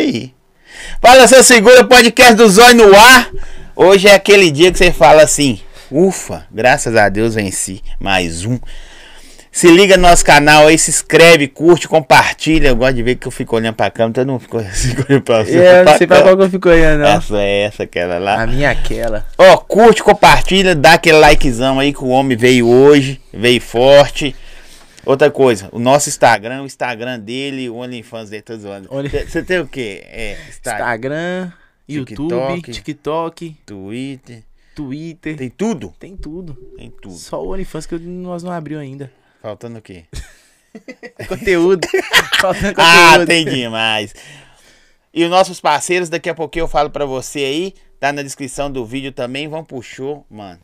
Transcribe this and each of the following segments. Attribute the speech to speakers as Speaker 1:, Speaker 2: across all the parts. Speaker 1: Ih. Fala seu segura, podcast do Zóio no ar. Hoje é aquele dia que você fala assim: ufa, graças a Deus venci mais um. Se liga no nosso canal aí, se inscreve, curte, compartilha. Eu gosto de ver que eu fico olhando pra câmera, todo mundo ficou assim olhando pra você.
Speaker 2: É, eu não sei pra qual que eu fico olhando, não.
Speaker 1: Essa é essa, aquela lá.
Speaker 2: A minha é aquela.
Speaker 1: Ó, curte, compartilha, dá aquele likezão aí que o homem veio hoje, veio forte. Outra coisa, o nosso Instagram, o Instagram dele, o OnlyFans dele, tô zoando.
Speaker 2: Only-
Speaker 1: Você tem o quê? É, Instagram,
Speaker 2: Instagram, Tá. YouTube,
Speaker 1: TikTok.
Speaker 2: TikTok,
Speaker 1: Twitter,
Speaker 2: Twitter. Tem,
Speaker 1: tem tudo?
Speaker 2: tudo.
Speaker 1: Tem tudo.
Speaker 2: Só o OnlyFans que eu- nós não abriu ainda.
Speaker 1: Faltando o quê?
Speaker 2: Conteúdo. Faltando
Speaker 1: Ah,
Speaker 2: conteúdo.
Speaker 1: tem demais. E os nossos parceiros, daqui a pouquinho eu falo pra você aí, tá na descrição do vídeo também, vão pro show, mano.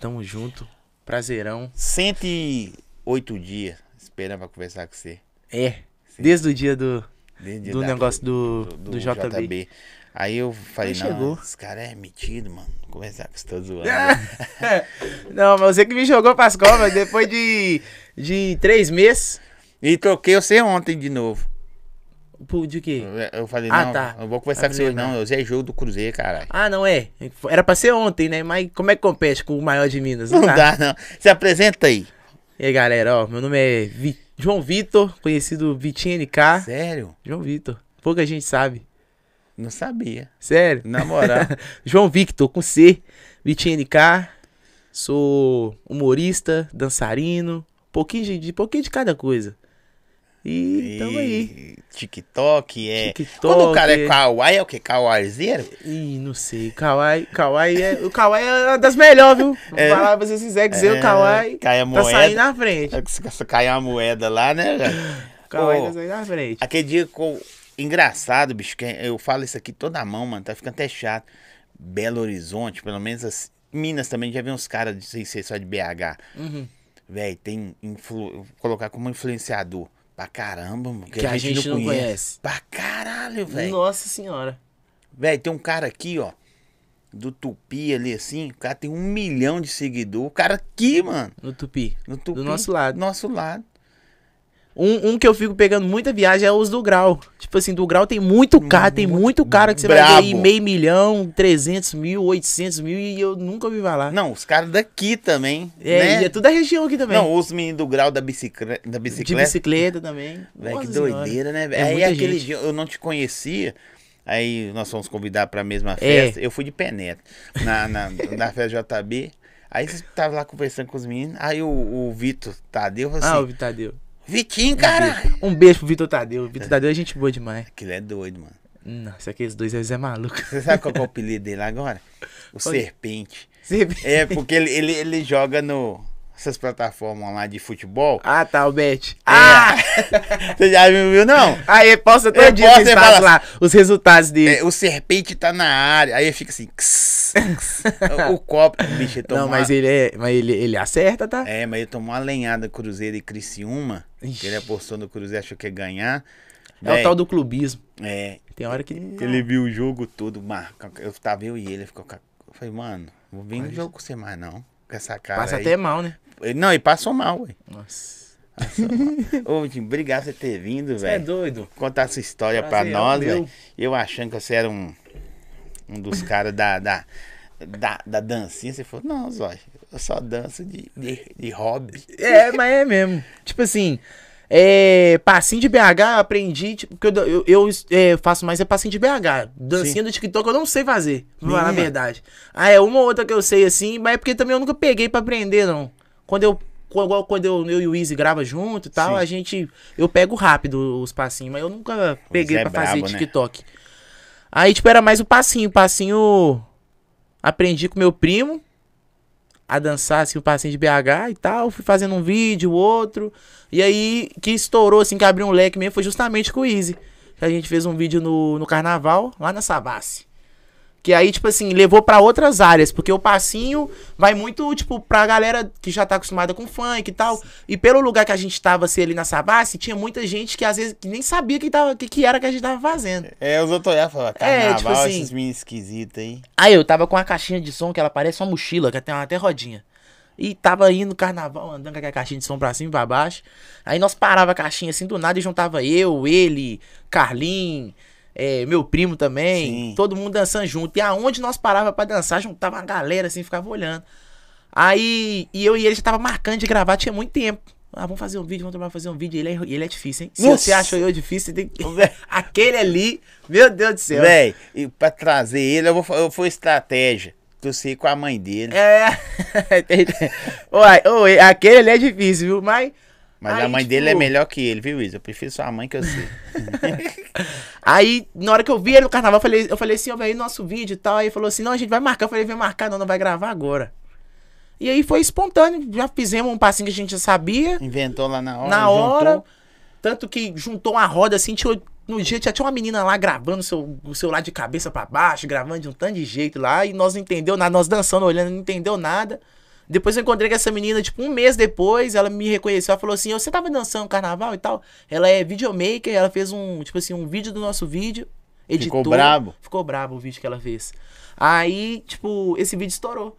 Speaker 2: Tamo junto. Prazerão.
Speaker 1: 108 dias esperando pra conversar com você.
Speaker 2: É. Desde o dia do,
Speaker 1: Desde
Speaker 2: do
Speaker 1: da-
Speaker 2: negócio do, do, JB.
Speaker 1: Aí eu falei,
Speaker 2: Aí
Speaker 1: não,
Speaker 2: chegou. É.
Speaker 1: esse cara é metido, mano. Vou Conversar com você, tô zoando.
Speaker 2: Não, mas você que me jogou pras covas depois de, de três meses.
Speaker 1: E troquei você ontem de novo.
Speaker 2: Pô, De quê?
Speaker 1: Eu falei,
Speaker 2: Ah,
Speaker 1: não,
Speaker 2: tá.
Speaker 1: não vou conversar
Speaker 2: Ah,
Speaker 1: com você hoje,
Speaker 2: beleza.
Speaker 1: não. Hoje é jogo do Cruzeiro, caralho.
Speaker 2: Ah, não é. Era pra ser ontem, né? Mas como é que compete com o maior de Minas? Ah,
Speaker 1: Não dá, não. Se apresenta aí.
Speaker 2: E aí, galera, ó, meu nome é Vi- João Vitor, conhecido Vitinho NK.
Speaker 1: Sério?
Speaker 2: João Vitor, pouca gente sabe.
Speaker 1: Não sabia.
Speaker 2: Sério.
Speaker 1: Na moral.
Speaker 2: João Victor, com C, Vitinho NK. Sou humorista, dançarino, pouquinho de, de- pouquinho de cada coisa. E tamo Então aí.
Speaker 1: E TikTok é.
Speaker 2: TikTok.
Speaker 1: Quando o cara é kawaii, é o quê? Kawaizeiro?
Speaker 2: Ih, não sei. Kawaii, Kawaii é. O Kawaii é uma das melhores, viu? Vou
Speaker 1: É.
Speaker 2: falar pra vocês se quiser dizer,
Speaker 1: É,
Speaker 2: o Kawaii
Speaker 1: cai a
Speaker 2: tá saindo
Speaker 1: moeda.
Speaker 2: na frente.
Speaker 1: É Se se cair uma moeda lá, né? velho?
Speaker 2: O Kawaii
Speaker 1: Ô,
Speaker 2: tá saindo na frente.
Speaker 1: Aquele dia com... engraçado, bicho, que eu falo isso aqui toda a mão, mano, tá ficando até chato. Belo Horizonte, pelo menos as... Minas também, já vi uns caras, não sei se é só de BH.
Speaker 2: Uhum.
Speaker 1: Velho, tem influ... vou colocar como influenciador. Pra caramba, mano.
Speaker 2: Que a gente não conhece.
Speaker 1: Pra caralho, velho.
Speaker 2: Nossa senhora.
Speaker 1: Velho, tem um cara aqui, ó. Do Tupi ali, assim. O cara tem um milhão de seguidor. O cara aqui, mano.
Speaker 2: No Tupi.
Speaker 1: No Tupi.
Speaker 2: nosso lado.
Speaker 1: Do nosso lado.
Speaker 2: Um, um que eu fico pegando muita viagem é os do Grau. Tipo assim, do Grau tem muito cara, tem muito cara que você vai ver aí
Speaker 1: brabo.
Speaker 2: meio milhão, 300 mil, 800 mil e eu nunca ouvi falar.
Speaker 1: Não, os caras daqui também.
Speaker 2: é,
Speaker 1: né?
Speaker 2: e é tudo da região aqui também.
Speaker 1: Não, os meninos do grau da bicicleta. Da
Speaker 2: de
Speaker 1: bicicleta.
Speaker 2: bicicleta também.
Speaker 1: Véi, que
Speaker 2: Nossa Senhora.
Speaker 1: doideira, né?
Speaker 2: É
Speaker 1: velho? aí
Speaker 2: muita
Speaker 1: aquele
Speaker 2: gente.
Speaker 1: dia eu não te conhecia. Aí nós fomos convidar pra mesma
Speaker 2: É.
Speaker 1: festa. Eu fui de penetra na, na, na festa JB. Aí você tava lá conversando com os meninos. Aí o, o Vitor Tadeu falou
Speaker 2: Ah, o
Speaker 1: assim:
Speaker 2: Vitor Tadeu.
Speaker 1: Vitinho, caralho!
Speaker 2: Um beijo pro Vitor Tadeu. O Vitor Tadeu é gente boa demais.
Speaker 1: Aquilo é doido, mano.
Speaker 2: Nossa, aqueles dois eles é maluco.
Speaker 1: Você sabe qual que é o apelido dele agora? O Serpente.
Speaker 2: Você-
Speaker 1: É, porque ele, ele, ele joga no. Essas plataformas lá de futebol.
Speaker 2: Ah, tá, o Bet. Ah!
Speaker 1: Você já viu, viu, não?
Speaker 2: Aí posta todo
Speaker 1: Eu
Speaker 2: dia
Speaker 1: posto,
Speaker 2: os
Speaker 1: ele
Speaker 2: status
Speaker 1: fala
Speaker 2: lá, assim, os resultados dele.
Speaker 1: É, o serpente tá na área. Aí ele fica assim. ks, ks. o copo. O bicho ele tomou.
Speaker 2: Não, mas
Speaker 1: uma...
Speaker 2: ele é. Mas ele, ele acerta, tá?
Speaker 1: É, mas ele tomou uma lenhada Cruzeiro e Criciúma. Que
Speaker 2: Ixi.
Speaker 1: ele apostou no Cruzeiro, achou que ia ganhar.
Speaker 2: É o tal do clubismo.
Speaker 1: É,
Speaker 2: Tem hora que.
Speaker 1: ele viu o jogo todo, marca. Eu tava eu e ele, ficou. ca- Eu falei, mano, não vou vir no jogo com você mais, não. Com essa cara.
Speaker 2: Passa
Speaker 1: aí.
Speaker 2: até mal, né?
Speaker 1: Ele- Não, e passou mal, ué.
Speaker 2: Nossa.
Speaker 1: Ô, Vitinho, obrigado por você ter vindo,
Speaker 2: Você é
Speaker 1: velho.
Speaker 2: doido.
Speaker 1: Contar sua história pra
Speaker 2: Prazer,
Speaker 1: nós,
Speaker 2: meu.
Speaker 1: velho. Eu achando que você era um, um dos caras da, da, da, da dancinha. Você falou, não, Zóio, eu só danço de, de, de hobby.
Speaker 2: É, mas é mesmo. Tipo assim, é, passinho de BH eu aprendi, tipo, porque eu, dan- eu, eu, é, faço mais é passinho de BH. Dancinha do TikTok eu não sei fazer, pra falar a
Speaker 1: Nenhuma.
Speaker 2: verdade. Ah, é uma ou outra que eu sei assim, mas é porque também eu nunca peguei pra aprender, não. Quando eu. Igual quando eu, eu e o Easy grava junto e tal,
Speaker 1: Sim.
Speaker 2: a gente. Eu pego rápido os passinhos, mas eu nunca peguei
Speaker 1: é
Speaker 2: pra fazer
Speaker 1: brabo, né?
Speaker 2: TikTok. Aí, tipo, era mais o passinho. O passinho. Aprendi com meu primo a dançar, assim, o passinho de BH e tal. Fui fazendo um vídeo, outro. E aí, que estourou, assim, que abriu um leque mesmo, foi justamente com o Easy. Que a gente fez um vídeo no, no carnaval, lá na Savassi. Que aí, tipo assim, levou pra outras áreas, porque o passinho vai muito, tipo, pra galera que já tá acostumada com funk e tal. E pelo lugar que a gente tava, assim, ali na Savassi, tinha muita gente que às vezes que nem sabia que, tava, que, que era que a gente tava fazendo.
Speaker 1: É, os outros olhavam e falavam, carnaval,
Speaker 2: tipo assim-
Speaker 1: esses meninos esquisitos aí.
Speaker 2: Aí eu tava com uma caixinha de som que ela parece uma mochila, que tem uma até rodinha. E tava indo no carnaval, andando com aquela caixinha de som pra cima e pra baixo. Aí nós parava a caixinha assim do nada e juntava eu, ele, Carlin, é, meu primo também,
Speaker 1: Sim.
Speaker 2: todo mundo dançando junto. E aonde nós parava pra dançar, juntava uma galera assim, ficava olhando. Aí, e eu e ele já tava marcando de gravar, tinha muito tempo. Ah, vamos fazer um vídeo, vamos trabalhar pra fazer um vídeo. Ele é, ele é difícil, hein? Se
Speaker 1: Nossa.
Speaker 2: você acha eu difícil, você tem que... Aquele ali, meu Deus do céu.
Speaker 1: Véi, e pra trazer ele, eu vou, fa- eu vou estratégia. Torci com a mãe dele.
Speaker 2: É. tem- Uai, uai, aquele ali é difícil, viu? Mas.
Speaker 1: Mas
Speaker 2: aí,
Speaker 1: a mãe
Speaker 2: tipo,
Speaker 1: dele é melhor que ele, viu, Isa? Eu prefiro sua mãe que eu sei.
Speaker 2: Aí, na hora que eu vi ele no carnaval, eu falei, eu falei assim, ó, velho, nosso vídeo e tal. Aí ele falou assim: não, a gente vai marcar. Eu falei, vem marcar, não, não vai gravar agora. E aí foi espontâneo, já fizemos um passinho que a gente já sabia.
Speaker 1: Inventou lá na hora.
Speaker 2: na
Speaker 1: juntou.
Speaker 2: hora. Tanto que juntou uma roda assim, tinha- no dia já tinha uma menina lá gravando o seu, o celular de cabeça pra baixo, gravando de um tanto de jeito lá, e nós não entendeu nada, nós dançando, olhando, não entendeu nada. Depois eu encontrei com essa menina, tipo, um mês depois, ela me reconheceu, ela falou assim, "Ô, você tava dançando carnaval e tal? Ela é videomaker, ela fez um, tipo assim, um vídeo do nosso vídeo, editou.
Speaker 1: brabo?
Speaker 2: Ficou brabo o vídeo que ela fez. Aí, tipo, esse vídeo estourou.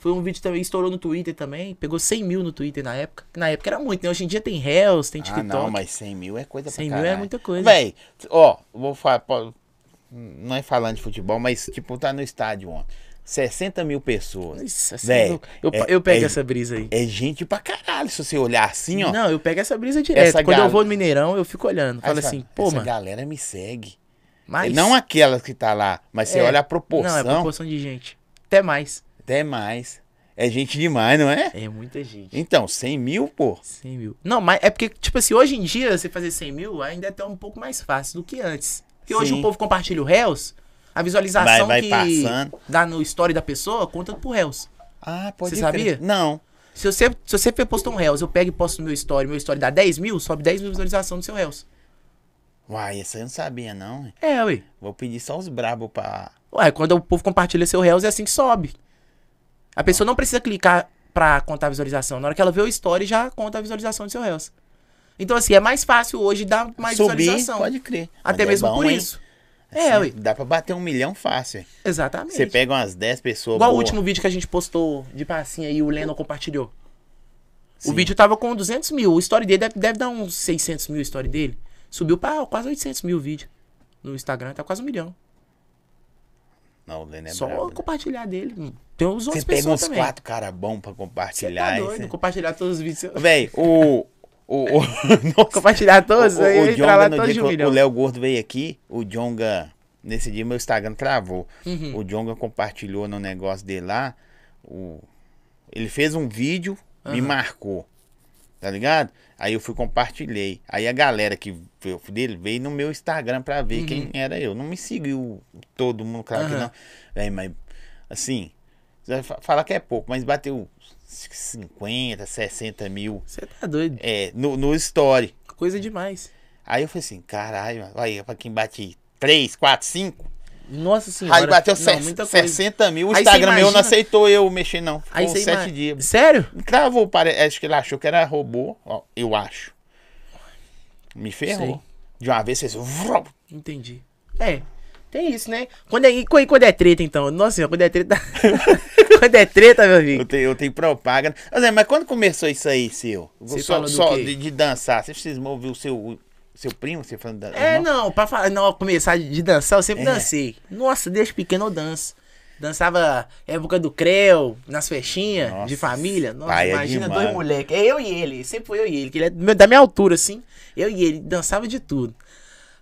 Speaker 2: Foi um vídeo também, estourou no Twitter também. Pegou 100 mil no Twitter na época. que Na época era muito, né? Hoje em dia tem Reels, tem TikTok.
Speaker 1: Ah, não, mas 100 mil é coisa
Speaker 2: 100
Speaker 1: pra
Speaker 2: mil é
Speaker 1: caralho.
Speaker 2: muita coisa.
Speaker 1: Véi, ó, vou falar. pô, Não é falando de futebol, mas tipo, tá no estádio ontem. 60 mil pessoas.
Speaker 2: Isso, assim,
Speaker 1: Véi,
Speaker 2: louco. eu,
Speaker 1: é-
Speaker 2: eu pego
Speaker 1: é-
Speaker 2: essa brisa aí.
Speaker 1: É gente pra caralho, se você olhar assim, ó.
Speaker 2: Não, eu pego essa brisa direto.
Speaker 1: Essa
Speaker 2: Quando
Speaker 1: gal-
Speaker 2: eu vou no Mineirão, eu fico olhando.
Speaker 1: Aí
Speaker 2: Falo
Speaker 1: você
Speaker 2: assim,
Speaker 1: fala,
Speaker 2: pô,
Speaker 1: essa
Speaker 2: mano.
Speaker 1: galera me segue. É
Speaker 2: Mas...
Speaker 1: Não aquelas que tá lá, mas você
Speaker 2: É.
Speaker 1: olha a proporção,
Speaker 2: Não, é proporção de gente. Até mais.
Speaker 1: até mais. É gente demais, não é?
Speaker 2: É muita gente.
Speaker 1: Então, 100 mil, pô.
Speaker 2: 100 mil. Não, mas é porque, tipo assim, hoje em dia, você fazer 100 mil ainda é até um pouco mais fácil do que antes. Porque hoje
Speaker 1: Sim.
Speaker 2: o povo compartilha o Reels, a visualização
Speaker 1: Vai- vai
Speaker 2: que
Speaker 1: passando.
Speaker 2: dá no story da pessoa conta pro Reels.
Speaker 1: Ah, pode
Speaker 2: Você
Speaker 1: crer.
Speaker 2: sabia?
Speaker 1: Não.
Speaker 2: Se você, se você postou um Reels, eu pego e posto no meu story, meu story dá 10 mil, sobe 10 mil visualizações no seu Reels.
Speaker 1: Uai, essa eu não sabia, não.
Speaker 2: É, ué.
Speaker 1: Vou pedir só os brabos pra.
Speaker 2: Ué, quando o povo compartilha seu Reels, é assim que sobe. A pessoa não precisa clicar pra contar a visualização. Na hora que ela vê o story, já conta a visualização do seu Reels. Então, assim, é mais fácil hoje dar mais
Speaker 1: subir,
Speaker 2: visualização.
Speaker 1: pode crer.
Speaker 2: Até
Speaker 1: Mas é
Speaker 2: mesmo
Speaker 1: bom,
Speaker 2: por
Speaker 1: hein?
Speaker 2: isso. É, ué.
Speaker 1: Assim, Dá pra bater um milhão fácil. hein?
Speaker 2: Exatamente.
Speaker 1: Você pega umas 10 pessoas.
Speaker 2: Igual o
Speaker 1: boa.
Speaker 2: último vídeo que a gente postou de passinha aí, o Lennon compartilhou.
Speaker 1: Sim.
Speaker 2: O vídeo tava com 200 mil. O story dele deve, deve dar uns 600 mil, o story dele. Subiu pra quase 800 mil o vídeo. No Instagram, tá quase um milhão.
Speaker 1: Não, o Leno é
Speaker 2: Só
Speaker 1: brabo, né?
Speaker 2: compartilhar dele. Tem uns
Speaker 1: Você
Speaker 2: outros
Speaker 1: pega
Speaker 2: pessoas
Speaker 1: uns
Speaker 2: também.
Speaker 1: quatro né? caras bons pra
Speaker 2: Você
Speaker 1: compartilhar.
Speaker 2: tá
Speaker 1: aí
Speaker 2: doido?
Speaker 1: você-
Speaker 2: Compartilhar todos os vídeos.
Speaker 1: Véi, o. O. o... Nossa.
Speaker 2: Compartilhar todos,
Speaker 1: O,
Speaker 2: aí
Speaker 1: o, o
Speaker 2: entrar
Speaker 1: Jonga,
Speaker 2: lá
Speaker 1: no
Speaker 2: todos
Speaker 1: dia
Speaker 2: de
Speaker 1: que
Speaker 2: um
Speaker 1: o- o
Speaker 2: milhão.
Speaker 1: Léo Gordo veio aqui, o Jonga, nesse dia meu Instagram travou.
Speaker 2: Uhum.
Speaker 1: O Jonga compartilhou no negócio dele lá, o... ele fez um vídeo, me marcou, tá ligado? Aí eu fui compartilhei. Aí a galera que veio dele veio no meu Instagram pra ver quem era eu. Não me seguiu todo mundo, claro que
Speaker 2: Uhum. Aham.
Speaker 1: não. Véi, mas, assim, você vai fa- falar que é pouco, mas bateu 50, 60 mil
Speaker 2: Você tá doido.
Speaker 1: é, no, no story.
Speaker 2: Coisa demais.
Speaker 1: Aí eu falei assim, caralho, mano, aí pra quem bate 3, 4, 5.
Speaker 2: Nossa senhora.
Speaker 1: Aí bateu
Speaker 2: Não,
Speaker 1: ses-
Speaker 2: muita coisa.
Speaker 1: 60 mil. O
Speaker 2: Aí você
Speaker 1: Instagram meu não
Speaker 2: imagina-
Speaker 1: aceitou eu mexer, não. Ficou
Speaker 2: Aí
Speaker 1: uns
Speaker 2: você
Speaker 1: 7
Speaker 2: ima-
Speaker 1: dias.
Speaker 2: Sério?
Speaker 1: Cravou, pare... acho que ele achou que era robô, ó, eu acho. Me ferrou.
Speaker 2: Sei.
Speaker 1: De uma vez fez. vrum.
Speaker 2: Entendi. É. Tem isso, né? Quando é, e quando quando é treta, então? Nossa senhora, quando é treta. quando é treta, meu
Speaker 1: Eu
Speaker 2: amigo.
Speaker 1: tenho, eu tenho propaganda. Mas, é, mas quando começou isso aí, seu?
Speaker 2: Você
Speaker 1: só
Speaker 2: falou do
Speaker 1: só
Speaker 2: quê?
Speaker 1: de, de dançar. Você precisou ouvir o seu, o seu primo? Você falando da,
Speaker 2: É,
Speaker 1: irmão?
Speaker 2: não, pra falar, não, começar de de dançar, eu sempre
Speaker 1: É.
Speaker 2: dancei. Nossa, desde pequeno eu danço. Dançava época do Creu, nas festinhas
Speaker 1: Nossa,
Speaker 2: de família. Nossa,
Speaker 1: pai é
Speaker 2: imagina
Speaker 1: demais.
Speaker 2: dois moleques. É eu e ele, sempre foi eu e ele, que ele é do meu- da minha altura, assim. Eu e ele, dançava de tudo.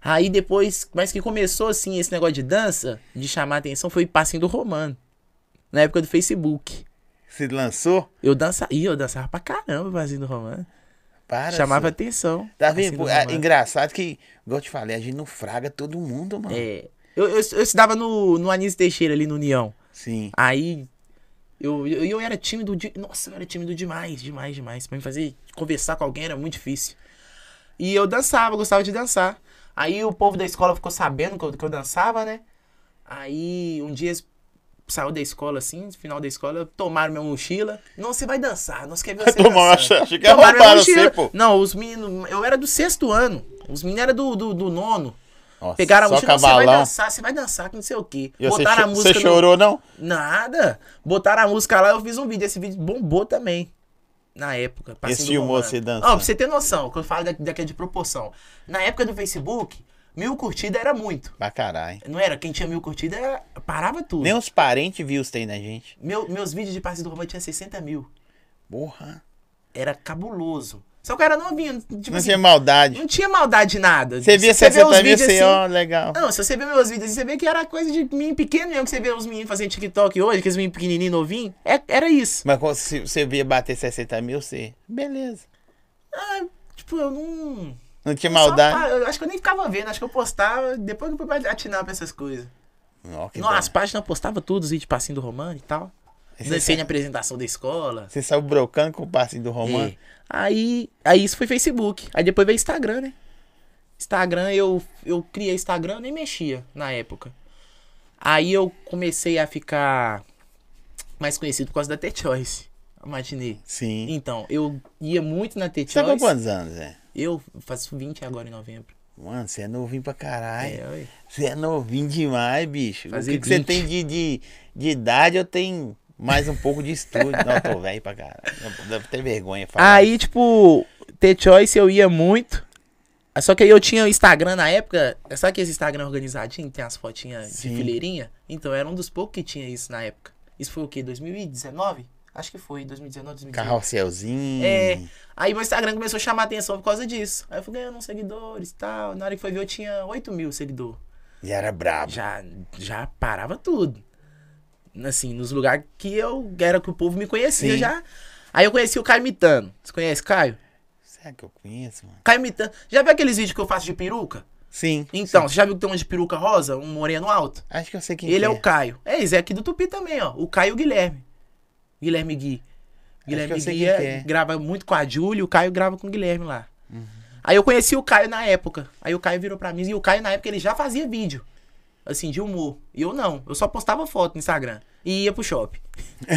Speaker 2: Aí depois, mas que começou assim esse negócio de dança, de chamar a atenção, foi o passinho do Romano. Na época do Facebook.
Speaker 1: Você lançou?
Speaker 2: Eu dançava. Ih, eu dançava pra caramba o passinho do Romano.
Speaker 1: Para.
Speaker 2: Chamava
Speaker 1: seu.
Speaker 2: atenção.
Speaker 1: assim,
Speaker 2: Assim,
Speaker 1: Tá
Speaker 2: Passinho do
Speaker 1: vendo? É
Speaker 2: Romano.
Speaker 1: engraçado que, igual eu te falei, a gente não fraga todo mundo, mano.
Speaker 2: É. Eu, eu, eu estudava no, no Anísio Teixeira, ali no União.
Speaker 1: Sim.
Speaker 2: Aí eu, eu, eu era tímido de. Nossa, eu era tímido demais, demais, demais. Pra me fazer conversar com alguém era muito difícil. E eu dançava, eu gostava de dançar. Aí o povo da escola ficou sabendo que eu, que eu dançava, né? Aí um dia eles saiu da escola assim, no final da escola, tomaram minha mochila. Não, você vai dançar, nós queremos você
Speaker 1: Tomar,
Speaker 2: dançando.
Speaker 1: achei que ia
Speaker 2: Tomaram minha
Speaker 1: roubar você,
Speaker 2: mochila.
Speaker 1: pô.
Speaker 2: Não, os meninos, eu era do sexto ano. Os meninos eram do, do, do nono.
Speaker 1: Nossa,
Speaker 2: Pegaram a
Speaker 1: só
Speaker 2: mochila, "Não, você vai
Speaker 1: cavalão.
Speaker 2: dançar, você vai dançar, que não sei o quê.
Speaker 1: E você, cho-
Speaker 2: música
Speaker 1: você
Speaker 2: no-
Speaker 1: chorou, não?
Speaker 2: Nada. Botaram a música lá, eu fiz um vídeo. Esse vídeo bombou também. Na época. Passinho do
Speaker 1: filmou
Speaker 2: Romano.
Speaker 1: você dançando?
Speaker 2: é Não, pra você ter noção, que eu falo da- daquela de proporção. Na época do Facebook, Mil curtidas era muito.
Speaker 1: Pra caralho.
Speaker 2: Não era? Quem tinha mil curtidas era- parava tudo.
Speaker 1: Nem um os parentes views tem na né, gente.
Speaker 2: Meu- meus vídeos de passe do robô tinha 60 mil.
Speaker 1: Porra.
Speaker 2: Era cabuloso. Só que eu era novinho. Tipo
Speaker 1: Não
Speaker 2: assim,
Speaker 1: tinha maldade.
Speaker 2: não tinha maldade de nada.
Speaker 1: Você via
Speaker 2: Se vê
Speaker 1: 60
Speaker 2: os
Speaker 1: mil,
Speaker 2: vídeos
Speaker 1: você,
Speaker 2: assim-
Speaker 1: ó, legal.
Speaker 2: Não, se você vê meus vídeos, assim, você vê que era coisa de mim pequeno mesmo, que você vê os meninos fazendo TikTok hoje, aqueles meninos pequenininhos, novinhos. É- era isso.
Speaker 1: Mas quando se você via bater 60 mil, você. Beleza.
Speaker 2: Ah, tipo, eu não...
Speaker 1: Não tinha
Speaker 2: Só-
Speaker 1: maldade.
Speaker 2: ah, eu acho que eu nem ficava vendo, acho que eu postava, depois que eu fui atinar pra essas coisas.
Speaker 1: Ó, que
Speaker 2: Nossa, as
Speaker 1: dó.
Speaker 2: páginas eu postava tudo, os vídeos passinho do Romano e tal.
Speaker 1: Esse é cara-
Speaker 2: Dancei na apresentação da escola.
Speaker 1: Você saiu brocando com o passinho do Romano.
Speaker 2: É. Aí, aí isso foi Facebook. Aí depois veio Instagram, né? Instagram, eu, eu criei Instagram, eu nem mexia na época. Aí eu comecei a ficar mais conhecido por causa da T-Choice. Imaginei.
Speaker 1: Sim.
Speaker 2: Então, eu ia muito na
Speaker 1: Você tá com
Speaker 2: T-Choice.
Speaker 1: quantos anos, Zé?
Speaker 2: Eu faço 20 agora em novembro.
Speaker 1: Mano, você é novinho pra caralho.
Speaker 2: É, ué.
Speaker 1: Você é novinho demais, bicho.
Speaker 2: Fazer
Speaker 1: o que que você
Speaker 2: 20.
Speaker 1: tem de, de, de idade, eu tenho mais um pouco de estudo. Não, eu tô velho pra caralho. Eu Devo ter vergonha. de falar.
Speaker 2: Aí, tipo, T-Choice eu ia muito. Só que aí eu tinha o Instagram na época. Sabe que esse Instagram organizadinho tem as fotinhas
Speaker 1: Sim.
Speaker 2: de fileirinha? Então era um dos poucos que tinha isso na época. Isso foi o quê? 2019? Acho que foi, 2019, 2019.
Speaker 1: Carrosselzinho.
Speaker 2: É. Aí meu Instagram começou a chamar atenção por causa disso. Aí eu fui ganhando uns seguidores e tal. Na hora que foi ver, eu tinha 8 mil seguidores.
Speaker 1: Já era brabo.
Speaker 2: Já, já parava tudo. Assim, nos lugares que eu era que o povo me conhecia
Speaker 1: Sim.
Speaker 2: já. Aí eu conheci o Caio Mitano. Você conhece Caio?
Speaker 1: Será que eu conheço, mano?
Speaker 2: Caio imitando. Já viu aqueles vídeos que eu faço de peruca?
Speaker 1: Sim.
Speaker 2: Então, você já viu que tem um de peruca rosa, um moreno alto?
Speaker 1: Acho que eu sei quem
Speaker 2: Ele
Speaker 1: que
Speaker 2: é o Caio. É, esse é aqui do Tupi também, ó. O Caio e o Guilherme. Guilherme Gui. Guilherme
Speaker 1: eu sei
Speaker 2: Gui
Speaker 1: quem
Speaker 2: é-
Speaker 1: que é. Uhum.
Speaker 2: grava muito com a Júlia, o Caio grava com o Guilherme lá. Aí eu conheci o Caio na época. Aí o Caio virou pra mim. E o Caio na época ele já fazia vídeo. Assim, de humor. E eu não. Eu só postava foto no Instagram. E ia pro shopping.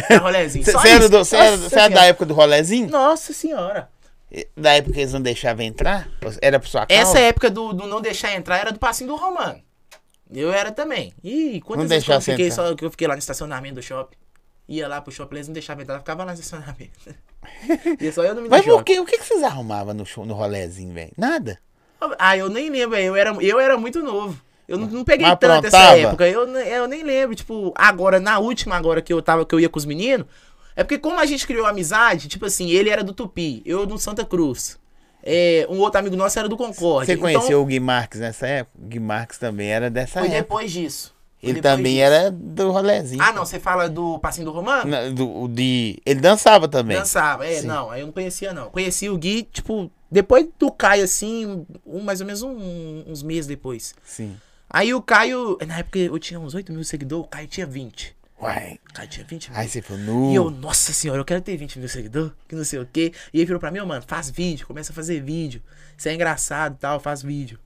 Speaker 2: Pra rolezinho. Só
Speaker 1: Você era,
Speaker 2: isso.
Speaker 1: do, cê era-
Speaker 2: Nossa
Speaker 1: cê era da
Speaker 2: Senhora.
Speaker 1: época do rolezinho?
Speaker 2: Nossa senhora.
Speaker 1: Da época que eles não deixavam entrar? Era por sua causa?
Speaker 2: Essa época do, do não deixar entrar era do passinho do Romano. Eu era também. E quantas
Speaker 1: Não
Speaker 2: vezes que eu
Speaker 1: deixasse
Speaker 2: fiquei
Speaker 1: entrar.
Speaker 2: só que eu fiquei lá no estacionamento do shopping. Ia lá pro shopping, eles não deixavam entrar, eu ficava lá no estacionamento. e só eu não me
Speaker 1: Mas por
Speaker 2: deixava.
Speaker 1: quê? O que, que vocês arrumavam no, show, no rolezinho, velho? Nada.
Speaker 2: Ah, eu nem lembro, eu era, eu era muito novo. Eu não, não peguei
Speaker 1: Mas
Speaker 2: tanto essa
Speaker 1: aprontava?
Speaker 2: época. Eu, ne- eu nem lembro, tipo, agora, na última agora que eu tava, que eu ia com os meninos, é porque como a gente criou amizade, tipo assim, ele era do Tupi, eu do Santa Cruz. É, um outro amigo nosso era do Concorde.
Speaker 1: Você
Speaker 2: Então,
Speaker 1: conheceu o Gui Marques nessa época? O Gui Marques também era dessa
Speaker 2: Foi
Speaker 1: época.
Speaker 2: depois disso. Foi
Speaker 1: Ele
Speaker 2: depois
Speaker 1: também
Speaker 2: disso.
Speaker 1: era do rolezinho.
Speaker 2: Ah, não, você fala do passinho do Romano?
Speaker 1: Na- do- o de... Ele dançava também.
Speaker 2: Dançava, é,
Speaker 1: Sim.
Speaker 2: não, aí eu não conhecia, não. Conheci o Gui, tipo, depois do Caio, assim, um- um, mais ou menos um- uns meses depois.
Speaker 1: Sim.
Speaker 2: Aí o Caio, na época eu tinha uns 8 mil seguidores, o Caio tinha 20.
Speaker 1: Uai.
Speaker 2: O Caio tinha 20 mil.
Speaker 1: Aí você falou, nu.
Speaker 2: E eu, nossa senhora, eu quero ter 20 mil seguidores, que não sei o quê. E ele virou pra mim, ô, mano, faz vídeo, começa a fazer vídeo. Isso é engraçado e tal, faz vídeo.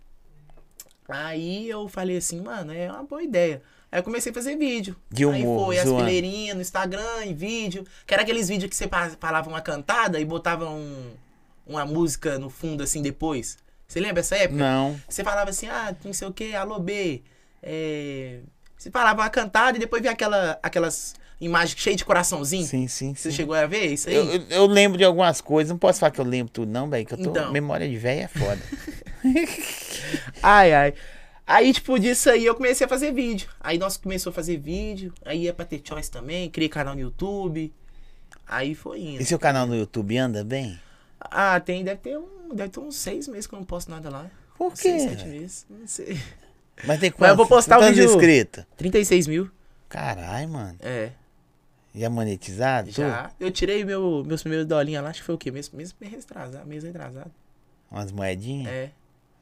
Speaker 2: Aí eu falei assim, mano, é uma boa ideia. Aí eu comecei a fazer vídeo.
Speaker 1: De
Speaker 2: Aí
Speaker 1: humor,
Speaker 2: foi as
Speaker 1: zoando.
Speaker 2: fileirinhas no Instagram, em vídeo. Que era aqueles vídeos que você pa- falava uma cantada e botava um- uma música no fundo, assim, depois. Você lembra essa época?
Speaker 1: Não.
Speaker 2: Você falava assim, ah, não sei o que, alô B. É... Você falava uma cantada e depois via aquela, aquelas imagens cheias de coraçãozinho.
Speaker 1: Sim, sim,
Speaker 2: Você
Speaker 1: sim.
Speaker 2: chegou a ver isso aí?
Speaker 1: Eu, eu- eu lembro de algumas coisas. Não posso falar que eu lembro tudo, não, velho. Que eu tô...
Speaker 2: Então.
Speaker 1: Memória de velho é foda.
Speaker 2: Ai, ai. Aí, tipo, disso aí eu comecei a fazer vídeo. Aí nós começou a fazer vídeo. Aí ia pra ter choice também, criei canal no YouTube. Aí foi indo.
Speaker 1: e seu canal no YouTube anda bem?
Speaker 2: Ah, tem, deve ter um. Deve ter uns seis meses que eu não posto nada lá.
Speaker 1: Por quê?
Speaker 2: Seis, sete meses. Não sei.
Speaker 1: Mas tem quantos?
Speaker 2: Mas eu vou postar o
Speaker 1: quantos
Speaker 2: vídeo-
Speaker 1: inscritos?
Speaker 2: 36 mil.
Speaker 1: Caralho, mano.
Speaker 2: É.
Speaker 1: Já monetizado? tudo?
Speaker 2: Já. Eu tirei meu, meus primeiros dolinhos lá, acho que foi o quê? Mês, mês retrasado, mês retrasado.
Speaker 1: Umas moedinhas?
Speaker 2: É.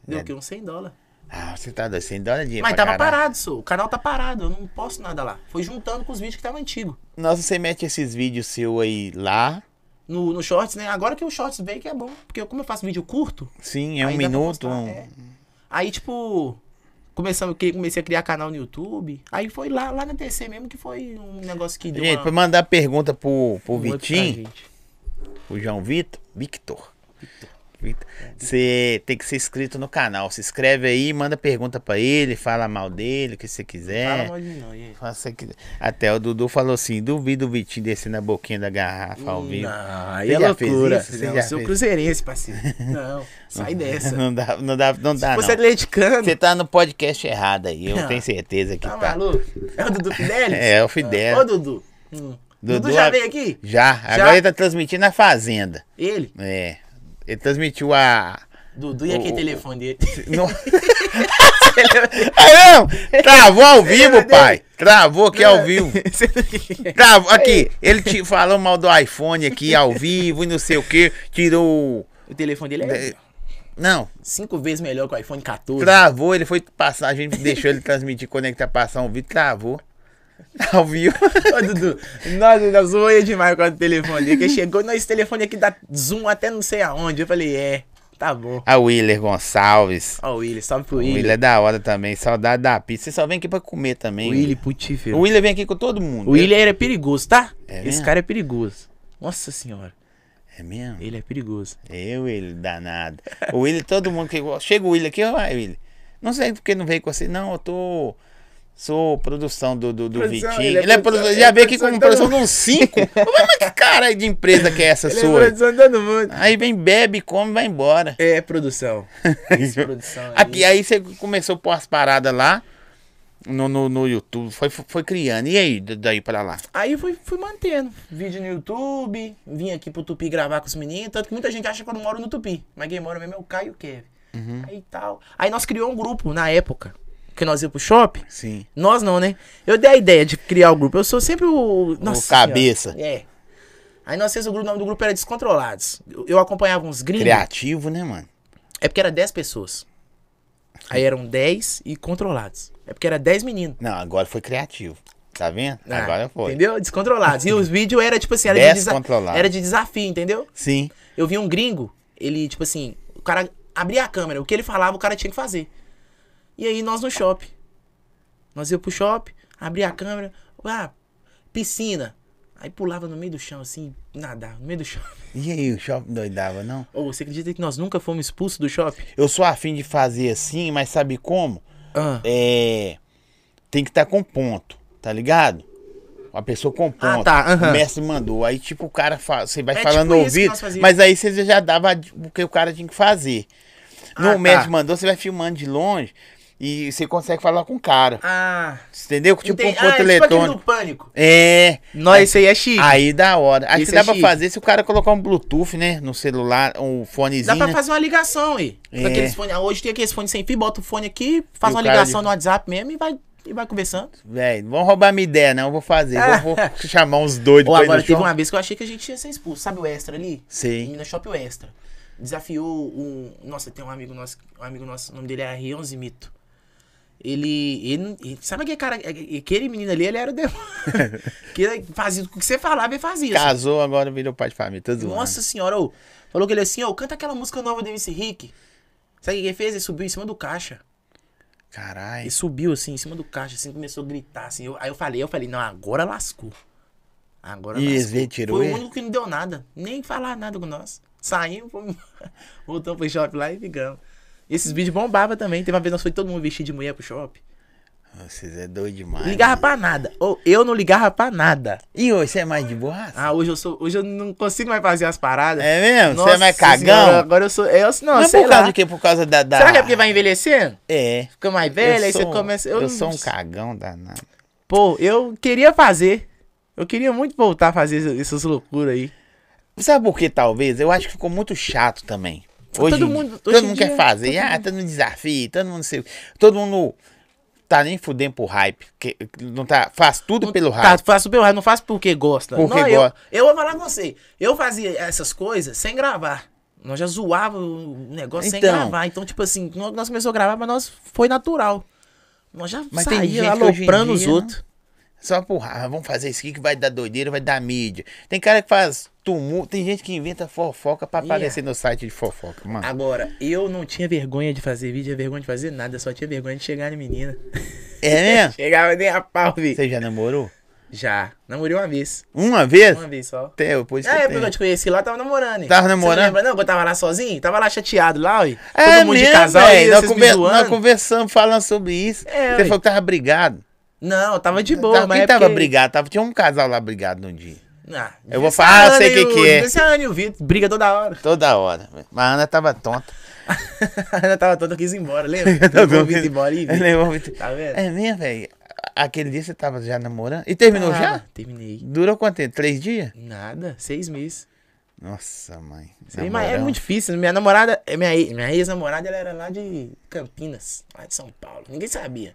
Speaker 2: Deu
Speaker 1: É.
Speaker 2: o quê? Uns 100 dólares.
Speaker 1: Ah, você tá doido. 100 dólares é dinheiro
Speaker 2: Mas
Speaker 1: pra
Speaker 2: tava
Speaker 1: caralho.
Speaker 2: parado, sou. O canal tá parado, eu não posto nada lá. Foi juntando com os vídeos que tava antigo.
Speaker 1: Nossa, você mete esses vídeos seu aí lá.
Speaker 2: No, no Shorts, né? Agora que o Shorts veio que é bom. Porque eu- como eu faço vídeo curto,
Speaker 1: Sim, é um
Speaker 2: Aí dá pra
Speaker 1: minuto.
Speaker 2: postar,
Speaker 1: um-
Speaker 2: é. aí, tipo... Começamos, eu criei- comecei a criar canal no YouTube. Aí foi lá, lá na TC mesmo que foi um negócio que deu
Speaker 1: Gente,
Speaker 2: uma-
Speaker 1: pra mandar pergunta pro, pro
Speaker 2: um up pra
Speaker 1: Vitinho,
Speaker 2: gente.
Speaker 1: pro João Vitor, Victor. fita. Você tem que ser inscrito no canal. Se inscreve aí, manda pergunta pra ele, fala mal dele, o que você
Speaker 2: Fala
Speaker 1: quiser.
Speaker 2: mal de mim, não, gente.
Speaker 1: Fala o que você quiser. Até o Dudu falou assim: duvido o Vitinho descendo a boquinha da garrafa ao vivo.
Speaker 2: Não, aí
Speaker 1: Você
Speaker 2: é
Speaker 1: já fez
Speaker 2: loucura.
Speaker 1: isso? Você
Speaker 2: Não,
Speaker 1: já
Speaker 2: eu sou
Speaker 1: fez?
Speaker 2: cruzeirense, parceiro. Não, sai dessa.
Speaker 1: Não dá, não dá, não dá.
Speaker 2: Você é
Speaker 1: não.
Speaker 2: atleticano,
Speaker 1: Você tá no podcast errado aí, eu
Speaker 2: Não.
Speaker 1: tenho certeza que
Speaker 2: tá
Speaker 1: tá.
Speaker 2: maluco? É o Dudu Fidelis?
Speaker 1: É, o Fidel.
Speaker 2: Ô, Dudu. Hum. Dudu,
Speaker 1: Dudu é
Speaker 2: já
Speaker 1: a-
Speaker 2: veio aqui?
Speaker 1: Já, agora
Speaker 2: Já?
Speaker 1: ele tá transmitindo a Fazenda.
Speaker 2: Ele?
Speaker 1: É. Ele transmitiu a.
Speaker 2: Dudu e aquele
Speaker 1: Ô, ô,
Speaker 2: telefone dele.
Speaker 1: No... Ah, não! Travou ao vivo, pai! Travou aqui ao vivo.
Speaker 2: tá
Speaker 1: Travou aqui. Ele te falou mal do iPhone aqui ao vivo e não sei o que. Tirou.
Speaker 2: o telefone dele é
Speaker 1: Não,
Speaker 2: cinco vezes melhor que o iPhone 14.
Speaker 1: travou. Ele foi passar. A gente deixou ele transmitir, conectar, passar um vídeo. Travou. Ao vivo.
Speaker 2: Ô, Dudu, nossa, nós zoei demais com o telefone dele. Que chegou, não, esse telefone aqui dá zoom até não sei aonde. Eu falei, é, tá bom.
Speaker 1: A Willer Gonçalves.
Speaker 2: Ó, o Willy, salve pro
Speaker 1: O
Speaker 2: Willy.
Speaker 1: Willer é da hora também. Saudade da pizza. Você só vem aqui pra comer também.
Speaker 2: Willy
Speaker 1: O
Speaker 2: Putífero.
Speaker 1: Willian vem aqui com todo mundo.
Speaker 2: O Willy era perigoso, tá?
Speaker 1: É
Speaker 2: Esse
Speaker 1: mesmo?
Speaker 2: cara é perigoso. Nossa senhora,
Speaker 1: É mesmo?
Speaker 2: ele é perigoso.
Speaker 1: Eu, Willian, danado. O Willian, todo mundo que. Chega o Willian aqui, vai, Willian. Não sei porque não veio com você. Não, eu tô. Sou produção do, do, do
Speaker 2: Produção,
Speaker 1: Vitinho.
Speaker 2: ele
Speaker 1: Ele
Speaker 2: é
Speaker 1: é,
Speaker 2: produção-
Speaker 1: produ- já
Speaker 2: ele é
Speaker 1: veio aqui com
Speaker 2: produção de
Speaker 1: produção
Speaker 2: todo
Speaker 1: de uns cinco. Mas que cara de empresa que é essa sua?
Speaker 2: produção de todo mundo.
Speaker 1: Aí vem, bebe, come e vai embora.
Speaker 2: É, produção. produção aí.
Speaker 1: Aqui, aí você começou a pôr as paradas lá no, no, no YouTube. Foi, foi criando. E aí, da- daí pra lá?
Speaker 2: Aí fui, fui mantendo. Vídeo no YouTube, vim aqui pro Tupi gravar com os meninos. Tanto que muita gente acha que eu não moro no Tupi. Mas quem mora mesmo é o Caio e o Kevin. Aí tal. Aí nós criamos um grupo na época. Que nós íamos pro shopping.
Speaker 1: Sim.
Speaker 2: Nós não, né? Eu dei a ideia de criar o grupo. Eu sou sempre o. Senhora.
Speaker 1: cabeça.
Speaker 2: É. Aí nós fizemos o grupo, o nome do grupo era Descontrolados. Eu, eu acompanhava uns gringos.
Speaker 1: Criativo, né, mano?
Speaker 2: É porque era 10 pessoas. Aí eram 10 e controlados. É porque era 10 meninos.
Speaker 1: Não, agora foi criativo. Tá vendo?
Speaker 2: Ah,
Speaker 1: agora foi.
Speaker 2: Entendeu? Descontrolados. E os vídeos era tipo assim, era de, desa-
Speaker 1: Descontrolados.
Speaker 2: era de desafio, entendeu?
Speaker 1: Sim.
Speaker 2: Eu vi um gringo, ele, tipo assim, o cara abria a câmera, o que ele falava, o cara tinha que fazer. E aí nós no shopping. Nós ia pro shopping, abria a câmera, ah, piscina. Aí pulava no meio do chão, assim, nadava, no meio do chão.
Speaker 1: E aí, o shopping doidava, não?
Speaker 2: Ô, você acredita que nós nunca fomos expulsos do shopping?
Speaker 1: Eu sou afim de fazer assim, mas sabe como?
Speaker 2: Ah,
Speaker 1: É. Tem que estar com ponto, tá ligado? A pessoa com ponto.
Speaker 2: tá, aham.
Speaker 1: O mestre mandou. Aí, tipo, o cara fala. Você vai
Speaker 2: É
Speaker 1: falando no
Speaker 2: tipo isso que
Speaker 1: ouvido,
Speaker 2: nós fazíamos.
Speaker 1: mas aí você já dava o que o cara tinha que fazer. No
Speaker 2: Ah, tá.
Speaker 1: mestre mandou, você vai filmando de longe e você consegue falar com o cara.
Speaker 2: ah
Speaker 1: Entendeu? Tipo
Speaker 2: entendi.
Speaker 1: um ponto
Speaker 2: é tipo aquele
Speaker 1: eletrônico.
Speaker 2: do pânico.
Speaker 1: É.
Speaker 2: Nós, isso aí é chique.
Speaker 1: Aí da hora. Aí
Speaker 2: Isso
Speaker 1: que dá
Speaker 2: é
Speaker 1: pra
Speaker 2: chique.
Speaker 1: fazer se o cara colocar um Bluetooth, né? No celular, um fonezinho.
Speaker 2: Dá pra
Speaker 1: né?
Speaker 2: fazer uma ligação aí.
Speaker 1: É.
Speaker 2: Aqueles fone, ah, hoje tem aqueles fones sem fio, bota o fone aqui, faz
Speaker 1: E o
Speaker 2: uma
Speaker 1: cara
Speaker 2: ligação
Speaker 1: de-
Speaker 2: no WhatsApp mesmo e vai, e vai conversando.
Speaker 1: Véi, não vão É, roubar minha ideia, não. Eu vou fazer. Eu vou chamar uns doidos
Speaker 2: Ou
Speaker 1: pra ir
Speaker 2: agora
Speaker 1: no
Speaker 2: teve
Speaker 1: show.
Speaker 2: uma vez que eu achei que a gente ia ser expulso. Sabe o extra ali?
Speaker 1: Sim.
Speaker 2: Menina Shop o extra. Desafiou um. Nossa, tem um amigo nosso. Um amigo nosso, o nome dele é Rion Zimito. Ele, ele. ele- Sabe aquele cara. Aquele menino ali, ele era o demônio. que ele fazia o que você falava, ele fazia.
Speaker 1: Casou, agora virou pai de família. Tô zoando.
Speaker 2: Nossa senhora, ô. Falou que ele assim, ô, canta aquela música nova do MC Rick. Sabe o que ele fez? Ele subiu em cima do caixa.
Speaker 1: Caralho.
Speaker 2: Ele subiu assim, em cima do caixa, assim, começou a gritar, assim. Eu- aí eu falei, eu falei, não, agora lascou. Agora
Speaker 1: E
Speaker 2: lascou.
Speaker 1: esse aí tirou
Speaker 2: Foi o
Speaker 1: ele?
Speaker 2: único que não deu nada. Nem falar nada com nós. Saímos, fomos embora. voltamos pro shopping lá e ficamos. Esses vídeos bombavam também. Teve uma vez nós foi todo mundo vestido de mulher pro shopping.
Speaker 1: Vocês é doido demais.
Speaker 2: Ligava pra nada. Ou eu não ligava pra nada.
Speaker 1: E hoje, você é mais de borraça?
Speaker 2: Ah, hoje eu sou. Hoje eu não consigo mais fazer as paradas.
Speaker 1: É mesmo? Você
Speaker 2: Nossa
Speaker 1: é mais
Speaker 2: Senhora,
Speaker 1: cagão?
Speaker 2: agora eu sou. Eu, não,
Speaker 1: Mas
Speaker 2: sei
Speaker 1: por causa
Speaker 2: lá.
Speaker 1: do quê? Por causa da. da...
Speaker 2: Será que é porque vai envelhecendo?
Speaker 1: É.
Speaker 2: Fica mais velho,
Speaker 1: Eu
Speaker 2: aí você
Speaker 1: sou-
Speaker 2: começa.
Speaker 1: Eu,
Speaker 2: não-
Speaker 1: sou um cagão danado.
Speaker 2: Pô, eu queria fazer. Eu queria muito voltar a fazer esse- essas loucuras aí.
Speaker 1: Sabe por quê, talvez? Eu acho que ficou muito chato também. Hoje,
Speaker 2: Todo
Speaker 1: todo
Speaker 2: mundo-
Speaker 1: mundo,
Speaker 2: hoje
Speaker 1: todo
Speaker 2: em
Speaker 1: mundo
Speaker 2: dia,
Speaker 1: quer fazer. ah, todo mundo desafia, todo mundo sei. Todo mundo tá nem fudendo pro hype. que- não tá, faz tudo pelo
Speaker 2: Tá,
Speaker 1: hype.
Speaker 2: faço pelo raio, não faço porque gosta.
Speaker 1: Porque
Speaker 2: não, eu-
Speaker 1: gosta.
Speaker 2: Eu, vou falar com você. Eu fazia essas coisas sem gravar. Nós já zoava o negócio sem
Speaker 1: Então.
Speaker 2: gravar. Então, tipo assim, quando nós começamos a gravar, mas nós foi natural. Nós já
Speaker 1: Mas tem gente
Speaker 2: saía
Speaker 1: que hoje em
Speaker 2: aloprando os
Speaker 1: dia, né?
Speaker 2: outros.
Speaker 1: Só pro hype. Ah, Vamos fazer isso aqui que vai dar doideira, vai dar mídia. Tem cara que faz tumulto, tem gente que inventa fofoca pra
Speaker 2: Ih, Ah,
Speaker 1: aparecer no site de fofoca, mano.
Speaker 2: Agora, eu não tinha vergonha de fazer vídeo, tinha vergonha de fazer nada, só tinha vergonha de chegar na menina.
Speaker 1: É mesmo?
Speaker 2: Chegava nem a pau, vi.
Speaker 1: Você já namorou?
Speaker 2: Já. Namorei uma vez.
Speaker 1: Uma vez?
Speaker 2: Uma vez só.
Speaker 1: Até eu, pois que
Speaker 2: É,
Speaker 1: eu
Speaker 2: porque eu
Speaker 1: tenho.
Speaker 2: te conheci lá, tava namorando. hein?
Speaker 1: Tava
Speaker 2: Você não
Speaker 1: namorando?
Speaker 2: lembra não, que eu tava lá sozinho? Tava lá chateado lá, ui.
Speaker 1: É
Speaker 2: Todo mundo
Speaker 1: mesmo,
Speaker 2: de casal
Speaker 1: véi,
Speaker 2: aí,
Speaker 1: nós,
Speaker 2: vocês
Speaker 1: conver-
Speaker 2: me zoando.
Speaker 1: nós conversamos, falando sobre isso.
Speaker 2: É,
Speaker 1: Você
Speaker 2: ué.
Speaker 1: falou que tava brigado.
Speaker 2: Não, tava de
Speaker 1: tava,
Speaker 2: boa, mas
Speaker 1: quem
Speaker 2: é
Speaker 1: tava
Speaker 2: porque-
Speaker 1: brigado? Tava, tinha um casal lá brigado num dia.
Speaker 2: Ah,
Speaker 1: Eu vou falar, ah, eu sei
Speaker 2: Ana e
Speaker 1: que
Speaker 2: o-
Speaker 1: que é.
Speaker 2: Esse Ana e o Vitor, briga toda hora.
Speaker 1: Toda hora. véi. Mas a Ana tava tonta.
Speaker 2: A Ana tava toda, eu quis ir embora, lembra?
Speaker 1: Tá
Speaker 2: Levou
Speaker 1: bom,
Speaker 2: o Vitor embora e...
Speaker 1: Levou o Vitor.
Speaker 2: Tá vendo?
Speaker 1: É mesmo, velho? Aquele dia você tava já namorando. E terminou
Speaker 2: Ah,
Speaker 1: já?
Speaker 2: Terminei.
Speaker 1: Durou quanto tempo? Três dias?
Speaker 2: Nada, seis meses.
Speaker 1: Nossa, mãe.
Speaker 2: Sei, mas é
Speaker 1: namorão.
Speaker 2: muito difícil. Minha namorada, é minha, e- minha ex-namorada, ela era lá de Campinas, lá de São Paulo. Ninguém sabia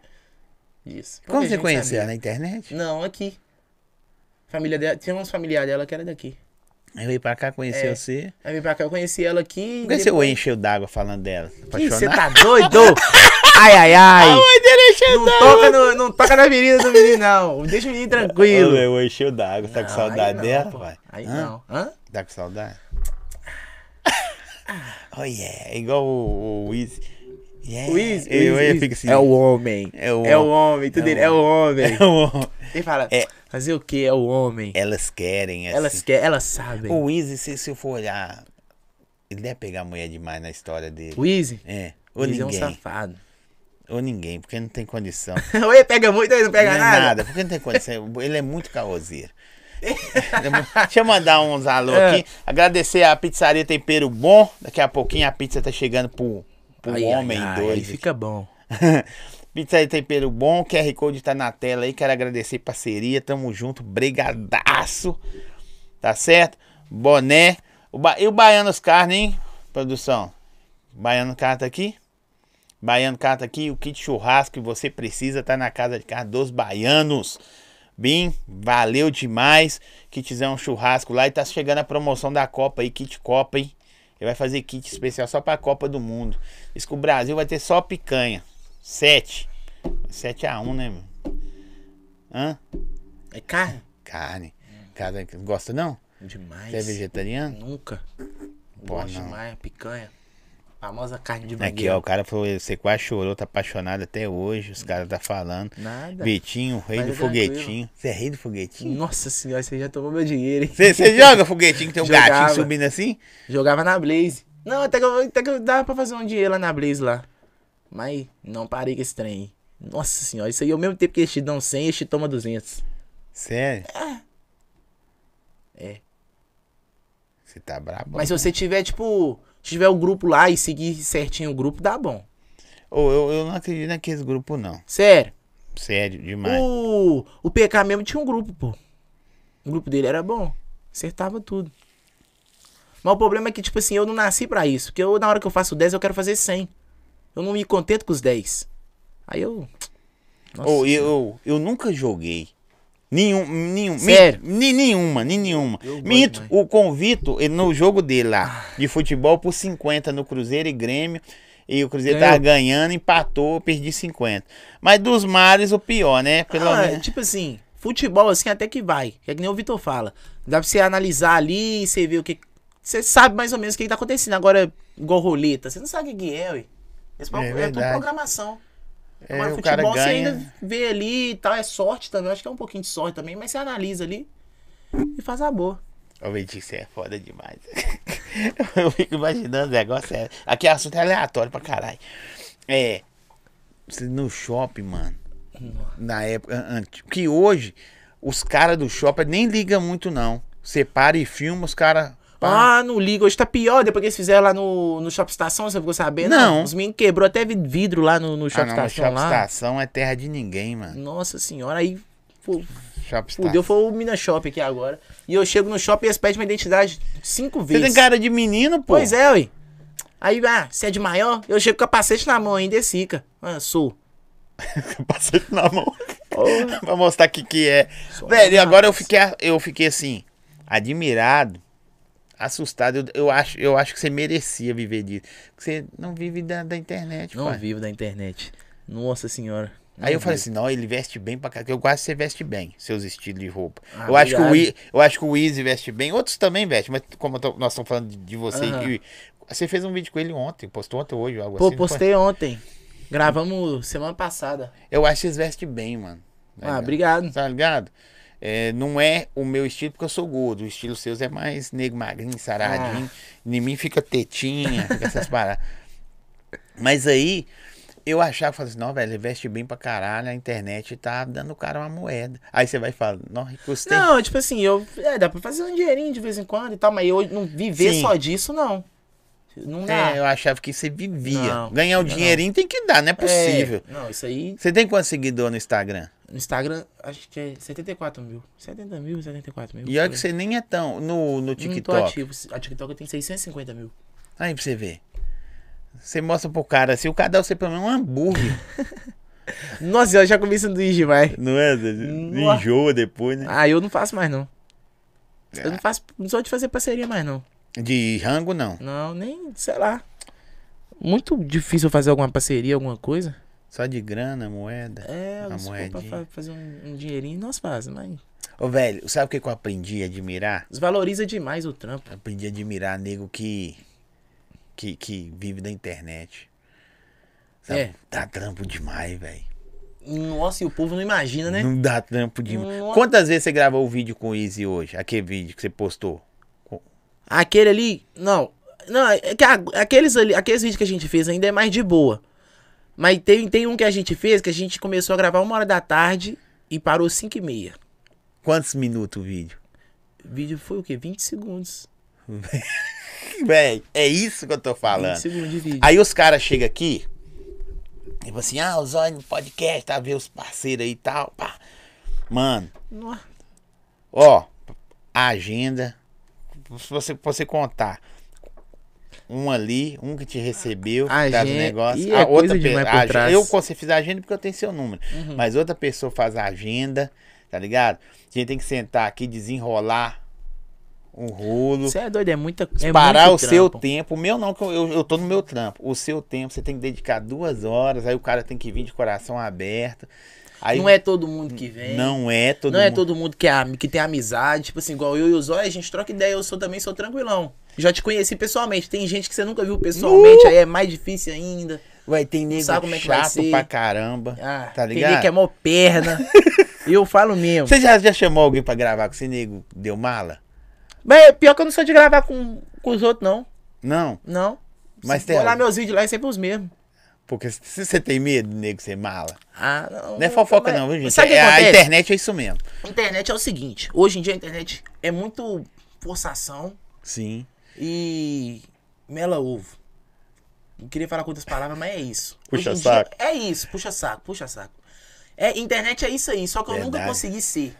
Speaker 2: disso.
Speaker 1: Como
Speaker 2: Pouca
Speaker 1: você
Speaker 2: gente
Speaker 1: conheceu ela?
Speaker 2: sabia.
Speaker 1: Na internet?
Speaker 2: Não, aqui. Família dela, tinha uns familiares dela que era daqui.
Speaker 1: Aí veio pra cá, conheceu você.
Speaker 2: Aí veio pra cá, eu conheci ela aqui.
Speaker 1: Por que
Speaker 2: É. depois-
Speaker 1: seu olho encheu d'água falando dela?
Speaker 2: Ih,
Speaker 1: é Apaixonado?
Speaker 2: você tá doido? Ai, ai, ai.
Speaker 1: dele encheu
Speaker 2: Não toca, no, não toca na ferida do menino, não. Deixa o menino
Speaker 1: Ô,
Speaker 2: tranquilo.
Speaker 1: meu olho encheu d'água. Tá com
Speaker 2: Não, aí
Speaker 1: saudade
Speaker 2: não,
Speaker 1: dela,
Speaker 2: pô.
Speaker 1: pai?
Speaker 2: Aí
Speaker 1: Hã?
Speaker 2: não. Hã?
Speaker 1: Tá com saudade? oh, yeah. Igual o, o Wiz. Yeah.
Speaker 2: O Izzy, o
Speaker 1: Eu, eu,
Speaker 2: Izzy, Izzy
Speaker 1: fico assim.
Speaker 2: É o homem.
Speaker 1: É o
Speaker 2: É o
Speaker 1: hom-
Speaker 2: homem. Tudo
Speaker 1: é o
Speaker 2: dele. É o homem.
Speaker 1: É o-
Speaker 2: Ele fala,
Speaker 1: É.
Speaker 2: fazer o que? É o homem.
Speaker 1: Elas querem, assim.
Speaker 2: Elas querem, elas sabem.
Speaker 1: O Wizzy, se, se eu for olhar, ele deve pegar mulher demais na história dele.
Speaker 2: O Easy.
Speaker 1: É.
Speaker 2: O
Speaker 1: Ou
Speaker 2: Easy é um
Speaker 1: ninguém.
Speaker 2: safado.
Speaker 1: ou ninguém, porque não tem condição.
Speaker 2: Ou ele pega muito, ou ele não pega
Speaker 1: não é
Speaker 2: nada.
Speaker 1: nada, porque não tem condição. Ele é muito caoseiro. Ele é muito- Deixa eu mandar uns alô
Speaker 2: É.
Speaker 1: aqui. Agradecer a pizzaria Tempero Bom. Daqui a pouquinho a pizza tá chegando pro, pro
Speaker 2: Ai, ai,
Speaker 1: homem
Speaker 2: ai,
Speaker 1: doido.
Speaker 2: Aí fica bom.
Speaker 1: Pizzaria Tempero Bom, QR Code tá na tela aí. Quero agradecer parceria, tamo junto, brigadaço. Tá certo? Boné. O ba... E o Baianos Carne, hein, produção? Baiano Carne tá aqui? Baiano Carne tá aqui. O kit churrasco que você precisa tá na casa de carne dos baianos. Bim, valeu demais. Kitzão churrasco lá e tá chegando a promoção da Copa aí, kit Copa, hein? Ele vai fazer kit especial só pra Copa do Mundo. Diz que o Brasil vai ter só picanha. 7. 7 a 1, né, meu? Hã?
Speaker 2: É carne?
Speaker 1: Carne. Cara, gosta não?
Speaker 2: Demais.
Speaker 1: Você é vegetariano?
Speaker 2: Nunca.
Speaker 1: Pô,
Speaker 2: Gosto
Speaker 1: não.
Speaker 2: demais, picanha. Famosa carne de
Speaker 1: Aqui,
Speaker 2: mangueira.
Speaker 1: ó, o cara falou, você quase chorou, tá apaixonado até hoje, os caras tá falando.
Speaker 2: Nada.
Speaker 1: Betinho, rei
Speaker 2: Mas
Speaker 1: do
Speaker 2: é tranquilo.
Speaker 1: foguetinho. Você é rei do foguetinho?
Speaker 2: Nossa senhora, você já tomou meu dinheiro, hein?
Speaker 1: Você você joga foguetinho que tem um
Speaker 2: Jogava.
Speaker 1: gatinho subindo assim?
Speaker 2: Jogava na Blaze. Não, até que, eu, até que eu dava pra fazer um dinheiro lá na Blaze lá. Mas não parei com esse trem. Nossa senhora, isso aí ao mesmo tempo que eles te dão 100, eles te tomam 200.
Speaker 1: Sério?
Speaker 2: É.
Speaker 1: Você tá brabo?
Speaker 2: Mas se você tiver, tipo, se tiver o grupo lá e seguir certinho o grupo, dá bom.
Speaker 1: Ô, eu, eu não acredito naqueles grupos, não.
Speaker 2: Sério.
Speaker 1: Sério, demais.
Speaker 2: O, o PK mesmo tinha um grupo, pô. O grupo dele era bom. Acertava tudo. Mas o problema é que, tipo assim, eu não nasci pra isso. Porque eu, na hora que eu faço 10, eu quero fazer 100. Eu não me contento com os 10. Aí eu. Nossa.
Speaker 1: Ô, eu, eu nunca joguei. Nenhum, nenhum.
Speaker 2: Sério?
Speaker 1: Ni- nenhuma, nem nenhuma.
Speaker 2: Eu gosto
Speaker 1: Minto,
Speaker 2: demais. Ah.
Speaker 1: o convito ele, no jogo dele lá, de futebol, por 50 no Cruzeiro e Grêmio. E o Cruzeiro
Speaker 2: Ganhou.
Speaker 1: tava ganhando, empatou, eu perdi 50. Mas dos mares, o pior, né? Pelo
Speaker 2: Ah,
Speaker 1: menos.
Speaker 2: Tipo assim, futebol assim até que vai. É que nem o Vitor fala. Dá pra você analisar ali, você ver o que. Você sabe mais ou menos o que, que tá acontecendo. Agora, igual roleta, você não sabe o que, que é, ué. Esse
Speaker 1: É
Speaker 2: é, é tudo
Speaker 1: verdade.
Speaker 2: programação.
Speaker 1: É,
Speaker 2: Agora,
Speaker 1: o
Speaker 2: tipo, futebol
Speaker 1: cara
Speaker 2: você
Speaker 1: ganha.
Speaker 2: ainda vê ali e tal. É sorte também. Acho que é um pouquinho de sorte também, mas você analisa ali e faz a boa.
Speaker 1: Ô, Vitinho, você é foda demais. eu fico imaginando o negócio. É... Aqui o assunto é aleatório pra caralho. É. você No shopping, mano. Na época. an- Antes, que hoje, os caras do shopping nem ligam muito, não. Você para e filma, os caras.
Speaker 2: Ah, não liga. Hoje tá pior. Depois que eles fizeram lá no, no Shop Estação, você ficou sabendo?
Speaker 1: Não. Ah,
Speaker 2: Os meninos quebrou até vi- vidro lá no, no Shop
Speaker 1: não, mas
Speaker 2: Estação.
Speaker 1: Shop
Speaker 2: lá.
Speaker 1: Estação é terra de ninguém, mano.
Speaker 2: Nossa senhora, aí. pô,
Speaker 1: Shop
Speaker 2: Fudeu,
Speaker 1: Estação.
Speaker 2: foi o Minas Shop aqui agora. E eu chego no shopping e eles pedem minha identidade cinco
Speaker 1: Você tem
Speaker 2: vezes.
Speaker 1: cara de menino, pô.
Speaker 2: Pois é, ui. Aí, ah, você é de maior? Eu chego com o capacete na mão ainda e sica. Ah, sou.
Speaker 1: Passei na mão.
Speaker 2: Porra.
Speaker 1: pra mostrar o que, que é.
Speaker 2: Só um
Speaker 1: Velho, e
Speaker 2: nada.
Speaker 1: agora eu fiquei, eu fiquei assim, admirado, assustado. Eu, eu acho, eu acho que você merecia viver disso. Porque Você não vive da, da internet,
Speaker 2: Não
Speaker 1: pai.
Speaker 2: vivo da internet. Nossa senhora.
Speaker 1: Aí eu falei assim, não, ele veste bem pra caralho. Eu gosto que você veste bem, seus estilos de roupa.
Speaker 2: Ah,
Speaker 1: eu, acho que o,
Speaker 2: obrigado.
Speaker 1: I- eu acho que o Easy veste bem, outros também vestem, mas como eu tô- nós estamos falando de, de você.
Speaker 2: Aham.
Speaker 1: e- você fez um vídeo com ele ontem, postou ontem ou hoje, algo
Speaker 2: Pô,
Speaker 1: assim. não foi?
Speaker 2: postei ontem. Gravamos semana passada.
Speaker 1: Eu acho que vocês vestem bem, mano.
Speaker 2: Ah, obrigado.
Speaker 1: Tá ligado? É, não é o meu estilo porque eu sou gordo. O estilo seus é mais negro, magrinho, saradinho.
Speaker 2: Ah.
Speaker 1: Em mim fica tetinha, fica essas paradas. Mas aí eu achava, falava assim, não, velho, ele veste bem pra caralho, a internet tá dando o cara uma moeda. Aí você vai e fala, não, custei.
Speaker 2: Não, tipo assim, eu. É, dá pra fazer um dinheirinho de vez em quando e tal, mas eu não viver
Speaker 1: Sim.
Speaker 2: só disso, não. Não dá.
Speaker 1: É, eu achava que você vivia.
Speaker 2: Não,
Speaker 1: Ganhar o
Speaker 2: não.
Speaker 1: dinheirinho tem que dar, não é possível.
Speaker 2: É, não, isso aí.
Speaker 1: Você tem quantos seguidores no Instagram?
Speaker 2: No Instagram, acho que é 74 mil. 70 mil, 74 mil.
Speaker 1: E olha
Speaker 2: por
Speaker 1: que
Speaker 2: aí.
Speaker 1: você nem é tão no, no
Speaker 2: Não tô
Speaker 1: TikTok.
Speaker 2: ativo. A TikTok tem 650 mil.
Speaker 1: Aí pra você ver. Você mostra pro cara assim, o cara dá você pelo menos um hambúrguer.
Speaker 2: Nossa, eu já comi sanduíche demais.
Speaker 1: não é?
Speaker 2: Nossa.
Speaker 1: Enjoa depois, né?
Speaker 2: Ah, eu não faço mais, não.
Speaker 1: É.
Speaker 2: Eu não faço. Não sou de fazer parceria mais, não.
Speaker 1: De rango, não.
Speaker 2: Não, nem, sei lá. Muito difícil eu fazer alguma parceria, alguma coisa.
Speaker 1: Só de grana, moeda.
Speaker 2: É,
Speaker 1: Uma
Speaker 2: se for pra
Speaker 1: moedinha.
Speaker 2: fa- fazer um, um dinheirinho, nós fazemos, mas.
Speaker 1: Ô, velho, sabe o que que eu aprendi a admirar?
Speaker 2: Desvaloriza demais o trampo.
Speaker 1: Aprendi a admirar nego que, que, que vive da internet. Sabe?
Speaker 2: É.
Speaker 1: Dá trampo demais, velho.
Speaker 2: Nossa, e o povo não imagina, né?
Speaker 1: Não dá trampo demais.
Speaker 2: Nossa.
Speaker 1: Quantas vezes você gravou o vídeo com o Easy hoje? Aquele vídeo que você postou?
Speaker 2: Aquele ali, não. Não, é que a- aqueles, ali, aqueles vídeos que a gente fez ainda é mais de boa. Mas tem, tem um que a gente fez que a gente começou a gravar uma hora da tarde e parou 5 e meia.
Speaker 1: Quantos minutos o vídeo?
Speaker 2: O vídeo foi o quê? 20 segundos.
Speaker 1: Véi, é isso que eu tô
Speaker 2: 20
Speaker 1: falando.
Speaker 2: segundos de vídeo.
Speaker 1: Aí os caras chegam aqui e falam assim: ah, o Zóio no podcast, tá? Vê os parceiros aí e tal. Pá. Mano,
Speaker 2: Nó.
Speaker 1: ó, a agenda. Se você, pra você contar. Um ali, um que te recebeu,
Speaker 2: A
Speaker 1: que tá do
Speaker 2: agen-
Speaker 1: negócio.
Speaker 2: Ih,
Speaker 1: a
Speaker 2: é coisa
Speaker 1: pe-
Speaker 2: demais por
Speaker 1: a agen-
Speaker 2: trás. Uhum.
Speaker 1: Eu você fiz a agenda porque eu tenho seu número. Mas outra pessoa faz a agenda, tá ligado? A gente tem que sentar aqui, desenrolar um rolo
Speaker 2: Você é doido, é muita coisa.
Speaker 1: parar
Speaker 2: muito
Speaker 1: o seu
Speaker 2: trampo.
Speaker 1: tempo. O meu não, que eu, eu, eu tô no meu trampo. O seu tempo, você tem que dedicar duas horas, aí o cara tem que vir de coração aberto. Aí
Speaker 2: Não é todo mundo que vem.
Speaker 1: Não é todo
Speaker 2: não é
Speaker 1: mundo.
Speaker 2: todo mundo que, é, am- que tem amizade, tipo assim, igual eu e o Zóia, a gente troca ideia, eu sou também, sou tranquilão. Já te conheci pessoalmente, tem gente que você nunca viu pessoalmente,
Speaker 1: Uh!
Speaker 2: aí é mais difícil ainda.
Speaker 1: Ué, tem nego
Speaker 2: sabe como é que vai
Speaker 1: chato
Speaker 2: ser.
Speaker 1: pra caramba.
Speaker 2: Ah,
Speaker 1: tá
Speaker 2: Tem
Speaker 1: ligado?
Speaker 2: nego que é mó perna. eu falo mesmo.
Speaker 1: Você já, já chamou alguém pra gravar com esse nego? Deu mala?
Speaker 2: Mas é pior que eu não sou de gravar com, com os outros, não.
Speaker 1: Não,
Speaker 2: Não.
Speaker 1: Mas
Speaker 2: Se
Speaker 1: tem
Speaker 2: for lá
Speaker 1: algum-
Speaker 2: meus vídeos lá, é sempre os mesmos.
Speaker 1: porque se você tem medo, nego, ser mala.
Speaker 2: Ah, não.
Speaker 1: Não é fofoca, não, viu, gente?
Speaker 2: Sabe o que
Speaker 1: É- a
Speaker 2: acontece?
Speaker 1: internet é isso mesmo.
Speaker 2: A internet é o seguinte, hoje em dia a internet é muito forçação,
Speaker 1: Sim.
Speaker 2: e mela ovo. Não queria falar com outras palavras, mas é isso.
Speaker 1: Puxa
Speaker 2: Hoje em dia,
Speaker 1: saco.
Speaker 2: é isso, puxa saco, puxa saco. É, internet é isso aí, só que eu nunca
Speaker 1: Verdade.
Speaker 2: consegui ser.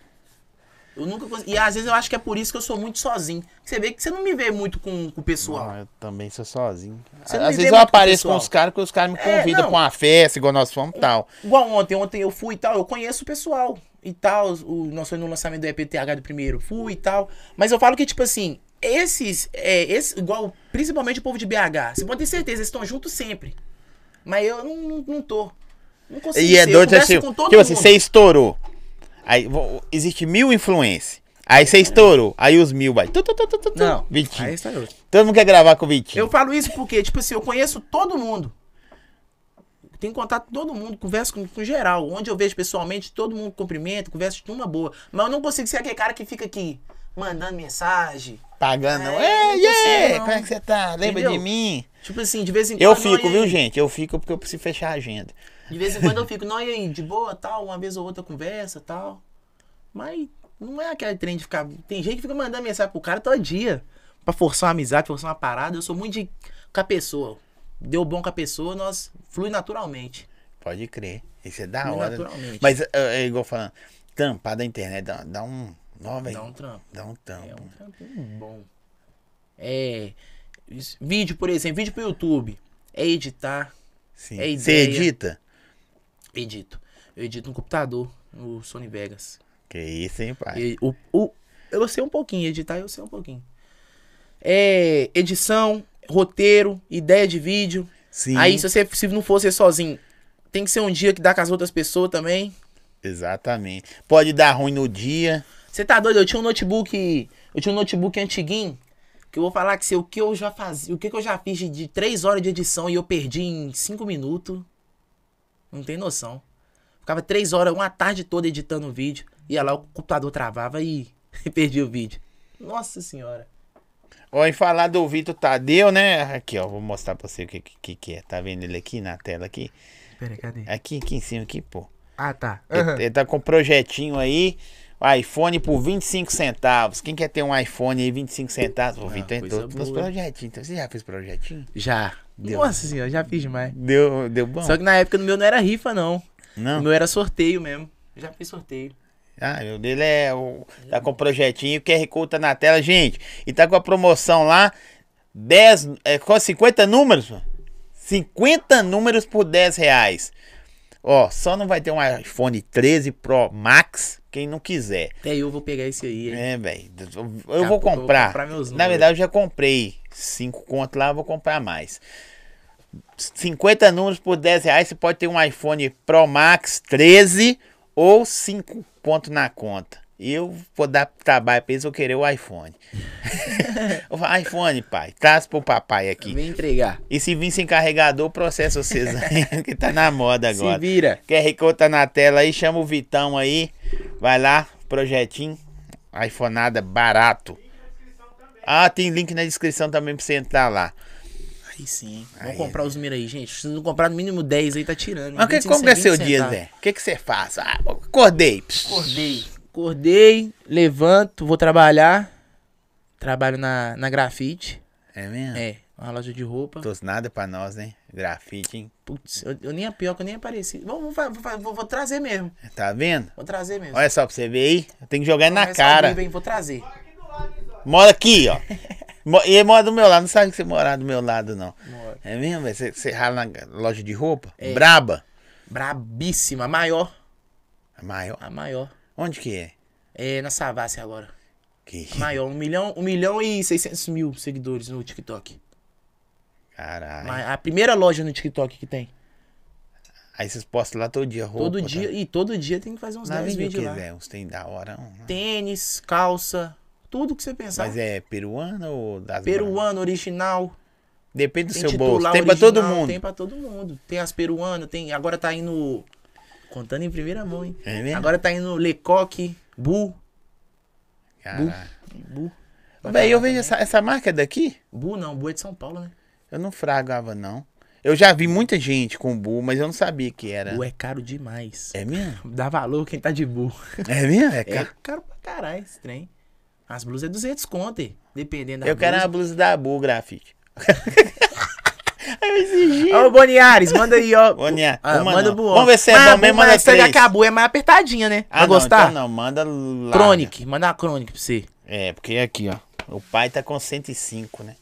Speaker 2: Eu nunca consegui. E às vezes eu acho que é por isso que eu sou muito sozinho. Você vê que você não me vê muito com, com o pessoal.
Speaker 1: Ah, eu também sou sozinho.
Speaker 2: Você não me
Speaker 1: Às
Speaker 2: vê
Speaker 1: vezes eu
Speaker 2: muito com o
Speaker 1: apareço com
Speaker 2: pessoal.
Speaker 1: os caras, que os caras me
Speaker 2: É,
Speaker 1: convidam
Speaker 2: não. É.
Speaker 1: pra uma festa, igual nós fomos e tal.
Speaker 2: Igual ontem, ontem eu fui e tal, eu conheço o pessoal e tal. O, nós foi no lançamento do EPTH do primeiro, fui e tal. Mas eu falo que, tipo assim, esses, é, esse, igual, principalmente o povo de BH, você pode ter certeza, eles estão juntos sempre. Mas eu não, não, não tô. Não consigo.
Speaker 1: E é
Speaker 2: ser, eu
Speaker 1: doido,
Speaker 2: converso
Speaker 1: assim,
Speaker 2: com todo
Speaker 1: tipo assim,
Speaker 2: mundo.
Speaker 1: você estourou. Aí vo- existe mil influências. Aí você estourou. Aí os mil vai. Tu, tu, tu, tu, tu, tu.
Speaker 2: É. Não,
Speaker 1: Vitinho.
Speaker 2: aí tá está eu.
Speaker 1: Todo mundo quer gravar com o Vitinho.
Speaker 2: Eu falo isso porque, tipo assim, eu conheço todo mundo. Tenho contato com todo mundo, converso com, com geral. Onde eu vejo pessoalmente, todo mundo cumprimenta, converso de uma boa. Mas eu não consigo ser aquele cara que fica aqui mandando mensagem.
Speaker 1: Pagando.
Speaker 2: É,
Speaker 1: não. É,
Speaker 2: não consigo,
Speaker 1: yeah,
Speaker 2: não.
Speaker 1: como é que você tá? Lembra de
Speaker 2: Entendeu?
Speaker 1: mim?
Speaker 2: Tipo assim, de vez em
Speaker 1: Eu
Speaker 2: quando.
Speaker 1: fico,
Speaker 2: "Não, e
Speaker 1: viu,
Speaker 2: aí?"
Speaker 1: gente? Eu fico porque eu preciso fechar a agenda.
Speaker 2: De vez em quando eu fico, não, e aí, de boa, tal, uma vez ou outra conversa, tal. Mas não é aquele trem de ficar. Tem gente que fica mandando mensagem pro cara todo dia. Pra forçar uma amizade, forçar uma parada. Eu sou muito de. com a pessoa. Deu bom com a pessoa, nós flui naturalmente.
Speaker 1: Pode crer. Isso é da
Speaker 2: Flui
Speaker 1: hora.
Speaker 2: naturalmente.
Speaker 1: Mas é, é igual falando, tampar da internet, dá, dá um. Não, velho.
Speaker 2: Dá um trampo.
Speaker 1: Dá um
Speaker 2: É
Speaker 1: tampo.
Speaker 2: um trampinho bom. É. isso- Vídeo, por exemplo, vídeo pro YouTube. É editar.
Speaker 1: Sim.
Speaker 2: é
Speaker 1: você
Speaker 2: ideia.
Speaker 1: edita?
Speaker 2: Edito. Eu edito no computador, no Sony Vegas.
Speaker 1: Que isso, hein, pai?
Speaker 2: E o, o- eu sei um pouquinho, editar eu sei um pouquinho. É, edição, roteiro, ideia de vídeo.
Speaker 1: Sim.
Speaker 2: Aí se você se não for ser sozinho, tem que ser um dia que dá com as outras pessoas também.
Speaker 1: Exatamente. Pode dar ruim no dia.
Speaker 2: Você tá doido? Eu tinha um notebook, eu tinha um notebook antiguinho, que eu vou falar que se o que eu já fazia, o que, que eu já fiz de, de três horas de edição e eu perdi em cinco minutos. Não tem noção. Ficava três horas, uma tarde toda editando o vídeo. Ia lá, o computador travava e perdi o vídeo. Nossa senhora.
Speaker 1: Ó, e falar do Vitor Tadeu, né? Aqui, ó, vou mostrar pra você o que, que, que é. Tá vendo ele aqui na tela aqui?
Speaker 2: Pera aí, cadê?
Speaker 1: Aqui, aqui em cima, aqui, pô.
Speaker 2: Ah, tá.
Speaker 1: Ele, ele tá com um projetinho aí. O iPhone por 25 centavos. Quem quer ter um iPhone aí, 25 centavos? O Vitor
Speaker 2: Ah, coisa
Speaker 1: entrou nos
Speaker 2: boa.
Speaker 1: projetinhos. Então, você já fez projetinho?
Speaker 2: Já.
Speaker 1: Deu.
Speaker 2: Nossa senhora, já fiz demais.
Speaker 1: Deu, deu bom?
Speaker 2: Só que na época no meu não era rifa, não.
Speaker 1: Não?
Speaker 2: O meu era sorteio mesmo. Já fiz sorteio.
Speaker 1: Ah, meu dele é. O, tá com o projetinho, o QR Code tá na tela, gente. E tá com a promoção lá: 10. É, com 50 números? mano. 50 números por 10 reais. Ó, só não vai ter um iPhone 13 Pro Max quem não quiser.
Speaker 2: Até eu vou pegar esse aí, hein?
Speaker 1: É, velho. Eu
Speaker 2: Daqui a
Speaker 1: vou
Speaker 2: pouco eu vou
Speaker 1: comprar.
Speaker 2: comprar meus
Speaker 1: Na
Speaker 2: números.
Speaker 1: verdade, eu já comprei 5 conto lá, eu vou comprar mais. 50 números por 10 reais, você pode ter um iPhone Pro Max 13 ou 5 conto na conta. E eu vou dar trabalho pra eles, eu querer o iPhone. eu falo, iPhone, pai, traz pro papai aqui.
Speaker 2: Vem entregar.
Speaker 1: E se vir sem carregador, processa vocês aí, que tá na moda agora.
Speaker 2: Se vira.
Speaker 1: QR Code tá na tela aí, chama o Vitão aí. Vai lá, projetinho. iPhoneada barato. Ah, tem link na descrição também pra você entrar lá.
Speaker 2: Aí sim. Vamos
Speaker 1: Aí. é.
Speaker 2: comprar os números aí, gente. Se não comprar no mínimo 10 aí, tá tirando.
Speaker 1: Mas que,
Speaker 2: 25
Speaker 1: como que é seu
Speaker 2: centavos.
Speaker 1: dia, Zé? O que, que você faz? Ah, acordei. Pss,
Speaker 2: Acordei. Acordei, levanto, vou trabalhar. Trabalho na, na grafite.
Speaker 1: É mesmo?
Speaker 2: É, uma loja de roupa.
Speaker 1: Tô nada pra nós, né? Grafite, hein?
Speaker 2: Putz, eu, eu nem a pior que eu nem apareci. Vou, vou, fa- vou fa- vou- vou trazer mesmo.
Speaker 1: Tá vendo?
Speaker 2: Vou trazer mesmo.
Speaker 1: Olha só pra você ver aí. Tem que jogar na
Speaker 2: Começa
Speaker 1: cara.
Speaker 2: ao vivo, hein? Vou trazer.
Speaker 1: Mora aqui, ó. Mo- E ele mora do meu lado. Não sabe que você mora do meu lado, não.
Speaker 2: Mora.
Speaker 1: É mesmo? velho? Você, você rala na loja de roupa? Braba?
Speaker 2: Brabíssima, a maior.
Speaker 1: A Maior.
Speaker 2: A maior.
Speaker 1: Onde que é?
Speaker 2: É na Savassi agora.
Speaker 1: Que...
Speaker 2: A maior, 1 milhão, um milhão e 600 mil seguidores no TikTok.
Speaker 1: Caralho.
Speaker 2: Ma- A primeira loja no TikTok que tem.
Speaker 1: Aí vocês postam lá todo dia roupa.
Speaker 2: Todo
Speaker 1: tá?
Speaker 2: dia, e todo dia tem que fazer uns
Speaker 1: Na
Speaker 2: 10
Speaker 1: vida que
Speaker 2: vídeos lá.
Speaker 1: quiser, uns tem da hora. um, né?
Speaker 2: Tênis, calça, tudo que você pensar.
Speaker 1: Mas é peruano ou das
Speaker 2: Peruano, original.
Speaker 1: Depende do
Speaker 2: Tem
Speaker 1: seu
Speaker 2: titular
Speaker 1: bolso. Tem pra
Speaker 2: original,
Speaker 1: todo mundo.
Speaker 2: Tem pra todo mundo. Tem as peruanas, tem. Agora tá indo. Contando em primeira mão, hein?
Speaker 1: É mesmo?
Speaker 2: Agora tá indo Lecoque, Bu.
Speaker 1: Caralho.
Speaker 2: Bu.
Speaker 1: Véi, eu vejo essa, essa marca daqui,
Speaker 2: Bu não, Bu é de São Paulo, né?
Speaker 1: eu não fragava, não. Eu já vi muita gente com bu, mas eu não sabia que era.
Speaker 2: Bu é caro demais.
Speaker 1: É mesmo?
Speaker 2: Dá valor quem tá de Bu.
Speaker 1: É mesmo? É
Speaker 2: É
Speaker 1: caro.
Speaker 2: caro pra caralho esse trem. As blusas é 200 conto, hein? dependendo da
Speaker 1: Eu quero a
Speaker 2: blusa.
Speaker 1: blusa da Bu, grafite.
Speaker 2: Ô, Boniares, manda aí, ó.
Speaker 1: Bonia-
Speaker 2: Ah,
Speaker 1: uma
Speaker 2: manda
Speaker 1: não.
Speaker 2: o buão.
Speaker 1: Vamos ver se é
Speaker 2: Mas
Speaker 1: bom
Speaker 2: a Bu
Speaker 1: mesmo, manda
Speaker 2: mais- essa
Speaker 1: três.
Speaker 2: que acabou, é mais apertadinha, né? Vai
Speaker 1: não,
Speaker 2: gostar?
Speaker 1: então não, manda lá.
Speaker 2: Chronic, manda a Chronic pra você.
Speaker 1: É, porque aqui, ó. O pai tá com 105, né?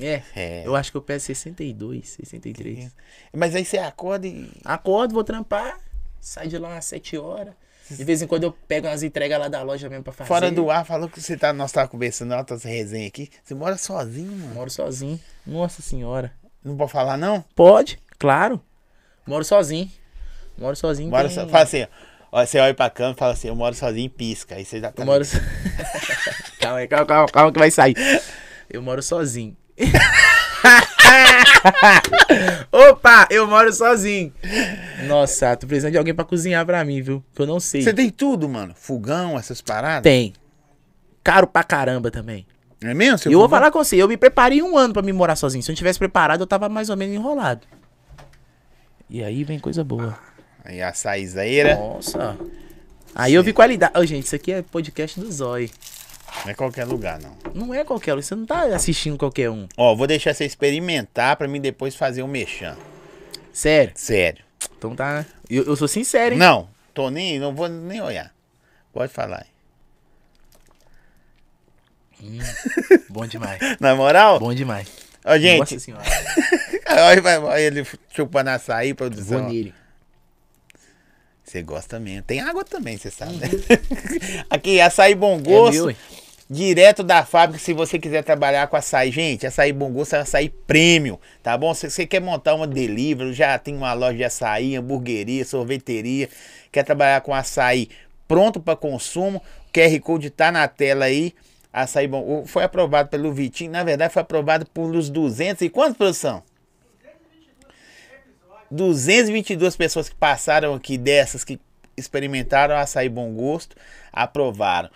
Speaker 2: É.
Speaker 1: É.
Speaker 2: Eu acho que eu peço 62, 63.
Speaker 1: Mas aí você acorda e.
Speaker 2: Acordo, vou trampar, saio de lá umas 7 horas. De vez em quando eu pego umas entregas lá da loja mesmo pra fazer.
Speaker 1: Fora do ar, falou que você tá, nós tava conversando, outras resenhas aqui. Você mora sozinho, mano.
Speaker 2: Moro sozinho. Nossa senhora.
Speaker 1: Não pode falar, não?
Speaker 2: Pode, claro. Moro sozinho. Moro sozinho.
Speaker 1: Mora
Speaker 2: tem-
Speaker 1: so- Fala assim, ó. Ó, Você olha pra câmera e fala assim, eu moro sozinho e pisca. Aí você já tá.
Speaker 2: Eu moro so... calma aí, calma, calma, calma que vai sair. Eu moro sozinho. Opa, eu moro sozinho. Nossa, tô precisando de alguém pra cozinhar pra mim, viu? Que eu não sei.
Speaker 1: Você tem tudo, mano. Fogão, essas paradas.
Speaker 2: Tem. Caro pra caramba também.
Speaker 1: Não é mesmo? seu
Speaker 2: E eu vou
Speaker 1: fogão?
Speaker 2: falar com você, eu me preparei um ano pra me morar sozinho. Se eu não tivesse preparado, eu tava mais ou menos enrolado. E aí vem coisa boa.
Speaker 1: Aí a
Speaker 2: É.
Speaker 1: saizeira.
Speaker 2: Nossa. Aí eu vi qualidade. Ô, gente, isso aqui é podcast do Zói.
Speaker 1: Não é qualquer lugar, não.
Speaker 2: Não é qualquer um, você não tá assistindo qualquer um.
Speaker 1: Ó, vou deixar você experimentar pra mim depois fazer um mexão.
Speaker 2: Sério.
Speaker 1: Sério.
Speaker 2: Então tá. Eu, eu sou sincero, hein?
Speaker 1: Não, tô nem, não vou nem olhar. Pode falar. aí.
Speaker 2: Bom demais.
Speaker 1: Na moral,
Speaker 2: Bom demais.
Speaker 1: ó, gente,
Speaker 2: Nossa senhora.
Speaker 1: Olha, vai- olha ele chupando açaí, produção.
Speaker 2: Vou nele.
Speaker 1: Você gosta mesmo. Tem água também, você sabe, né? Aqui, açaí bom
Speaker 2: Uhum. É meu,
Speaker 1: gosto.
Speaker 2: hein?
Speaker 1: direto da fábrica, se você quiser trabalhar com açaí. Gente, açaí bom gosto é açaí prêmio, tá bom? Se você quer montar uma delivery, já tem uma loja de açaí, hamburgueria, sorveteria, quer trabalhar com açaí pronto para consumo, o QR Code tá na tela aí. Açaí bom. o- Foi aprovado pelo Vitinho, na verdade foi aprovado por uns 200 e quantos, produção? 222 pessoas que passaram aqui dessas que experimentaram o açaí bom gosto, aprovaram.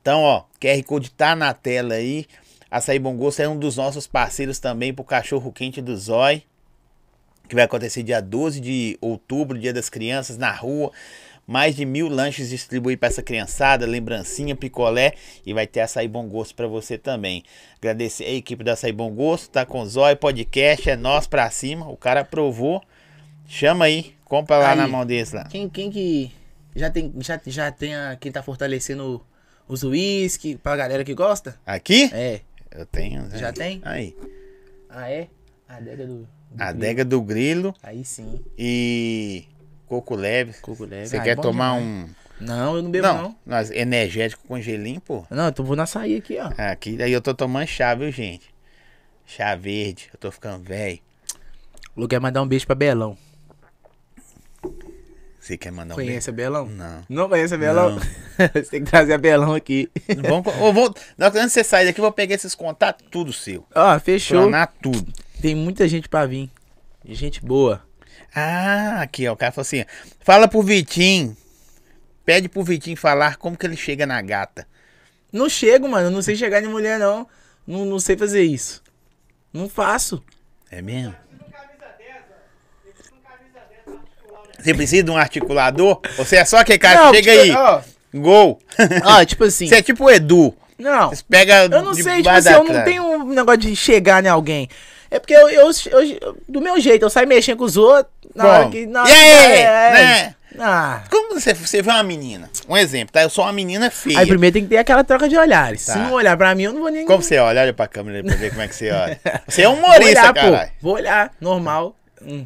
Speaker 1: Então, ó, QR Code tá na tela aí. Açaí Bom Gosto é um dos nossos parceiros também pro cachorro quente do Zói, que vai acontecer dia 12 de outubro, Dia das Crianças, na rua. Mais de mil lanches distribuir para essa criançada, lembrancinha, picolé e vai ter açaí bom gosto para você também. Agradecer a equipe da Açaí Bom Gosto, tá com o Zói, podcast, é nós pra cima. O cara aprovou. Chama aí, compra lá
Speaker 2: Aí.
Speaker 1: na mão desse lá.
Speaker 2: Quem, quem que já tem, já, já tem a, quem tá fortalecendo os uísque pra galera que gosta?
Speaker 1: Aqui?
Speaker 2: É.
Speaker 1: Eu tenho.
Speaker 2: Já
Speaker 1: aí.
Speaker 2: tem?
Speaker 1: Aí.
Speaker 2: Ah, é? A adega do. do
Speaker 1: A
Speaker 2: Grilo.
Speaker 1: adega do grilo
Speaker 2: Aí sim.
Speaker 1: e coco leve.
Speaker 2: Coco leve.
Speaker 1: Você
Speaker 2: Ah, é
Speaker 1: quer
Speaker 2: bom
Speaker 1: tomar
Speaker 2: demais.
Speaker 1: um.
Speaker 2: Não, eu não bebo,
Speaker 1: não,
Speaker 2: não.
Speaker 1: nós, energético com gelinho, pô.
Speaker 2: Não, eu tô, vou na açaí aqui, ó.
Speaker 1: Aqui, aí eu tô tomando chá, viu, gente? Chá verde, eu tô ficando velho.
Speaker 2: O Lu quer mandar um beijo pra Belão.
Speaker 1: Você quer mandar um beijo?
Speaker 2: conhece a Belão?
Speaker 1: Não.
Speaker 2: Não conhece a Belão? Você tem que trazer a Belão aqui.
Speaker 1: Vamos, co- ô, vou, na hora que você sair daqui, eu vou pegar esses contatos, tudo seu.
Speaker 2: Ó, fechou.
Speaker 1: Planar tudo.
Speaker 2: Tem muita gente pra vir. Gente boa.
Speaker 1: Ah, aqui, ó. O cara falou assim: fala pro Vitinho. Pede pro Vitinho falar como que ele chega na gata.
Speaker 2: Não chego, mano. Eu não sei chegar em mulher, não. Não, não sei fazer isso. Não faço.
Speaker 1: É mesmo? Você precisa de um articulador? Você é só aquele cara
Speaker 2: não,
Speaker 1: que chega
Speaker 2: tipo,
Speaker 1: aí,
Speaker 2: Ó,
Speaker 1: gol.
Speaker 2: ó, tipo assim.
Speaker 1: Você é tipo o Edu.
Speaker 2: Não.
Speaker 1: Você pega
Speaker 2: Eu não sei, tipo
Speaker 1: debaixo
Speaker 2: assim,
Speaker 1: da
Speaker 2: eu não
Speaker 1: trave.
Speaker 2: tenho um negócio de chegar em alguém. É porque eu, eu- eu- do meu jeito, eu saio mexendo com os outros. Na
Speaker 1: Bom.
Speaker 2: hora que. Na hora
Speaker 1: E
Speaker 2: que-
Speaker 1: aí,
Speaker 2: é,
Speaker 1: né?
Speaker 2: Ah.
Speaker 1: Como você, você vê uma menina? Um exemplo, tá? Eu sou uma menina feia.
Speaker 2: Aí primeiro tem que ter aquela troca de olhares.
Speaker 1: Tá.
Speaker 2: Se não olhar pra mim, eu não vou nem.
Speaker 1: Como você olha? Olha pra câmera pra ver como é que você olha. Você é
Speaker 2: vou
Speaker 1: humorista,
Speaker 2: olhar,
Speaker 1: caralho.
Speaker 2: pô. Vou olhar, normal. Hum.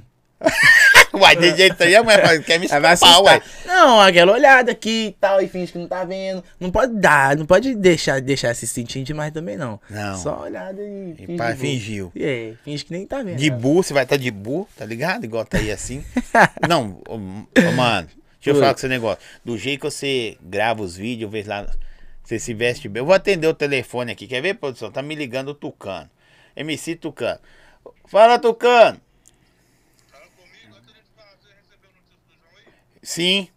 Speaker 1: Uai, de jeito aí, a mulher fala, quer me
Speaker 2: Aí
Speaker 1: escapar,
Speaker 2: vai assustar.
Speaker 1: uai.
Speaker 2: Não, aquela olhada aqui e tal, e finge que não tá vendo. Não pode dar, não pode deixar, deixar se sentindo demais também, não.
Speaker 1: Não.
Speaker 2: Só olhada e.
Speaker 1: E pá,
Speaker 2: de boa.
Speaker 1: fingiu.
Speaker 2: E aí, finge que nem tá vendo.
Speaker 1: De bu, você vai estar de bu, tá ligado? Igual tá aí assim. Não, ô, ô, mano, deixa eu
Speaker 2: Oi.
Speaker 1: falar com esse negócio. Do jeito que você grava os vídeos, eu vejo lá, você se veste bem. Eu vou atender o telefone aqui, quer ver, produção? Tá me ligando o Tucano. MC Tucano. Fala, Tucano. Sim.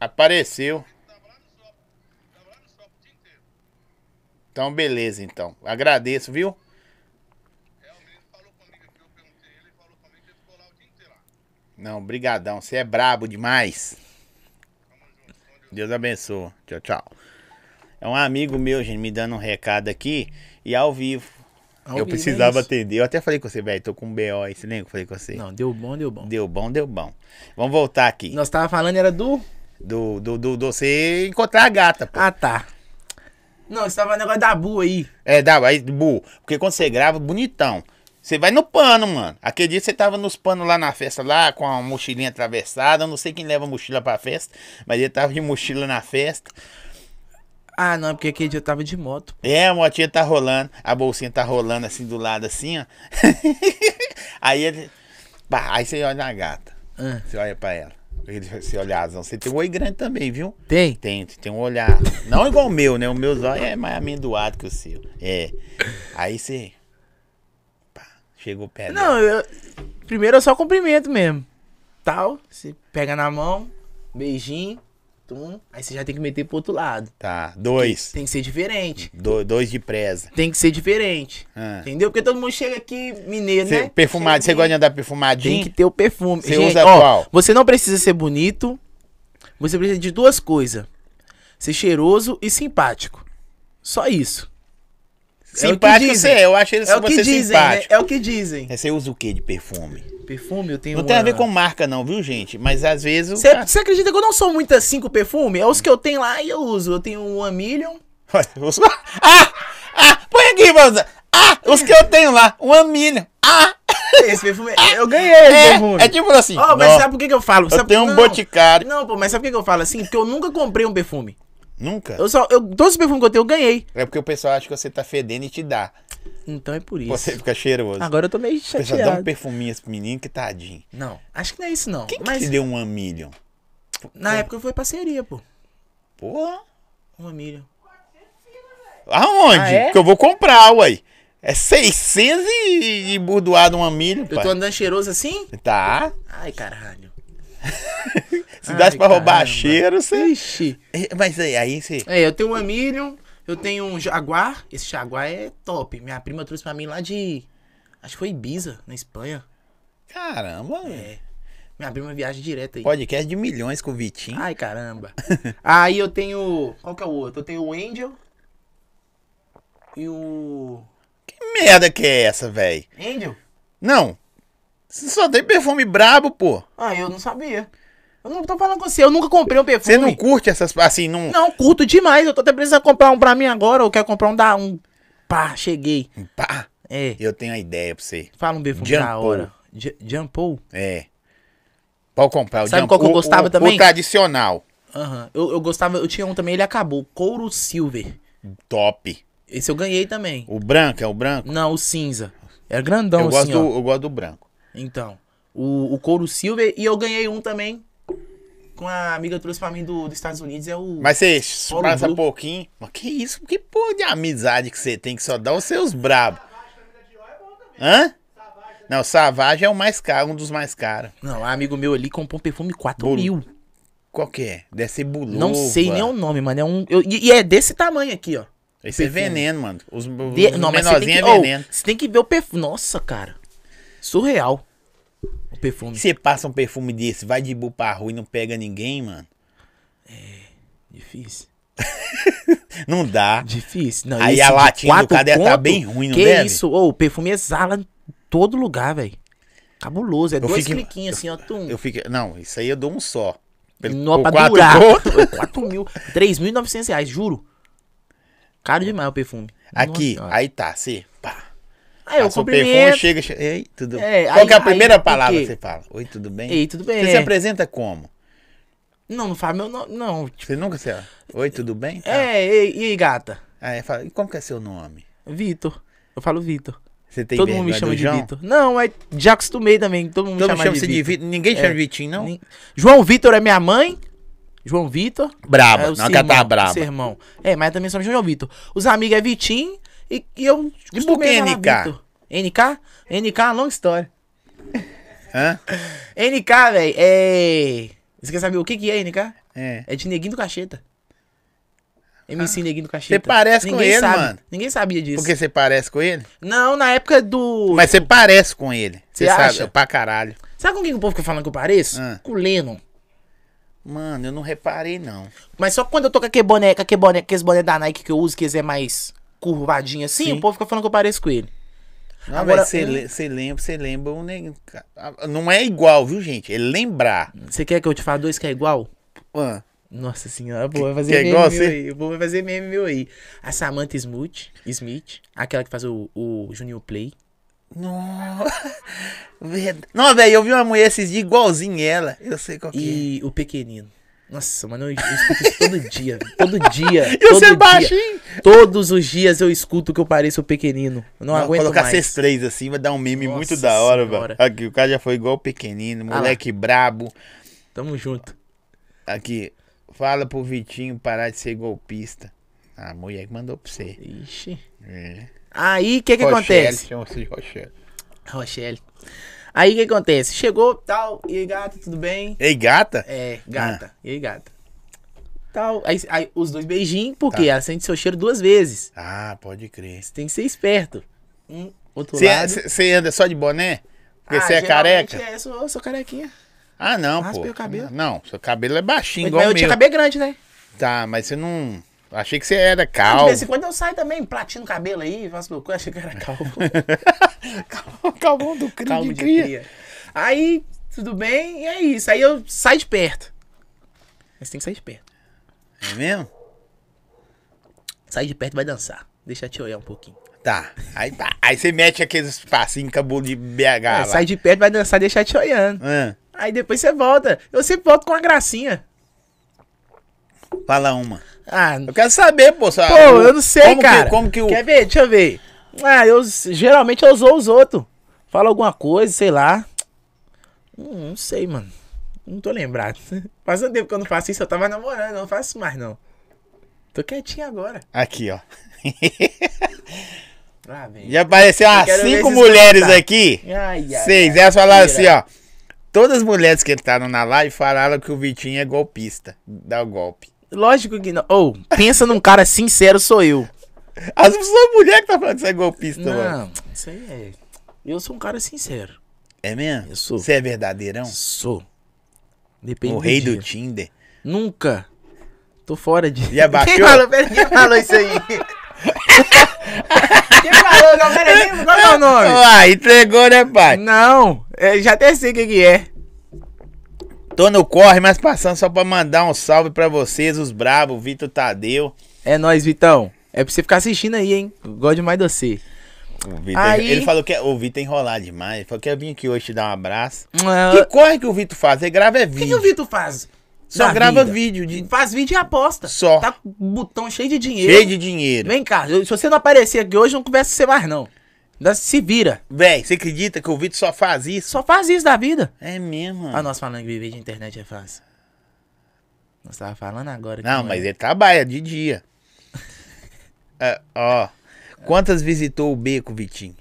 Speaker 1: Apareceu. Então, beleza, então. Agradeço, viu? Não, brigadão. Você é brabo demais. Deus abençoe. Tchau, tchau. É um amigo meu, gente, me dando um recado aqui e ao vivo.
Speaker 2: Ao
Speaker 1: eu
Speaker 2: vivo é
Speaker 1: precisava
Speaker 2: isso.
Speaker 1: atender. Eu até falei com você, velho, tô com um BO aí, você lembra que eu falei com você?
Speaker 2: Não, deu bom, deu bom.
Speaker 1: Deu bom, deu bom. Vamos voltar aqui.
Speaker 2: Nós tava falando era do.
Speaker 1: Do, do, do, do você encontrar a gata, pô.
Speaker 2: Ah, tá. Não, você tava no negócio da Bu aí.
Speaker 1: É, dá, aí, bu. Porque quando você grava, bonitão. Você vai no pano, mano. Aquele dia você tava nos panos lá na festa, lá com a mochilinha atravessada. Eu não sei quem leva mochila pra festa, mas ele tava de mochila na festa.
Speaker 2: Ah, não, porque aquele dia eu tava de moto.
Speaker 1: É, a motinha tá rolando, a bolsinha tá rolando assim do lado, assim, ó. aí ele. pá, aí você olha na gata.
Speaker 2: Ah,
Speaker 1: Você olha pra ela. Ele- Você olha azão. Você tem um oi grande também, viu?
Speaker 2: tem?
Speaker 1: Tem, tem um olhar. Não igual o meu, né? O meu zóio é mais amendoado que o seu. É. Aí você. Pá, chegou perto. dela.
Speaker 2: Não, eu. Primeiro eu só cumprimento mesmo. Tal, você pega na mão, beijinho, tum. Aí você já tem que meter pro outro lado.
Speaker 1: Tá, dois.
Speaker 2: Tem que ser diferente.
Speaker 1: Do- dois de presa.
Speaker 2: Tem que ser diferente.
Speaker 1: Ah.
Speaker 2: Entendeu? Porque todo mundo chega aqui mineiro,
Speaker 1: Cê-
Speaker 2: né?
Speaker 1: perfumado, você
Speaker 2: Chega
Speaker 1: gosta de andar
Speaker 2: aqui, Tem
Speaker 1: perfumadinho?
Speaker 2: que ter o perfume.
Speaker 1: Você usa
Speaker 2: ó,
Speaker 1: qual?
Speaker 2: Você não precisa ser bonito. Você precisa de duas coisas. Ser cheiroso e simpático. Só isso. é o que
Speaker 1: Simpático
Speaker 2: dizem.
Speaker 1: você é, eu acho ele
Speaker 2: É o que
Speaker 1: você
Speaker 2: dizem, né?
Speaker 1: simpático.
Speaker 2: É o que dizem.
Speaker 1: Mas Você usa o que de perfume?
Speaker 2: Perfume, eu tenho
Speaker 1: Não tem a
Speaker 2: uma-
Speaker 1: ver com marca, não, viu, gente? Mas às vezes. o cara-
Speaker 2: Você acredita que eu não sou muito assim com perfume? É os que eu tenho lá e eu uso. Eu tenho o One Million.
Speaker 1: ah! Ah! Põe aqui, moça! Ah! Os que eu tenho lá, uma milha. Ah!
Speaker 2: Esse perfume, eu ganhei esse perfume.
Speaker 1: É, é tipo assim.
Speaker 2: Ó, mas
Speaker 1: nó,
Speaker 2: sabe por que, que eu falo?
Speaker 1: eu
Speaker 2: Sabe-
Speaker 1: tenho um
Speaker 2: não.
Speaker 1: boticário.
Speaker 2: Não, pô, mas sabe por que, que eu falo assim? Porque eu nunca comprei um perfume.
Speaker 1: Nunca?
Speaker 2: Eu só, eu, todos os perfumes que eu tenho, eu ganhei.
Speaker 1: É porque o pessoal acha que você tá fedendo e te dá.
Speaker 2: Então é por isso.
Speaker 1: Você fica cheiroso.
Speaker 2: Agora é eu tô meio
Speaker 1: o pessoal dá um
Speaker 2: chateado.
Speaker 1: perfuminho a esse menino que tadinho.
Speaker 2: Não, acho que não é isso não.
Speaker 1: Quem que
Speaker 2: mas
Speaker 1: te deu um one million?
Speaker 2: na época foi parceria, pô. Um
Speaker 1: Porra!
Speaker 2: Uma milha.
Speaker 1: Aonde?
Speaker 2: Ah, é?
Speaker 1: Que eu vou comprar, uai. É 600 e, e burdoado um milho,
Speaker 2: Eu tô
Speaker 1: pai.
Speaker 2: andando cheiroso assim?
Speaker 1: Tá.
Speaker 2: Ai, caralho.
Speaker 1: Se desse
Speaker 2: Ai,
Speaker 1: pra roubar
Speaker 2: caramba.
Speaker 1: cheiro, você.
Speaker 2: Ixi.
Speaker 1: É, Mas aí, aí você.
Speaker 2: É, eu tenho um Amirion, eu tenho um Jaguar. Esse Jaguar é top. Minha prima trouxe pra mim lá de. Acho que foi Ibiza, na Espanha.
Speaker 1: Caramba, velho.
Speaker 2: É. Minha prima viaja direto aí.
Speaker 1: podcast de milhões com o Vitinho.
Speaker 2: Ai, caramba. aí eu tenho. Qual que é o outro? Eu tenho o Angel. E o.
Speaker 1: Que merda que é essa, velho?
Speaker 2: Angel?
Speaker 1: Não. Você só tem perfume brabo, pô.
Speaker 2: Ah, eu não sabia. Eu não tô falando com você, eu nunca comprei um perfume.
Speaker 1: Você não curte essas. Assim, não.
Speaker 2: Não, curto demais. Eu tô até precisando comprar um pra mim agora. Eu quero comprar um da. Um... Pá, cheguei.
Speaker 1: Pá,
Speaker 2: É.
Speaker 1: eu tenho uma ideia pra você.
Speaker 2: Fala um perfume
Speaker 1: Jean
Speaker 2: da
Speaker 1: Paul.
Speaker 2: hora. J- Jean Paul?
Speaker 1: É. Pode comprar o
Speaker 2: Sabe
Speaker 1: Jean-
Speaker 2: qual que eu
Speaker 1: o-
Speaker 2: gostava
Speaker 1: o-
Speaker 2: também?
Speaker 1: O tradicional.
Speaker 2: Aham. Eu, eu gostava, eu tinha um também, ele acabou. Couro Silver.
Speaker 1: Top.
Speaker 2: Esse eu ganhei também.
Speaker 1: O branco é o branco?
Speaker 2: Não, o cinza. Era grandão,
Speaker 1: eu,
Speaker 2: assim,
Speaker 1: gosto
Speaker 2: ó.
Speaker 1: do, eu gosto do branco.
Speaker 2: Então, o, o couro silver e eu ganhei um também. Com a amiga trouxe pra mim do, dos Estados Unidos, é o.
Speaker 1: Mas você
Speaker 2: Ouro
Speaker 1: passa
Speaker 2: Blue.
Speaker 1: pouquinho. Mas que isso? Que porra de amizade que você tem que só dá os seus brabos? Hã? Não, Savage é o mais caro, um dos mais caros.
Speaker 2: Não, amigo meu ali comprou um perfume 4
Speaker 1: Bolo-
Speaker 2: mil.
Speaker 1: Qual que é? Deve ser buluva.
Speaker 2: Não sei nem o nome, mano. É um, eu- e, e é desse tamanho aqui, ó.
Speaker 1: Esse é
Speaker 2: perfume.
Speaker 1: veneno, mano. Os, os
Speaker 2: De- não, mas você tem,
Speaker 1: menorzinhos é
Speaker 2: que, oh,
Speaker 1: veneno.
Speaker 2: você tem que ver o perfume. Nossa, cara. Surreal. O perfume.
Speaker 1: Você passa um perfume desse, vai de bu pra rua e não pega ninguém, mano.
Speaker 2: Difícil.
Speaker 1: Não dá.
Speaker 2: Difícil. Não,
Speaker 1: Aí
Speaker 2: esse
Speaker 1: a
Speaker 2: de
Speaker 1: latinha do
Speaker 2: quatro
Speaker 1: cara deve tá
Speaker 2: conto,
Speaker 1: bem ruim, não
Speaker 2: que
Speaker 1: deve?
Speaker 2: isso? Ô, o perfume exala em todo lugar, velho. Cabuloso. É dois
Speaker 1: fico-
Speaker 2: cliquinhos assim, ó. Tum.
Speaker 1: Eu fico. Não, isso aí eu dou um só. Pelo- por
Speaker 2: Não, pra
Speaker 1: quatro
Speaker 2: durar.
Speaker 1: conto.
Speaker 2: 4 mil. 3.900 reais, juro. Caro demais o perfume.
Speaker 1: Aqui,
Speaker 2: Nossa,
Speaker 1: aí tá, você. Pá.
Speaker 2: Aí É, eu
Speaker 1: Passou o um perfume,
Speaker 2: cumprimento.
Speaker 1: chega. chega Ei, tudo
Speaker 2: É,
Speaker 1: Qual que é a
Speaker 2: aí-
Speaker 1: primeira
Speaker 2: aí, por
Speaker 1: palavra
Speaker 2: quê?
Speaker 1: que você fala? Oi, tudo bem?
Speaker 2: Ei, tudo bem?
Speaker 1: Você se apresenta como?
Speaker 2: Não, não fala meu nome. Não. Tipo,
Speaker 1: Você nunca se. Oi, tudo bem? Tá.
Speaker 2: É, ei, e aí, gata?
Speaker 1: Aí fala, e como que é seu nome?
Speaker 2: Vitor. Eu falo Vitor.
Speaker 1: Você tem
Speaker 2: Todo mundo me
Speaker 1: vergonha
Speaker 2: chama
Speaker 1: do
Speaker 2: de
Speaker 1: João?
Speaker 2: Vitor. Não, mas já acostumei também. Todo mundo
Speaker 1: Todo
Speaker 2: me
Speaker 1: mundo
Speaker 2: chama de
Speaker 1: chama-se de
Speaker 2: Vitor. É.
Speaker 1: Vitor. Ninguém chama de Vitinho, não?
Speaker 2: Nem- João Vitor é minha mãe. João Vitor.
Speaker 1: Braba,
Speaker 2: É o
Speaker 1: não que ela tá
Speaker 2: sermão,
Speaker 1: braba.
Speaker 2: sermão. É, mas também somos João Vitor. Os amigos é Vitinho e, e eu
Speaker 1: E por que
Speaker 2: costumei falar
Speaker 1: NK?
Speaker 2: Vitor. NK? NK é uma longa história.
Speaker 1: Hã?
Speaker 2: NK, velho, é... Você quer saber o que que é NK?
Speaker 1: É.
Speaker 2: É de Neguinho do Cacheta. MC Neguinho do Cacheta.
Speaker 1: Ah. Você parece com ele,
Speaker 2: sabe.
Speaker 1: mano.
Speaker 2: Ninguém sabia disso.
Speaker 1: Porque você parece com ele?
Speaker 2: Não, na época do...
Speaker 1: Mas você parece com ele.
Speaker 2: Você
Speaker 1: Você sabe,
Speaker 2: acha?
Speaker 1: pra caralho.
Speaker 2: Sabe com quem que o povo fica falando que eu pareço?
Speaker 1: Ah.
Speaker 2: Com o Lennon.
Speaker 1: Mano, eu não reparei, não.
Speaker 2: Mas só quando eu tô com aquele boné, com aquele boné, com esse boné da Nike que eu uso, que esse é mais curvadinho assim,
Speaker 1: Sim.
Speaker 2: o povo fica falando que eu pareço com ele.
Speaker 1: Não,
Speaker 2: Agora,
Speaker 1: Agora, você
Speaker 2: um-
Speaker 1: le- você lembra, você lembra um neguinho. Ah, Não é igual, viu, gente? É lembrar.
Speaker 2: Você quer que eu te fale dois que é igual?
Speaker 1: Hã?
Speaker 2: Nossa senhora, pô, vai fazer
Speaker 1: que é
Speaker 2: meme
Speaker 1: igual
Speaker 2: meu
Speaker 1: você?
Speaker 2: aí. O povo vai fazer meme meu aí. A Samantha Smith, Smith aquela que faz o, o Juninho Play.
Speaker 1: Não. Verdade. Não, velho, eu vi uma mulher esses dias igualzinha ela. Eu sei qual que é.
Speaker 2: E o Pequenino. Nossa, mano, eu, eu escuto isso todo dia. velho. Todo dia.
Speaker 1: é. E
Speaker 2: todo
Speaker 1: você
Speaker 2: dia.
Speaker 1: é baixinho?
Speaker 2: Todos os dias eu escuto que eu pareço o Pequenino. Eu não,
Speaker 1: Não,
Speaker 2: aguento
Speaker 1: colocar
Speaker 2: mais.
Speaker 1: vocês três assim vai dar um meme
Speaker 2: Nossa
Speaker 1: muito da hora,
Speaker 2: Senhora. Ah
Speaker 1: velho. Aqui, o cara já foi igual pequenino,
Speaker 2: lá.
Speaker 1: moleque brabo.
Speaker 2: Tamo junto.
Speaker 1: Aqui, fala pro Vitinho parar de ser golpista. A mulher que mandou pra você.
Speaker 2: Ixi.
Speaker 1: É.
Speaker 2: Aí, o que que
Speaker 1: Rochelle,
Speaker 2: acontece?
Speaker 1: chama-se de Rochelle.
Speaker 2: Rochelle. Aí o que acontece? Chegou, tal, e aí, gata, tudo bem?
Speaker 1: Ei, gata?
Speaker 2: É, gata,
Speaker 1: Ah.
Speaker 2: e aí, gata? Tal. Aí, aí os dois beijinhos, porque
Speaker 1: Tá.
Speaker 2: ela sente seu cheiro duas vezes.
Speaker 1: Ah, pode crer.
Speaker 2: Você tem que ser esperto. Um, outro lado.
Speaker 1: Você anda só de boné? Porque
Speaker 2: Ah,
Speaker 1: você é
Speaker 2: geralmente
Speaker 1: careca?
Speaker 2: É, sou, sou carequinha.
Speaker 1: Ah, não,
Speaker 2: Raspei
Speaker 1: pô.
Speaker 2: o cabelo.
Speaker 1: Não, seu cabelo é baixinho,
Speaker 2: Mas
Speaker 1: igual o
Speaker 2: eu
Speaker 1: meu.
Speaker 2: tinha cabelo grande, né?
Speaker 1: Tá, mas você não... Achei que você era
Speaker 2: De
Speaker 1: calvo.
Speaker 2: vez em quando eu saio também, platino o cabelo aí, faço meu cu, achei que era calvo.
Speaker 1: Calvão do cri
Speaker 2: calvo de cria. Aí, tudo bem, e é isso. Aí eu saio de perto. Mas tem que sair de perto.
Speaker 1: É mesmo?
Speaker 2: Sai de perto e vai dançar. Deixa eu te olhar um pouquinho.
Speaker 1: Tá. Aí, tá. Aí você mete aqueles passinhos cabulo de BH
Speaker 2: É,
Speaker 1: lá. Ah,
Speaker 2: sai de perto e vai dançar, deixa eu te olhando.
Speaker 1: Hã?
Speaker 2: Aí depois você volta. Eu sempre volto com uma gracinha.
Speaker 1: fala uma.
Speaker 2: Ah,
Speaker 1: Eu quero saber, pô. só-
Speaker 2: pô, eu não sei,
Speaker 1: Tá, como que-
Speaker 2: cara.
Speaker 1: como que o...
Speaker 2: Quer ver? Deixa eu ver. Ah, eu geralmente eu zoo os outros. Fala alguma coisa, sei lá. Hum, não sei, mano. Não tô lembrado. Faz um tempo que eu não faço isso, eu tava namorando, eu não faço mais não. Tô quietinho agora.
Speaker 1: Aqui, ó.
Speaker 2: Ah, velho.
Speaker 1: Já apareceu umas
Speaker 2: quero ver
Speaker 1: cinco
Speaker 2: esses
Speaker 1: mulheres
Speaker 2: comentários.
Speaker 1: aqui.
Speaker 2: Ai, ai,
Speaker 1: Seis. é?
Speaker 2: ai.
Speaker 1: Elas falaram
Speaker 2: Tira.
Speaker 1: assim, ó. Todas as mulheres que estavam na live falaram que o Vitinho é golpista. Dá o golpe.
Speaker 2: Lógico que não. Ou, pensa num cara sincero, sou eu.
Speaker 1: As pessoas mulheres que tá falando que você é golpista, mano.
Speaker 2: Não, isso aí é. Eu sou um cara sincero.
Speaker 1: É mesmo?
Speaker 2: Eu sou.
Speaker 1: Você é verdadeirão?
Speaker 2: Sou. Depende
Speaker 1: O rei do
Speaker 2: dia.
Speaker 1: Tinder.
Speaker 2: Nunca. Tô fora de.
Speaker 1: Já baixou?
Speaker 2: Quem falou, pera, quem falou isso aí? quem falou? Não, peraí, qual é o nome?
Speaker 1: Uai, entregou, né, pai?
Speaker 2: Não, é, já até sei o que, que é.
Speaker 1: Tô no corre, mas passando só pra mandar um salve pra vocês, os bravos, Vitor Tadeu.
Speaker 2: É nóis, Vitão. É pra você ficar assistindo aí, hein? Eu Gosto demais de você.
Speaker 1: O Vitor,
Speaker 2: Aí-
Speaker 1: Ele falou que é- o Vitor é enrolar demais. Ele falou que eu vim aqui hoje te dar um abraço.
Speaker 2: Ah,
Speaker 1: Que corre que o Vitor faz? Ele grava é
Speaker 2: O que, que
Speaker 1: vídeo.
Speaker 2: o Vitor faz?
Speaker 1: Só
Speaker 2: na
Speaker 1: grava
Speaker 2: vida?
Speaker 1: vídeo de
Speaker 2: Faz vídeo e aposta.
Speaker 1: Só.
Speaker 2: Tá com o botão cheio de dinheiro.
Speaker 1: cheio de dinheiro.
Speaker 2: Vem cá, eu- se você não aparecer aqui hoje, eu não converso com você mais, não. Ainda Se vira.
Speaker 1: Véi, você acredita que o Vitor só faz isso?
Speaker 2: Só faz isso da vida.
Speaker 1: É mesmo.
Speaker 2: Ah,
Speaker 1: mano.
Speaker 2: nós falando que viver de internet é fácil. Nós tava falando agora. que
Speaker 1: Não,
Speaker 2: é.
Speaker 1: mas ele trabalha de dia. É, ó. Quantas visitou o beco, Vitinho?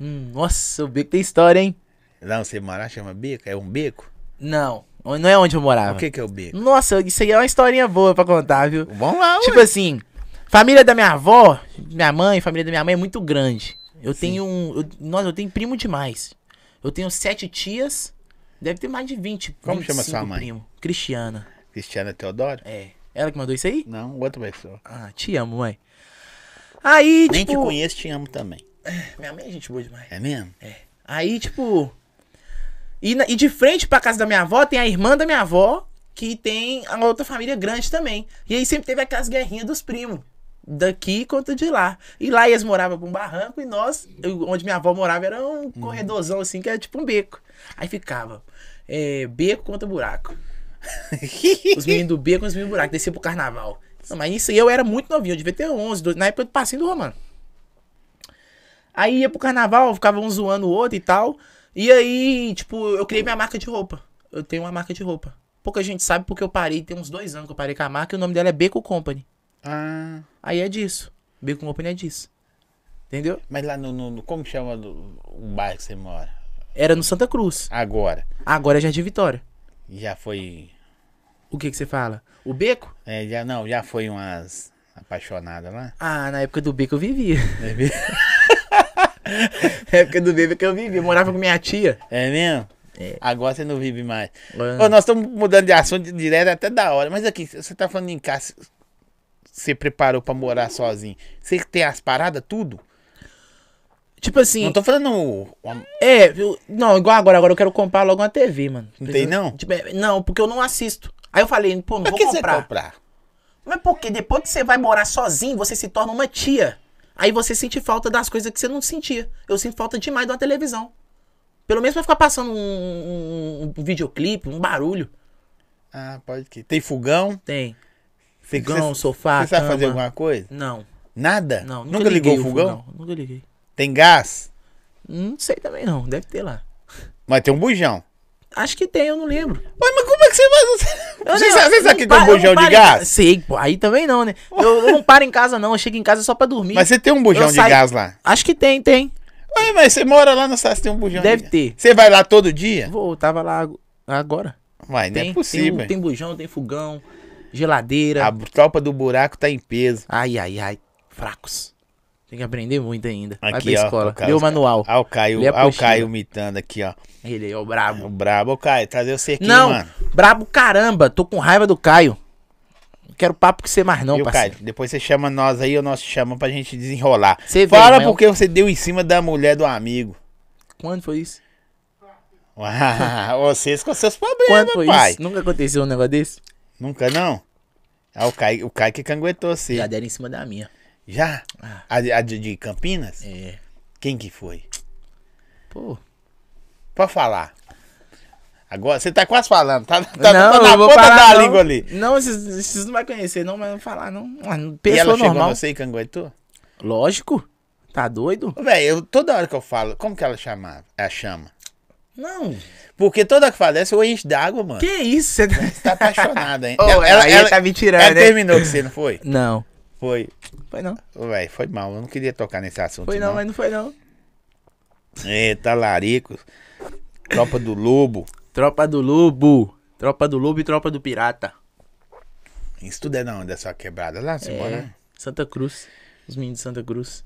Speaker 2: Hum, nossa, o Beco tem história, hein?
Speaker 1: Lá onde você morar chama beco? É um beco?
Speaker 2: Não, o- não é onde eu morava.
Speaker 1: O que que é o beco?
Speaker 2: Nossa, isso aí é uma historinha boa pra contar, viu?
Speaker 1: Vamos lá,
Speaker 2: Tipo assim, família da minha avó, minha mãe, família da minha mãe é muito grande. Eu tenho um. Eu, nossa, eu tenho primo demais. Eu tenho sete tias. Deve ter mais de 20.
Speaker 1: Como chama
Speaker 2: 25
Speaker 1: sua mãe?
Speaker 2: Primo. Cristiana.
Speaker 1: Cristiana Teodoro?
Speaker 2: É. Ela que mandou isso aí?
Speaker 1: Não, outra pessoa.
Speaker 2: Ah, te amo, mãe. Aí,
Speaker 1: Nem te
Speaker 2: tipo.
Speaker 1: conheço, te amo também.
Speaker 2: minha mãe é gente boa demais.
Speaker 1: É mesmo?
Speaker 2: Aí, tipo. E, na- e de frente pra casa da minha avó tem a irmã da minha avó, que tem a outra família grande também. E aí sempre teve aquelas guerrinhas dos primos. Daqui contra de lá. E lá eles moravam pra um barranco e nós, eu- onde minha avó morava, era um corredorzão assim, que era tipo um beco. Aí ficava é, beco contra buraco. Os meninos do beco e os meninos do buraco, descia pro carnaval. Não, mas isso aí eu era muito novinho, eu devia ter 11, 12, na época do passinho do Romano. Aí ia pro carnaval, ficava um zoando o outro e tal. E aí, tipo, eu criei minha marca de roupa. Eu tenho uma marca de roupa. Pouca gente sabe porque eu parei, tem uns dois anos que eu parei com a marca e o nome dela é Beco Company.
Speaker 1: Ah,
Speaker 2: Aí é disso. Beco Company é disso. Entendeu?
Speaker 1: mas lá no, no- no- Como chama do- o bairro que você mora?
Speaker 2: Era no Santa Cruz.
Speaker 1: Agora.
Speaker 2: Agora é Jardim Vitória.
Speaker 1: Já foi.
Speaker 2: O que que você fala? O Beco?
Speaker 1: é, já, não, já foi umas apaixonadas lá? É
Speaker 2: Ah, na época do Beco eu vivia. na época do Beco é que eu vivia. Eu morava com minha tia.
Speaker 1: É mesmo? Agora você não vive mais.
Speaker 2: Ah.
Speaker 1: Ô, nós estamos mudando de assunto direto é até da hora. Mas aqui, você tá falando em casa. Você preparou pra morar sozinho. Você tem as paradas, tudo?
Speaker 2: Tipo assim.
Speaker 1: Não tô falando. uma-
Speaker 2: É, eu- não, igual agora, agora eu quero comprar logo uma TV, mano.
Speaker 1: Não tem, não?
Speaker 2: Tipo, é, não, porque eu não assisto. Aí eu falei, pô, não
Speaker 1: Pra
Speaker 2: vou
Speaker 1: que você
Speaker 2: comprar.
Speaker 1: comprar?
Speaker 2: Mas porque depois que você vai morar sozinho, você se torna uma tia. Aí você sente falta das coisas que você não sentia. Eu sinto falta demais de uma televisão. Pelo menos vai ficar passando um, um- um videoclipe, um barulho.
Speaker 1: Ah, pode que. Tem fogão?
Speaker 2: Tem.
Speaker 1: Você-
Speaker 2: Fogão,
Speaker 1: você-
Speaker 2: sofá,
Speaker 1: Você sabe fazer
Speaker 2: cama.
Speaker 1: alguma coisa?
Speaker 2: Não,
Speaker 1: Nada?
Speaker 2: não.
Speaker 1: Nunca, ligou o
Speaker 2: liguei
Speaker 1: fogão?
Speaker 2: Nunca liguei.
Speaker 1: Tem gás?
Speaker 2: Não sei também não, deve ter lá.
Speaker 1: Mas tem um bujão.
Speaker 2: Acho que tem, eu não lembro.
Speaker 1: Ué, mas como é que você vai. Você,
Speaker 2: não-
Speaker 1: sabe- você
Speaker 2: não
Speaker 1: sabe o que é
Speaker 2: paro-
Speaker 1: um
Speaker 2: eu não
Speaker 1: bujão de
Speaker 2: paro em casa.
Speaker 1: gás?
Speaker 2: Sei, pô, aí também não, né? Eu, eu não paro em casa, não. Eu chego em casa só pra dormir.
Speaker 1: Mas você tem um bujão
Speaker 2: Eu
Speaker 1: de
Speaker 2: saio-
Speaker 1: gás lá.
Speaker 2: Acho que tem, tem.
Speaker 1: Ué, mas você mora lá no Sá, você tem um bujão
Speaker 2: Deve
Speaker 1: de
Speaker 2: ter.
Speaker 1: gás. Você vai lá todo dia?
Speaker 2: Vou, tava lá ag- agora.
Speaker 1: Uai, não
Speaker 2: Tem, um
Speaker 1: é possível.
Speaker 2: Tem, tem bujão, tem fogão, geladeira.
Speaker 1: A tropa do buraco tá em peso.
Speaker 2: Ai, ai, ai. Fracos. Tem que aprender muito ainda. Vai
Speaker 1: Aqui,
Speaker 2: pra
Speaker 1: ó,
Speaker 2: escola.
Speaker 1: o Caio-
Speaker 2: Lê o manual.
Speaker 1: Olha o Caio,
Speaker 2: Lê a
Speaker 1: olha o
Speaker 2: apostila.
Speaker 1: Caio mitando aqui, ó.
Speaker 2: Ele aí, ó,
Speaker 1: O
Speaker 2: brabo.
Speaker 1: brabo, ô Caio, trazer o cerquinho,
Speaker 2: não,
Speaker 1: mano.
Speaker 2: brabo caramba. Tô com raiva do Caio. Não quero papo com você mais não,
Speaker 1: Viu,
Speaker 2: parceiro.
Speaker 1: Caio? Depois você chama nós aí, ou nós te chamamos pra gente desenrolar.
Speaker 2: Você
Speaker 1: Fala
Speaker 2: vê, mas-
Speaker 1: porque você deu em cima da mulher do amigo.
Speaker 2: Quando foi isso?
Speaker 1: É, Uau, vocês com seus
Speaker 2: Quando
Speaker 1: problemas,
Speaker 2: foi
Speaker 1: pai.
Speaker 2: isso? Nunca aconteceu um negócio desse?
Speaker 1: Nunca não? Ah, o Caio, o Caio que canguetou você.
Speaker 2: Já
Speaker 1: Já?
Speaker 2: deram em cima da minha. Ah.
Speaker 1: A, de- a de, de Campinas?
Speaker 2: É.
Speaker 1: Quem que foi?
Speaker 2: Pô.
Speaker 1: Pode falar. Agora, você tá quase falando, tá, tá,
Speaker 2: não,
Speaker 1: tá na
Speaker 2: eu vou
Speaker 1: ponta
Speaker 2: falar,
Speaker 1: da
Speaker 2: não.
Speaker 1: língua ali.
Speaker 2: Não, vocês, vocês não vão conhecer, não, mas não falar, não. Ah, não-
Speaker 1: E ela chegou
Speaker 2: Pessoa normal.
Speaker 1: a você e canguetou?
Speaker 2: Lógico. Tá doido?
Speaker 1: Ô, Véi, eu toda hora que eu falo, como que ela chamava? Ela chama.
Speaker 2: Não.
Speaker 1: Porque toda hora que fala essa, eu encho d'água, mano.
Speaker 2: Que isso? Você tá...
Speaker 1: Você tá apaixonada, hein?
Speaker 2: Ô, aí tá me tirando,
Speaker 1: ela
Speaker 2: né?
Speaker 1: É, terminou com você, não foi?
Speaker 2: Não.
Speaker 1: Foi.
Speaker 2: Foi não.
Speaker 1: Ô, Véi, foi mal, eu não queria tocar nesse assunto.
Speaker 2: Foi não, mas não foi não.
Speaker 1: Eita, Larico. Tropa do Lobo.
Speaker 2: Tropa do Lobo. Tropa do Lobo e Tropa do Pirata.
Speaker 1: Isso tudo é na onda, só quebrada lá, né? você mora?
Speaker 2: É, Santa Cruz. Os meninos de Santa Cruz.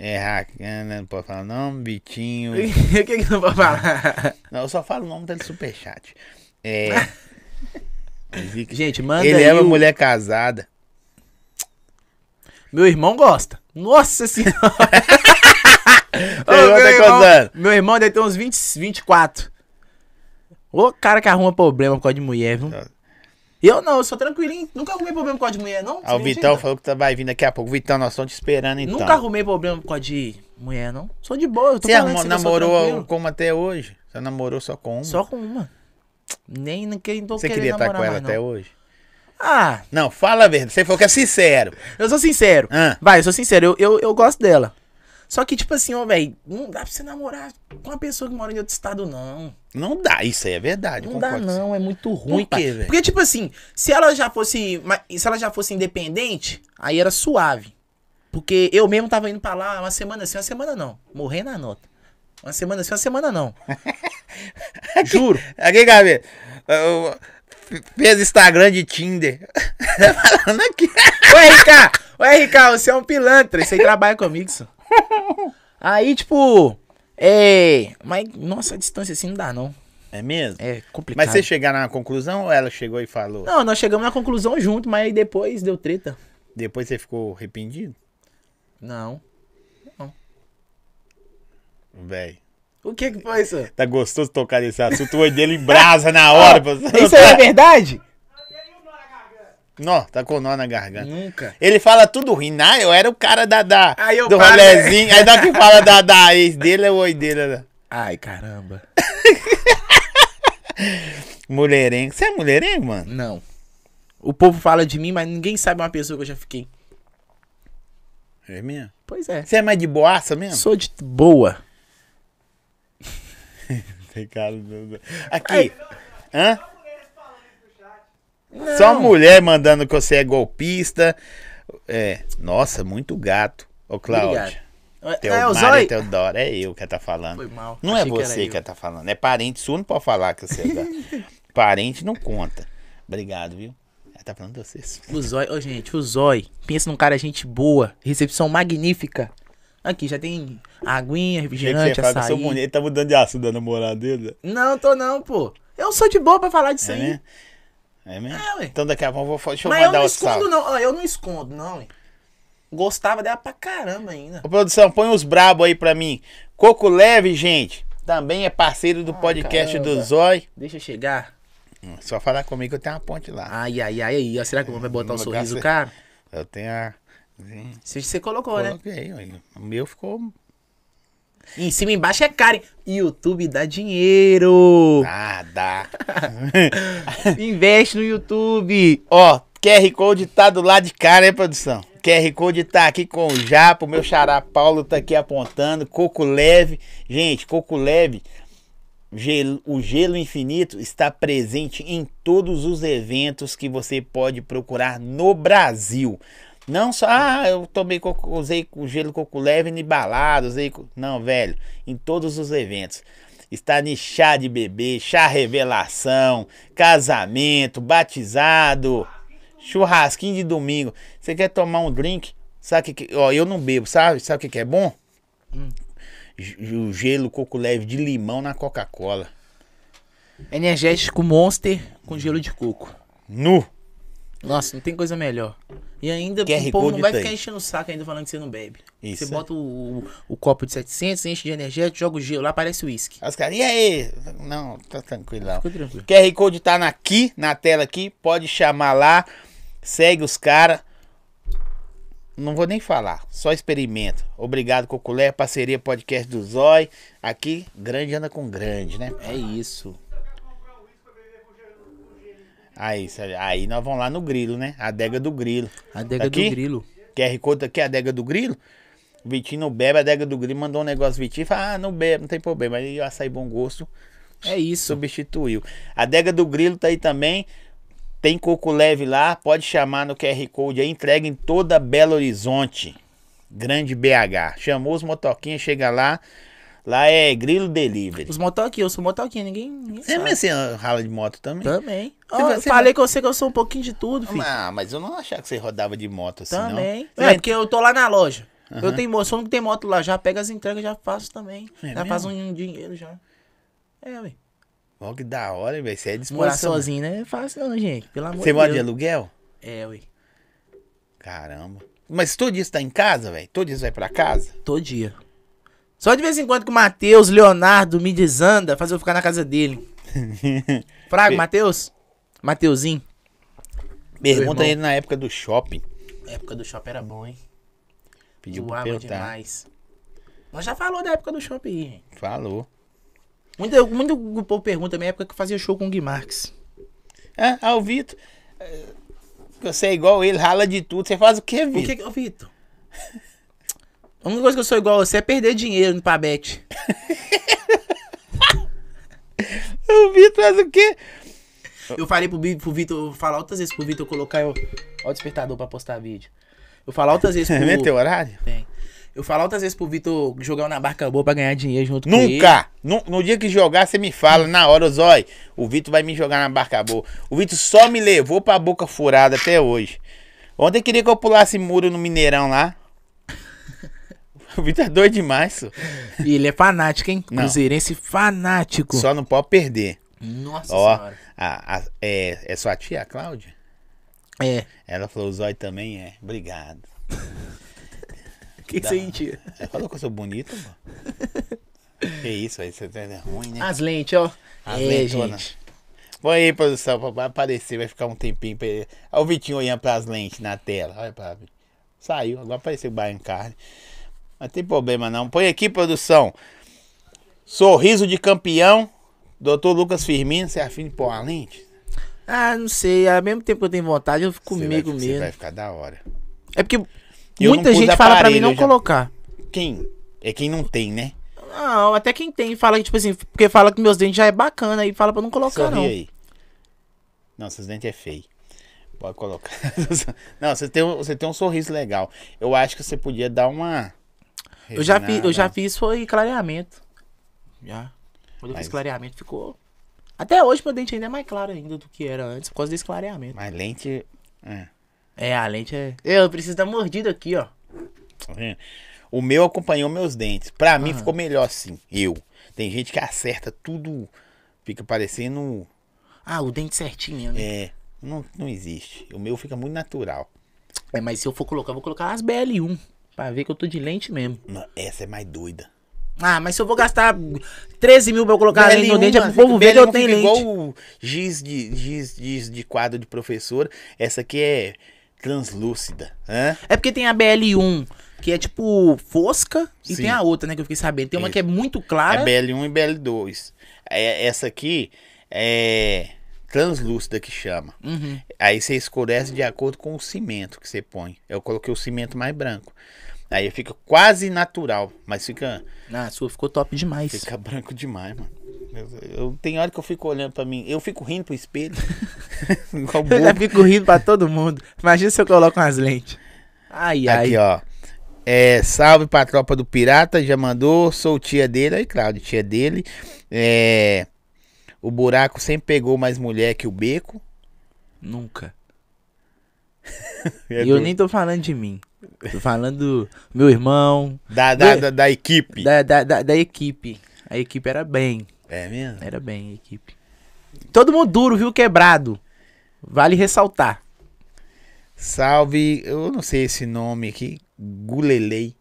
Speaker 1: É, Racana, não pode falar o nome, Bitinho.
Speaker 2: O que que eu não vou falar?
Speaker 1: Não, eu só falo o nome dele no superchat. É. Zica.
Speaker 2: Gente, manda
Speaker 1: Ele
Speaker 2: aí
Speaker 1: é uma
Speaker 2: o-
Speaker 1: mulher casada.
Speaker 2: Meu irmão gosta. Nossa senhora. Ô,
Speaker 1: irmão
Speaker 2: meu,
Speaker 1: tá
Speaker 2: irmão,
Speaker 1: contando.
Speaker 2: meu irmão deve ter uns 20, 24. Ô cara que arruma problema por causa de mulher, viu?
Speaker 1: Tá.
Speaker 2: Eu não, eu sou tranquilinho. Nunca arrumei problema por causa de mulher, não.
Speaker 1: Ah, o
Speaker 2: Você
Speaker 1: Vitão
Speaker 2: acredita?
Speaker 1: falou que tá- vai vir daqui a pouco. Vitão, nós estamos te esperando então.
Speaker 2: Nunca arrumei problema por causa de mulher, não. Sou de boa, eu tô
Speaker 1: Você
Speaker 2: falando
Speaker 1: arrumou-
Speaker 2: assim, eu sou
Speaker 1: namorou
Speaker 2: tranquilo.
Speaker 1: como até hoje? Você namorou só com uma?
Speaker 2: Só com uma. Nem, nem, nem tô
Speaker 1: Você
Speaker 2: querendo
Speaker 1: queria estar
Speaker 2: namorar
Speaker 1: com ela
Speaker 2: mais,
Speaker 1: até
Speaker 2: não.
Speaker 1: hoje?
Speaker 2: Ah,
Speaker 1: Não, fala a verdade. Você falou que é sincero.
Speaker 2: eu sou sincero.
Speaker 1: Ah.
Speaker 2: Vai, eu sou sincero, eu, eu, eu gosto dela. Só que, tipo assim, ó, velho, não dá pra você namorar com uma pessoa que mora em outro estado, não.
Speaker 1: Não dá, isso aí é verdade.
Speaker 2: Não dá,
Speaker 1: concordo com você.
Speaker 2: não, é muito ruim,
Speaker 1: Por quê,
Speaker 2: pai.
Speaker 1: velho?
Speaker 2: Porque, tipo assim, se ela já fosse. ma- Se ela já fosse independente, aí era suave. Porque eu mesmo tava indo pra lá uma semana assim, uma semana não. Morrendo na nota. Uma semana assim, uma semana não. Juro.
Speaker 1: Aqui, Gabi, eu- fez Instagram de Tinder. Tá falando aqui.
Speaker 2: Ô, RK! Ô, RK, você é um pilantra. Você trabalha comigo, isso. Aí, tipo. É. Mas, nossa, a distância assim não dá, não.
Speaker 1: É mesmo?
Speaker 2: É complicado.
Speaker 1: Mas vocês chegaram na conclusão ou ela chegou e falou?
Speaker 2: Não, nós chegamos na conclusão junto, mas aí depois deu treta.
Speaker 1: Depois você ficou arrependido?
Speaker 2: Não.
Speaker 1: Véi.
Speaker 2: O que que foi isso?
Speaker 1: Tá gostoso tocar nesse assunto. O olho dele em brasa na hora.
Speaker 2: Isso aí é verdade?
Speaker 1: Nó, tá com nó na garganta.
Speaker 2: Nunca.
Speaker 1: Ele fala tudo rindo. Ah, eu era o cara da, da
Speaker 2: Aí eu
Speaker 1: do
Speaker 2: paro, né?
Speaker 1: rolezinho. Aí dá que fala da, da ex dele, é o oi dele. né?
Speaker 2: Ai, caramba.
Speaker 1: Mulherengo. Você é mulherengo, mano?
Speaker 2: Não. O povo fala de mim, mas ninguém sabe uma pessoa que eu já fiquei.
Speaker 1: É mesmo?
Speaker 2: Pois é.
Speaker 1: Você é mais de boaça mesmo?
Speaker 2: Sou de boa.
Speaker 1: Cara, não- não. Aqui. Hã?
Speaker 2: Não.
Speaker 1: Só mulher mandando que você é golpista. É. Nossa, muito gato. Ô, Cláudio.
Speaker 2: Obrigado. É,
Speaker 1: Teu
Speaker 2: é, o
Speaker 1: Mário
Speaker 2: Zói.
Speaker 1: Teodoro, é eu que tá falando.
Speaker 2: Foi mal.
Speaker 1: Não
Speaker 2: Achei
Speaker 1: é
Speaker 2: que era
Speaker 1: você
Speaker 2: eu.
Speaker 1: que, tá falando, é parente sua, não pode falar que você é gato. parente não conta. Obrigado, viu? Ela tá falando de vocês.
Speaker 2: O Zói, ô gente, o Zói. Pensa num cara gente boa, recepção magnífica. Aqui já tem aguinha,
Speaker 1: Achei que
Speaker 2: refrigerante,
Speaker 1: você fala que eu sou
Speaker 2: açaí.
Speaker 1: bonito, ele tá mudando de assunto da namorada dele.
Speaker 2: Não, tô não, pô. Eu sou de boa pra falar disso
Speaker 1: É
Speaker 2: aí.
Speaker 1: mesmo? É mesmo?
Speaker 2: É, ué.
Speaker 1: então daqui a pouco eu vou, fa- deixa eu
Speaker 2: Mas é um eu
Speaker 1: mandar
Speaker 2: não
Speaker 1: o salve.
Speaker 2: escondo, não. Ó, Eu não escondo, não. hein. Gostava dela pra caramba ainda.
Speaker 1: Ô, produção, põe os brabo aí pra mim. Coco Leve, gente, também é parceiro do podcast do
Speaker 2: caramba.
Speaker 1: Zói.
Speaker 2: Deixa eu chegar.
Speaker 1: Hum, Só falar comigo que eu tenho uma ponte lá.
Speaker 2: Ai, ai, ai, ai. ó, Será que o homem vai botar o
Speaker 1: No
Speaker 2: sorriso,
Speaker 1: lugar
Speaker 2: cara?
Speaker 1: Eu tenho a...
Speaker 2: Você, você colocou, né?
Speaker 1: Coloquei, ué. o meu ficou...
Speaker 2: Em cima e embaixo é cara, hein? YouTube dá dinheiro.
Speaker 1: Ah, dá.
Speaker 2: Investe no YouTube.
Speaker 1: Ó, QR Code tá do lado de cá, né, produção? QR Code tá aqui com o Japo, meu xará Paulo tá aqui apontando, Coco Leve. Gente, Coco Leve, gelo- o Gelo Infinito está presente em todos os eventos que você pode procurar no Brasil. Não só, ah, eu tomei coco, usei o gelo coco leve em balada, usei. co-" Não, velho, em todos os eventos. Está em chá de bebê, chá revelação, casamento, batizado, churrasquinho de domingo. Você quer tomar um drink? Sabe o que, que- ó, eu não bebo, sabe? Sabe o que, que é bom? G- O gelo coco leve de limão na Coca-Cola.
Speaker 2: Energético Monster com gelo de coco.
Speaker 1: Nu.
Speaker 2: Nossa, não tem coisa melhor. E ainda
Speaker 1: QR
Speaker 2: o povo
Speaker 1: Code
Speaker 2: não vai
Speaker 1: tá aí.
Speaker 2: ficar enchendo o saco ainda falando que você não bebe.
Speaker 1: Isso. é.
Speaker 2: Você bota o, o- o copo de 700, enche de energético, joga o gelo, lá parece uísque.
Speaker 1: Aí os caras, e aí? Não, tá tranquilão.
Speaker 2: Fica tranquilo.
Speaker 1: QR Code tá na- aqui, na tela aqui. Pode chamar lá. Segue os caras. Não vou nem falar, só experimenta. Obrigado, Coculé, parceria podcast do Zói. Aqui, grande anda com grande, né?
Speaker 2: É isso.
Speaker 1: Aí, cê- aí nós vamos lá no grilo, né? Adega do grilo.
Speaker 2: Adega
Speaker 1: Tá Aqui?
Speaker 2: do grilo.
Speaker 1: QR Code aqui, adega do grilo. O Vitinho não bebe, a adega do grilo mandou um negócio Vitinho. Fala, ah, não bebe, não tem problema. Aí o açaí bom gosto
Speaker 2: É isso.
Speaker 1: substituiu. A Adega do Grilo tá aí também. Tem coco leve lá, pode chamar no QR Code aí, entrega em toda Belo Horizonte. Grande BH. Chamou os motoquinhos, chega lá. Lá é Grilo Delivery.
Speaker 2: Os motoquinhos, eu sou motoquinho, ninguém. ninguém
Speaker 1: Você é
Speaker 2: sabe.
Speaker 1: mesmo assim, rala de moto também?
Speaker 2: Também.
Speaker 1: Você
Speaker 2: Ó,
Speaker 1: vai-
Speaker 2: eu
Speaker 1: você
Speaker 2: falei com você que eu sou um pouquinho de tudo, filho.
Speaker 1: Ah, mas eu não achava que você rodava de moto assim,
Speaker 2: Também.
Speaker 1: não.
Speaker 2: É,
Speaker 1: Você-
Speaker 2: porque eu tô lá na loja. Eu tenho moção que tem moto lá, já pega as entregas, já faço também.
Speaker 1: É
Speaker 2: já
Speaker 1: mesmo?
Speaker 2: faço um dinheiro já. É, ué.
Speaker 1: Ó, que da hora, velho. Você é
Speaker 2: Morar
Speaker 1: disposição.
Speaker 2: sozinho, é né? É fácil não, gente. Pelo amor
Speaker 1: Você
Speaker 2: de
Speaker 1: mora de
Speaker 2: Deus.
Speaker 1: aluguel?
Speaker 2: É, ué.
Speaker 1: Caramba. Mas todo dia você tá em casa, velho? Todo dia você vai pra casa?
Speaker 2: Todo dia. Só de vez em quando que o Matheus, Leonardo me desanda, faz eu ficar na casa dele. Frago, Matheus? Mateuzinho.
Speaker 1: Pergunta
Speaker 2: irmão.
Speaker 1: ele na época do shopping.
Speaker 2: época do shopping era bom, hein?
Speaker 1: Pediu pra
Speaker 2: Zoava
Speaker 1: perguntar.
Speaker 2: demais. Nós já falou da época do shopping aí, gente.
Speaker 1: Falou.
Speaker 2: Muito, muito povo pergunta também, a época que eu fazia show com o Gui Marques.
Speaker 1: Ah, ah, o Vitor. eh, Você é igual ele, rala de tudo. Você faz o quê,
Speaker 2: Por
Speaker 1: Vitor?
Speaker 2: que que... Ô, Vitor. A única coisa que eu sou igual a você é perder dinheiro no Pabete.
Speaker 1: O Vitor faz o quê?
Speaker 2: Eu falei pro, Bi- pro Vitor, eu vou falar outras vezes pro Vitor colocar eu, ó, o despertador pra postar vídeo. Eu falar outras vezes
Speaker 1: É mesmo teu
Speaker 2: pro...
Speaker 1: horário?
Speaker 2: Tem. Eu falar outras vezes pro Vitor jogar uma barca boa pra ganhar dinheiro junto com ele.
Speaker 1: Nunca! No, no dia que jogar, você me fala na hora, Zói. O Vitor vai me jogar na barca boa. O Vitor só me levou pra boca furada até hoje. Ontem queria que eu pulasse muro no Mineirão lá. O Vitor é doido demais, só.
Speaker 2: E ele é fanático, hein?
Speaker 1: Não.
Speaker 2: Cruzeirense fanático.
Speaker 1: só não pode perder.
Speaker 2: Nossa
Speaker 1: Ó,
Speaker 2: senhora.
Speaker 1: a- a- é, é sua tia, a Cláudia?
Speaker 2: É.
Speaker 1: Ela falou, o Zói também é. Obrigado.
Speaker 2: Que isso aí, tira?
Speaker 1: Ela falou que eu sou bonito, pô. Que isso, aí você tá é ruim, né?
Speaker 2: As lentes, ó.
Speaker 1: As
Speaker 2: é,
Speaker 1: lentonas.
Speaker 2: gente.
Speaker 1: Põe aí, produção, pra- pra aparecer, vai ficar um tempinho pra ele. Olha o Vitinho olhando pras lentes na tela. Olha pra mim. Saiu, agora apareceu o Bayern Carne. Mas tem problema não. Põe aqui, produção. Sorriso de campeão. Doutor Lucas Firmino, você é afim de pôr uma lente?
Speaker 2: Ah, não sei. Ao mesmo tempo que eu tenho vontade, eu fico
Speaker 1: você vai,
Speaker 2: comigo
Speaker 1: Você
Speaker 2: mesmo.
Speaker 1: vai ficar da hora.
Speaker 2: É porque
Speaker 1: Eu
Speaker 2: muita
Speaker 1: não pus
Speaker 2: gente fala pra mim
Speaker 1: aparelho,
Speaker 2: não
Speaker 1: eu já-
Speaker 2: colocar.
Speaker 1: Quem? É quem não tem, né?
Speaker 2: Não, até quem tem fala que, tipo assim, porque fala que meus dentes já é bacana e fala pra não colocar,
Speaker 1: Sorri
Speaker 2: não.
Speaker 1: aí. Não, seus dentes é feio. Pode colocar. Não, você tem, um, você tem um sorriso legal. Eu acho que você podia dar uma. né?
Speaker 2: Eu já, fiz, eu já
Speaker 1: refinada.
Speaker 2: fiz foi clareamento. Já. Quando eu
Speaker 1: Mas-
Speaker 2: fiz clareamento, ficou. Até hoje meu dente ainda é mais claro ainda do que era antes, por causa desse clareamento.
Speaker 1: Mas lente. é,
Speaker 2: É, a lente é. Eu preciso da mordida aqui, ó.
Speaker 1: tá vendo? O meu acompanhou meus dentes. Pra mim ficou melhor assim. Eu. Tem gente que acerta tudo. Fica parecendo.
Speaker 2: Ah, o dente certinho, né?
Speaker 1: É. Não, não existe. O meu fica muito natural.
Speaker 2: É. mas se eu for colocar, eu vou colocar as BL1. Pra ver que eu tô de lente mesmo.
Speaker 1: Não, Essa é mais doida.
Speaker 2: Ah, mas se eu vou gastar 13 mil pra eu colocar a lente no
Speaker 1: BL1,
Speaker 2: dente, é
Speaker 1: mano,
Speaker 2: pro povo
Speaker 1: fica-
Speaker 2: ver que eu
Speaker 1: BL1
Speaker 2: tenho
Speaker 1: fica
Speaker 2: lente.
Speaker 1: Igual o giz de, giz, giz de quadro de professor. Essa aqui é translúcida. Hã?
Speaker 2: É porque tem a BL1, que é tipo fosca, e
Speaker 1: Sim.
Speaker 2: tem a outra, né, que eu fiquei sabendo. Tem uma
Speaker 1: Isso.
Speaker 2: que é muito clara.
Speaker 1: É BL1 e BL2. É, essa aqui é translúcida que chama.
Speaker 2: Uhum.
Speaker 1: Aí você escurece de acordo com o cimento que você põe. Eu coloquei o cimento mais branco. Aí fica quase natural, mas fica,
Speaker 2: Ah, a sua ficou top demais.
Speaker 1: fica branco demais, mano. Eu, eu- tem hora que eu fico olhando pra mim, eu fico rindo pro espelho. Igual
Speaker 2: Eu já
Speaker 1: bobo.
Speaker 2: fico rindo pra todo mundo. Imagina se eu coloco umas lentes. Ai,
Speaker 1: Aqui,
Speaker 2: ai.
Speaker 1: ó. É, salve pra tropa do Pirata, já mandou. Sou tia dele, aí, Cláudio, tia dele. É, o buraco sempre pegou mais mulher que o beco.
Speaker 2: Nunca.
Speaker 1: É
Speaker 2: e eu
Speaker 1: do-
Speaker 2: nem tô falando de mim. Tô falando do meu irmão,
Speaker 1: da, da, da, da equipe.
Speaker 2: da, da, da, da equipe. A equipe era bem.
Speaker 1: É mesmo?
Speaker 2: Era bem a equipe. Todo mundo duro, viu? Quebrado. Vale ressaltar.
Speaker 1: Salve, eu não sei esse nome aqui. Gulelei.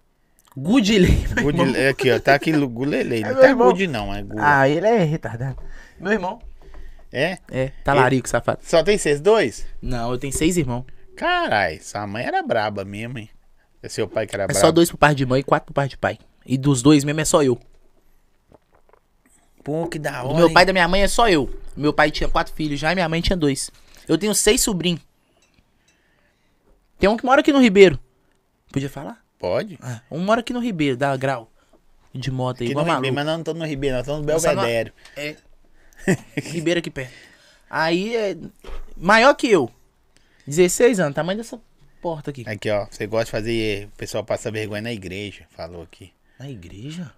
Speaker 2: Gudilei. meu irmão.
Speaker 1: Gudile- Aqui, ó. Tá aqui Lu- Gulelei.
Speaker 2: É
Speaker 1: Não
Speaker 2: meu
Speaker 1: tá
Speaker 2: irmão.
Speaker 1: Good, não. É Gula.
Speaker 2: Ah, ele é retardado. Meu irmão.
Speaker 1: É?
Speaker 2: É, talarico, safado.
Speaker 1: Só tem vocês dois?
Speaker 2: Não, eu tenho seis irmãos.
Speaker 1: Carai, sua mãe era braba mesmo, hein? É seu pai que era
Speaker 2: É
Speaker 1: brabo.
Speaker 2: só dois pro par de mãe e quatro pro par de pai. E dos dois mesmo é só eu.
Speaker 1: Pô, que da hora.
Speaker 2: Do meu
Speaker 1: hein?
Speaker 2: pai e da minha mãe é só eu. Meu pai tinha quatro filhos já e minha mãe tinha dois. Eu tenho seis sobrinhos. Tem um que mora aqui no Ribeiro. Podia falar?
Speaker 1: Pode?
Speaker 2: Ah, um mora aqui no Ribeiro, da Grau. De moto aí,
Speaker 1: Aqui
Speaker 2: igual
Speaker 1: no Ribeiro,
Speaker 2: maluco.
Speaker 1: mas nós não estamos no Ribeiro, nós estamos no
Speaker 2: Nossa, não-
Speaker 1: Belvedere.
Speaker 2: É. Ribeiro aqui perto. Aí é maior que eu. 16 anos, tamanho dessa porta aqui.
Speaker 1: Aqui, ó. Você gosta de fazer o pessoal passa vergonha na igreja, falou aqui.
Speaker 2: Na igreja?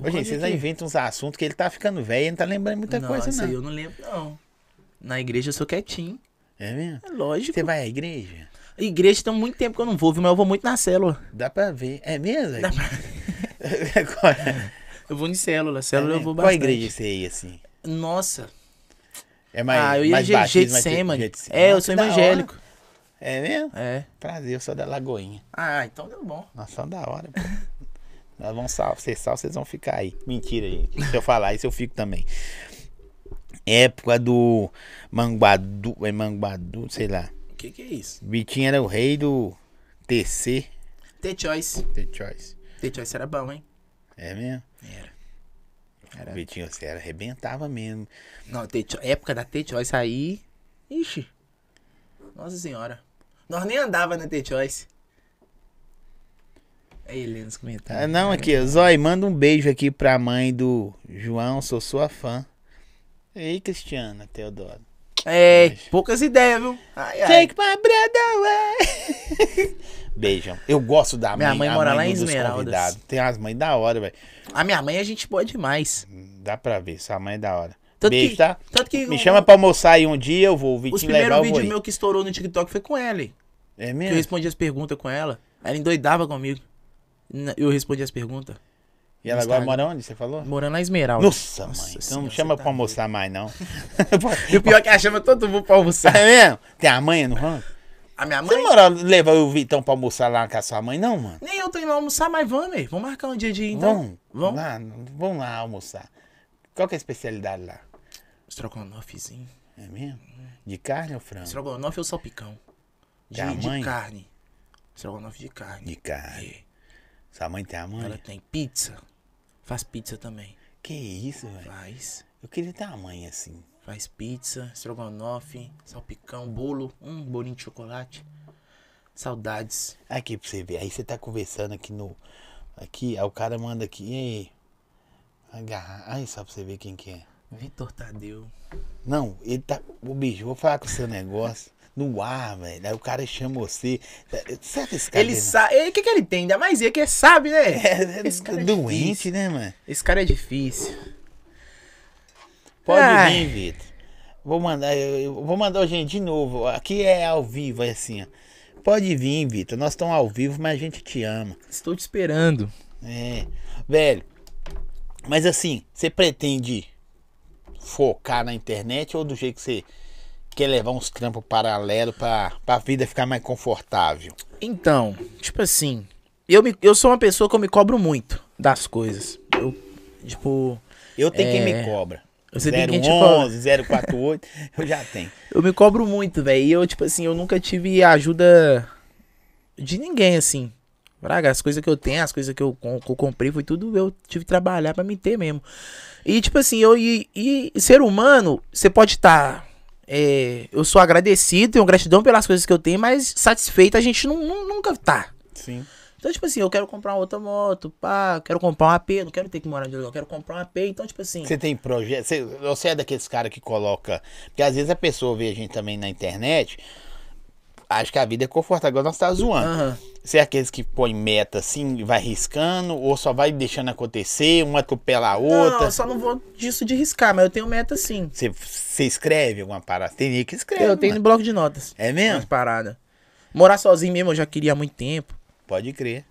Speaker 1: Ô, gente, vocês aí inventam uns assuntos que ele tá ficando velho e não tá lembrando muita
Speaker 2: não,
Speaker 1: coisa,
Speaker 2: isso
Speaker 1: não.
Speaker 2: aí eu não lembro, não. Na igreja eu sou quietinho.
Speaker 1: É mesmo?
Speaker 2: É lógico.
Speaker 1: Você vai à igreja?
Speaker 2: Igreja tem muito tempo que eu não vou, viu? Mas eu vou muito na célula.
Speaker 1: Dá pra ver. É mesmo?
Speaker 2: Dá pra-
Speaker 1: Qual, é?
Speaker 2: Eu vou em célula.
Speaker 1: É
Speaker 2: Célula eu vou
Speaker 1: mesmo? Qual
Speaker 2: bastante.
Speaker 1: igreja você ia, assim?
Speaker 2: Nossa.
Speaker 1: É mais,
Speaker 2: ah, eu ia
Speaker 1: mais
Speaker 2: je- jeito
Speaker 1: batismo, mais
Speaker 2: sem,
Speaker 1: jeito-
Speaker 2: mano.
Speaker 1: jeito sem.
Speaker 2: É, eu
Speaker 1: Nossa,
Speaker 2: sou
Speaker 1: que da hora.
Speaker 2: evangélico.
Speaker 1: É mesmo?
Speaker 2: É.
Speaker 1: Prazer, eu sou da Lagoinha.
Speaker 2: Ah, então
Speaker 1: tá
Speaker 2: deu bom.
Speaker 1: Nós somos é da hora, pô. Nós vamos salvo, vocês salvo, vocês vão ficar aí. Mentira, gente. Se eu falar isso, eu fico também. Época do Manguadu, é Manguadu, sei lá.
Speaker 2: O que que é isso?
Speaker 1: Vitinho era o rei do TC,
Speaker 2: The Choice.
Speaker 1: The Choice.
Speaker 2: The Choice era bom, hein?
Speaker 1: É mesmo?
Speaker 2: Era.
Speaker 1: Era. Vitinho, você era, arrebentava mesmo.
Speaker 2: Não, The Cho- época da The Choice aí. Ixi. Nossa senhora. Nós nem andava na The Choice. É ele nos comentários.
Speaker 1: Ah, não, aqui, ó, Zói, manda um beijo aqui pra mãe do João, sou sua fã. Ei, Cristiana, Teodoro.
Speaker 2: É, poucas ideias, viu? Ai, ai.
Speaker 1: Take my breath away. Beijão. Eu gosto da
Speaker 2: Minha mãe
Speaker 1: a
Speaker 2: mora lá
Speaker 1: de um
Speaker 2: em
Speaker 1: dos
Speaker 2: Esmeraldas.
Speaker 1: convidados. Tem as mães da hora, velho.
Speaker 2: A minha mãe a gente pode demais.
Speaker 1: Dá pra ver, sua mãe é da hora.
Speaker 2: Tanto
Speaker 1: Beijo,
Speaker 2: que,
Speaker 1: tá?
Speaker 2: Tanto que
Speaker 1: Me
Speaker 2: o-
Speaker 1: chama pra almoçar aí um dia, eu vou. O
Speaker 2: os
Speaker 1: Vitinho levar,
Speaker 2: primeiros
Speaker 1: eu vou
Speaker 2: vídeos
Speaker 1: ir.
Speaker 2: meu que estourou no TikTok foi com ela. hein?
Speaker 1: É
Speaker 2: Que eu
Speaker 1: mesmo?
Speaker 2: respondi as perguntas com ela. Ela endoidava comigo. Na- Eu respondi as perguntas.
Speaker 1: E ela agora mora onde, você falou?
Speaker 2: Morando na Esmeralda.
Speaker 1: Nossa, mãe. Então não
Speaker 2: senhora,
Speaker 1: chama
Speaker 2: você tá
Speaker 1: pra almoçar mais, não.
Speaker 2: E o pior é que ela chama todo mundo pra almoçar.
Speaker 1: é mesmo? Tem a mãe no rancho?
Speaker 2: A minha mãe.
Speaker 1: Você mora, leva o Vitão pra almoçar lá com a sua mãe, não, mano?
Speaker 2: Nem eu tô indo almoçar, mas vamos, velho. Vamos marcar um dia de ir, então.
Speaker 1: vamos.
Speaker 2: Vamos.
Speaker 1: Lá, vamos lá almoçar. Qual que é a especialidade lá?
Speaker 2: Estrogonofezinho.
Speaker 1: É mesmo? De carne ou frango?
Speaker 2: Estrogonofe ou salpicão? De,
Speaker 1: Da
Speaker 2: de
Speaker 1: mãe?
Speaker 2: carne. Estrogonofe É de carne.
Speaker 1: De carne.
Speaker 2: É.
Speaker 1: Sua mãe tem a mãe?
Speaker 2: Ela tem pizza. Faz pizza também.
Speaker 1: Que isso, velho?
Speaker 2: Faz.
Speaker 1: Eu queria ter uma mãe assim.
Speaker 2: Faz pizza, estrogonofe, salpicão, bolo. Hum, bolinho de chocolate. Saudades.
Speaker 1: Aqui pra você ver. Aí você tá conversando aqui no. Aqui, aí o cara manda aqui. E aí? Agarrar. Aí só pra você ver quem que é.
Speaker 2: Vitor Tadeu.
Speaker 1: Não, ele tá. Ô bicho, eu vou falar com o seu negócio. No ar, velho. Aí o cara chama você. tá Será que esse cara.
Speaker 2: ele
Speaker 1: é-
Speaker 2: sabe. O que, que ele tem? Ainda mais ele que sabe, né?
Speaker 1: É, é
Speaker 2: Esse cara né? é
Speaker 1: doente,
Speaker 2: difícil.
Speaker 1: né, mano?
Speaker 2: Esse cara é difícil.
Speaker 1: Pode
Speaker 2: Ai.
Speaker 1: vir, Vitor. Vou mandar, eu, eu vou mandar hoje de novo. Aqui é ao vivo, é assim, ó. Pode vir, Vitor. Nós estamos ao vivo, mas a gente te ama.
Speaker 2: Estou te esperando.
Speaker 1: É, velho. Mas assim, você pretende focar na internet ou do jeito que você quer levar uns trampos paralelo pra, pra vida ficar mais confortável?
Speaker 2: Então, tipo assim, eu, me, eu sou uma pessoa que eu me cobro muito das coisas. Eu, tipo,
Speaker 1: Eu tenho quem
Speaker 2: É.
Speaker 1: me cobra.
Speaker 2: Você tem tipo, quem te
Speaker 1: 011, 048, eu já tenho.
Speaker 2: eu me cobro muito, velho. E eu, tipo assim, eu nunca tive ajuda de ninguém, assim. Braga, as coisas que eu tenho, as coisas que eu, com- que eu comprei, foi tudo eu tive que trabalhar pra me ter mesmo. E, tipo assim, eu e, e ser humano, você pode estar. eu sou agradecido, tenho gratidão pelas coisas que eu tenho, mas satisfeito a gente não- não- nunca tá.
Speaker 1: Sim.
Speaker 2: Então, tipo assim, eu quero comprar uma outra moto, pá, quero comprar um AP, não quero ter que morar de aluguel, quero comprar um AP. Então, tipo assim,
Speaker 1: Você tem projeto? Você, você é daqueles caras que coloca. Porque às vezes a pessoa vê a gente também na internet, acha que a vida é confortável. Agora nós tá zoando.
Speaker 2: aham.
Speaker 1: Você é aqueles que põe meta assim, e vai riscando, ou só vai deixando acontecer, uma atropela a
Speaker 2: não,
Speaker 1: outra.
Speaker 2: eu só não vou disso de riscar, mas eu tenho meta sim.
Speaker 1: Você, você escreve alguma parada? Tem gente que escreve.
Speaker 2: Eu tenho no
Speaker 1: mano.
Speaker 2: bloco de notas.
Speaker 1: É
Speaker 2: Umas
Speaker 1: mesmo?
Speaker 2: paradas. Morar sozinho mesmo eu já queria há muito tempo.
Speaker 1: Pode crer.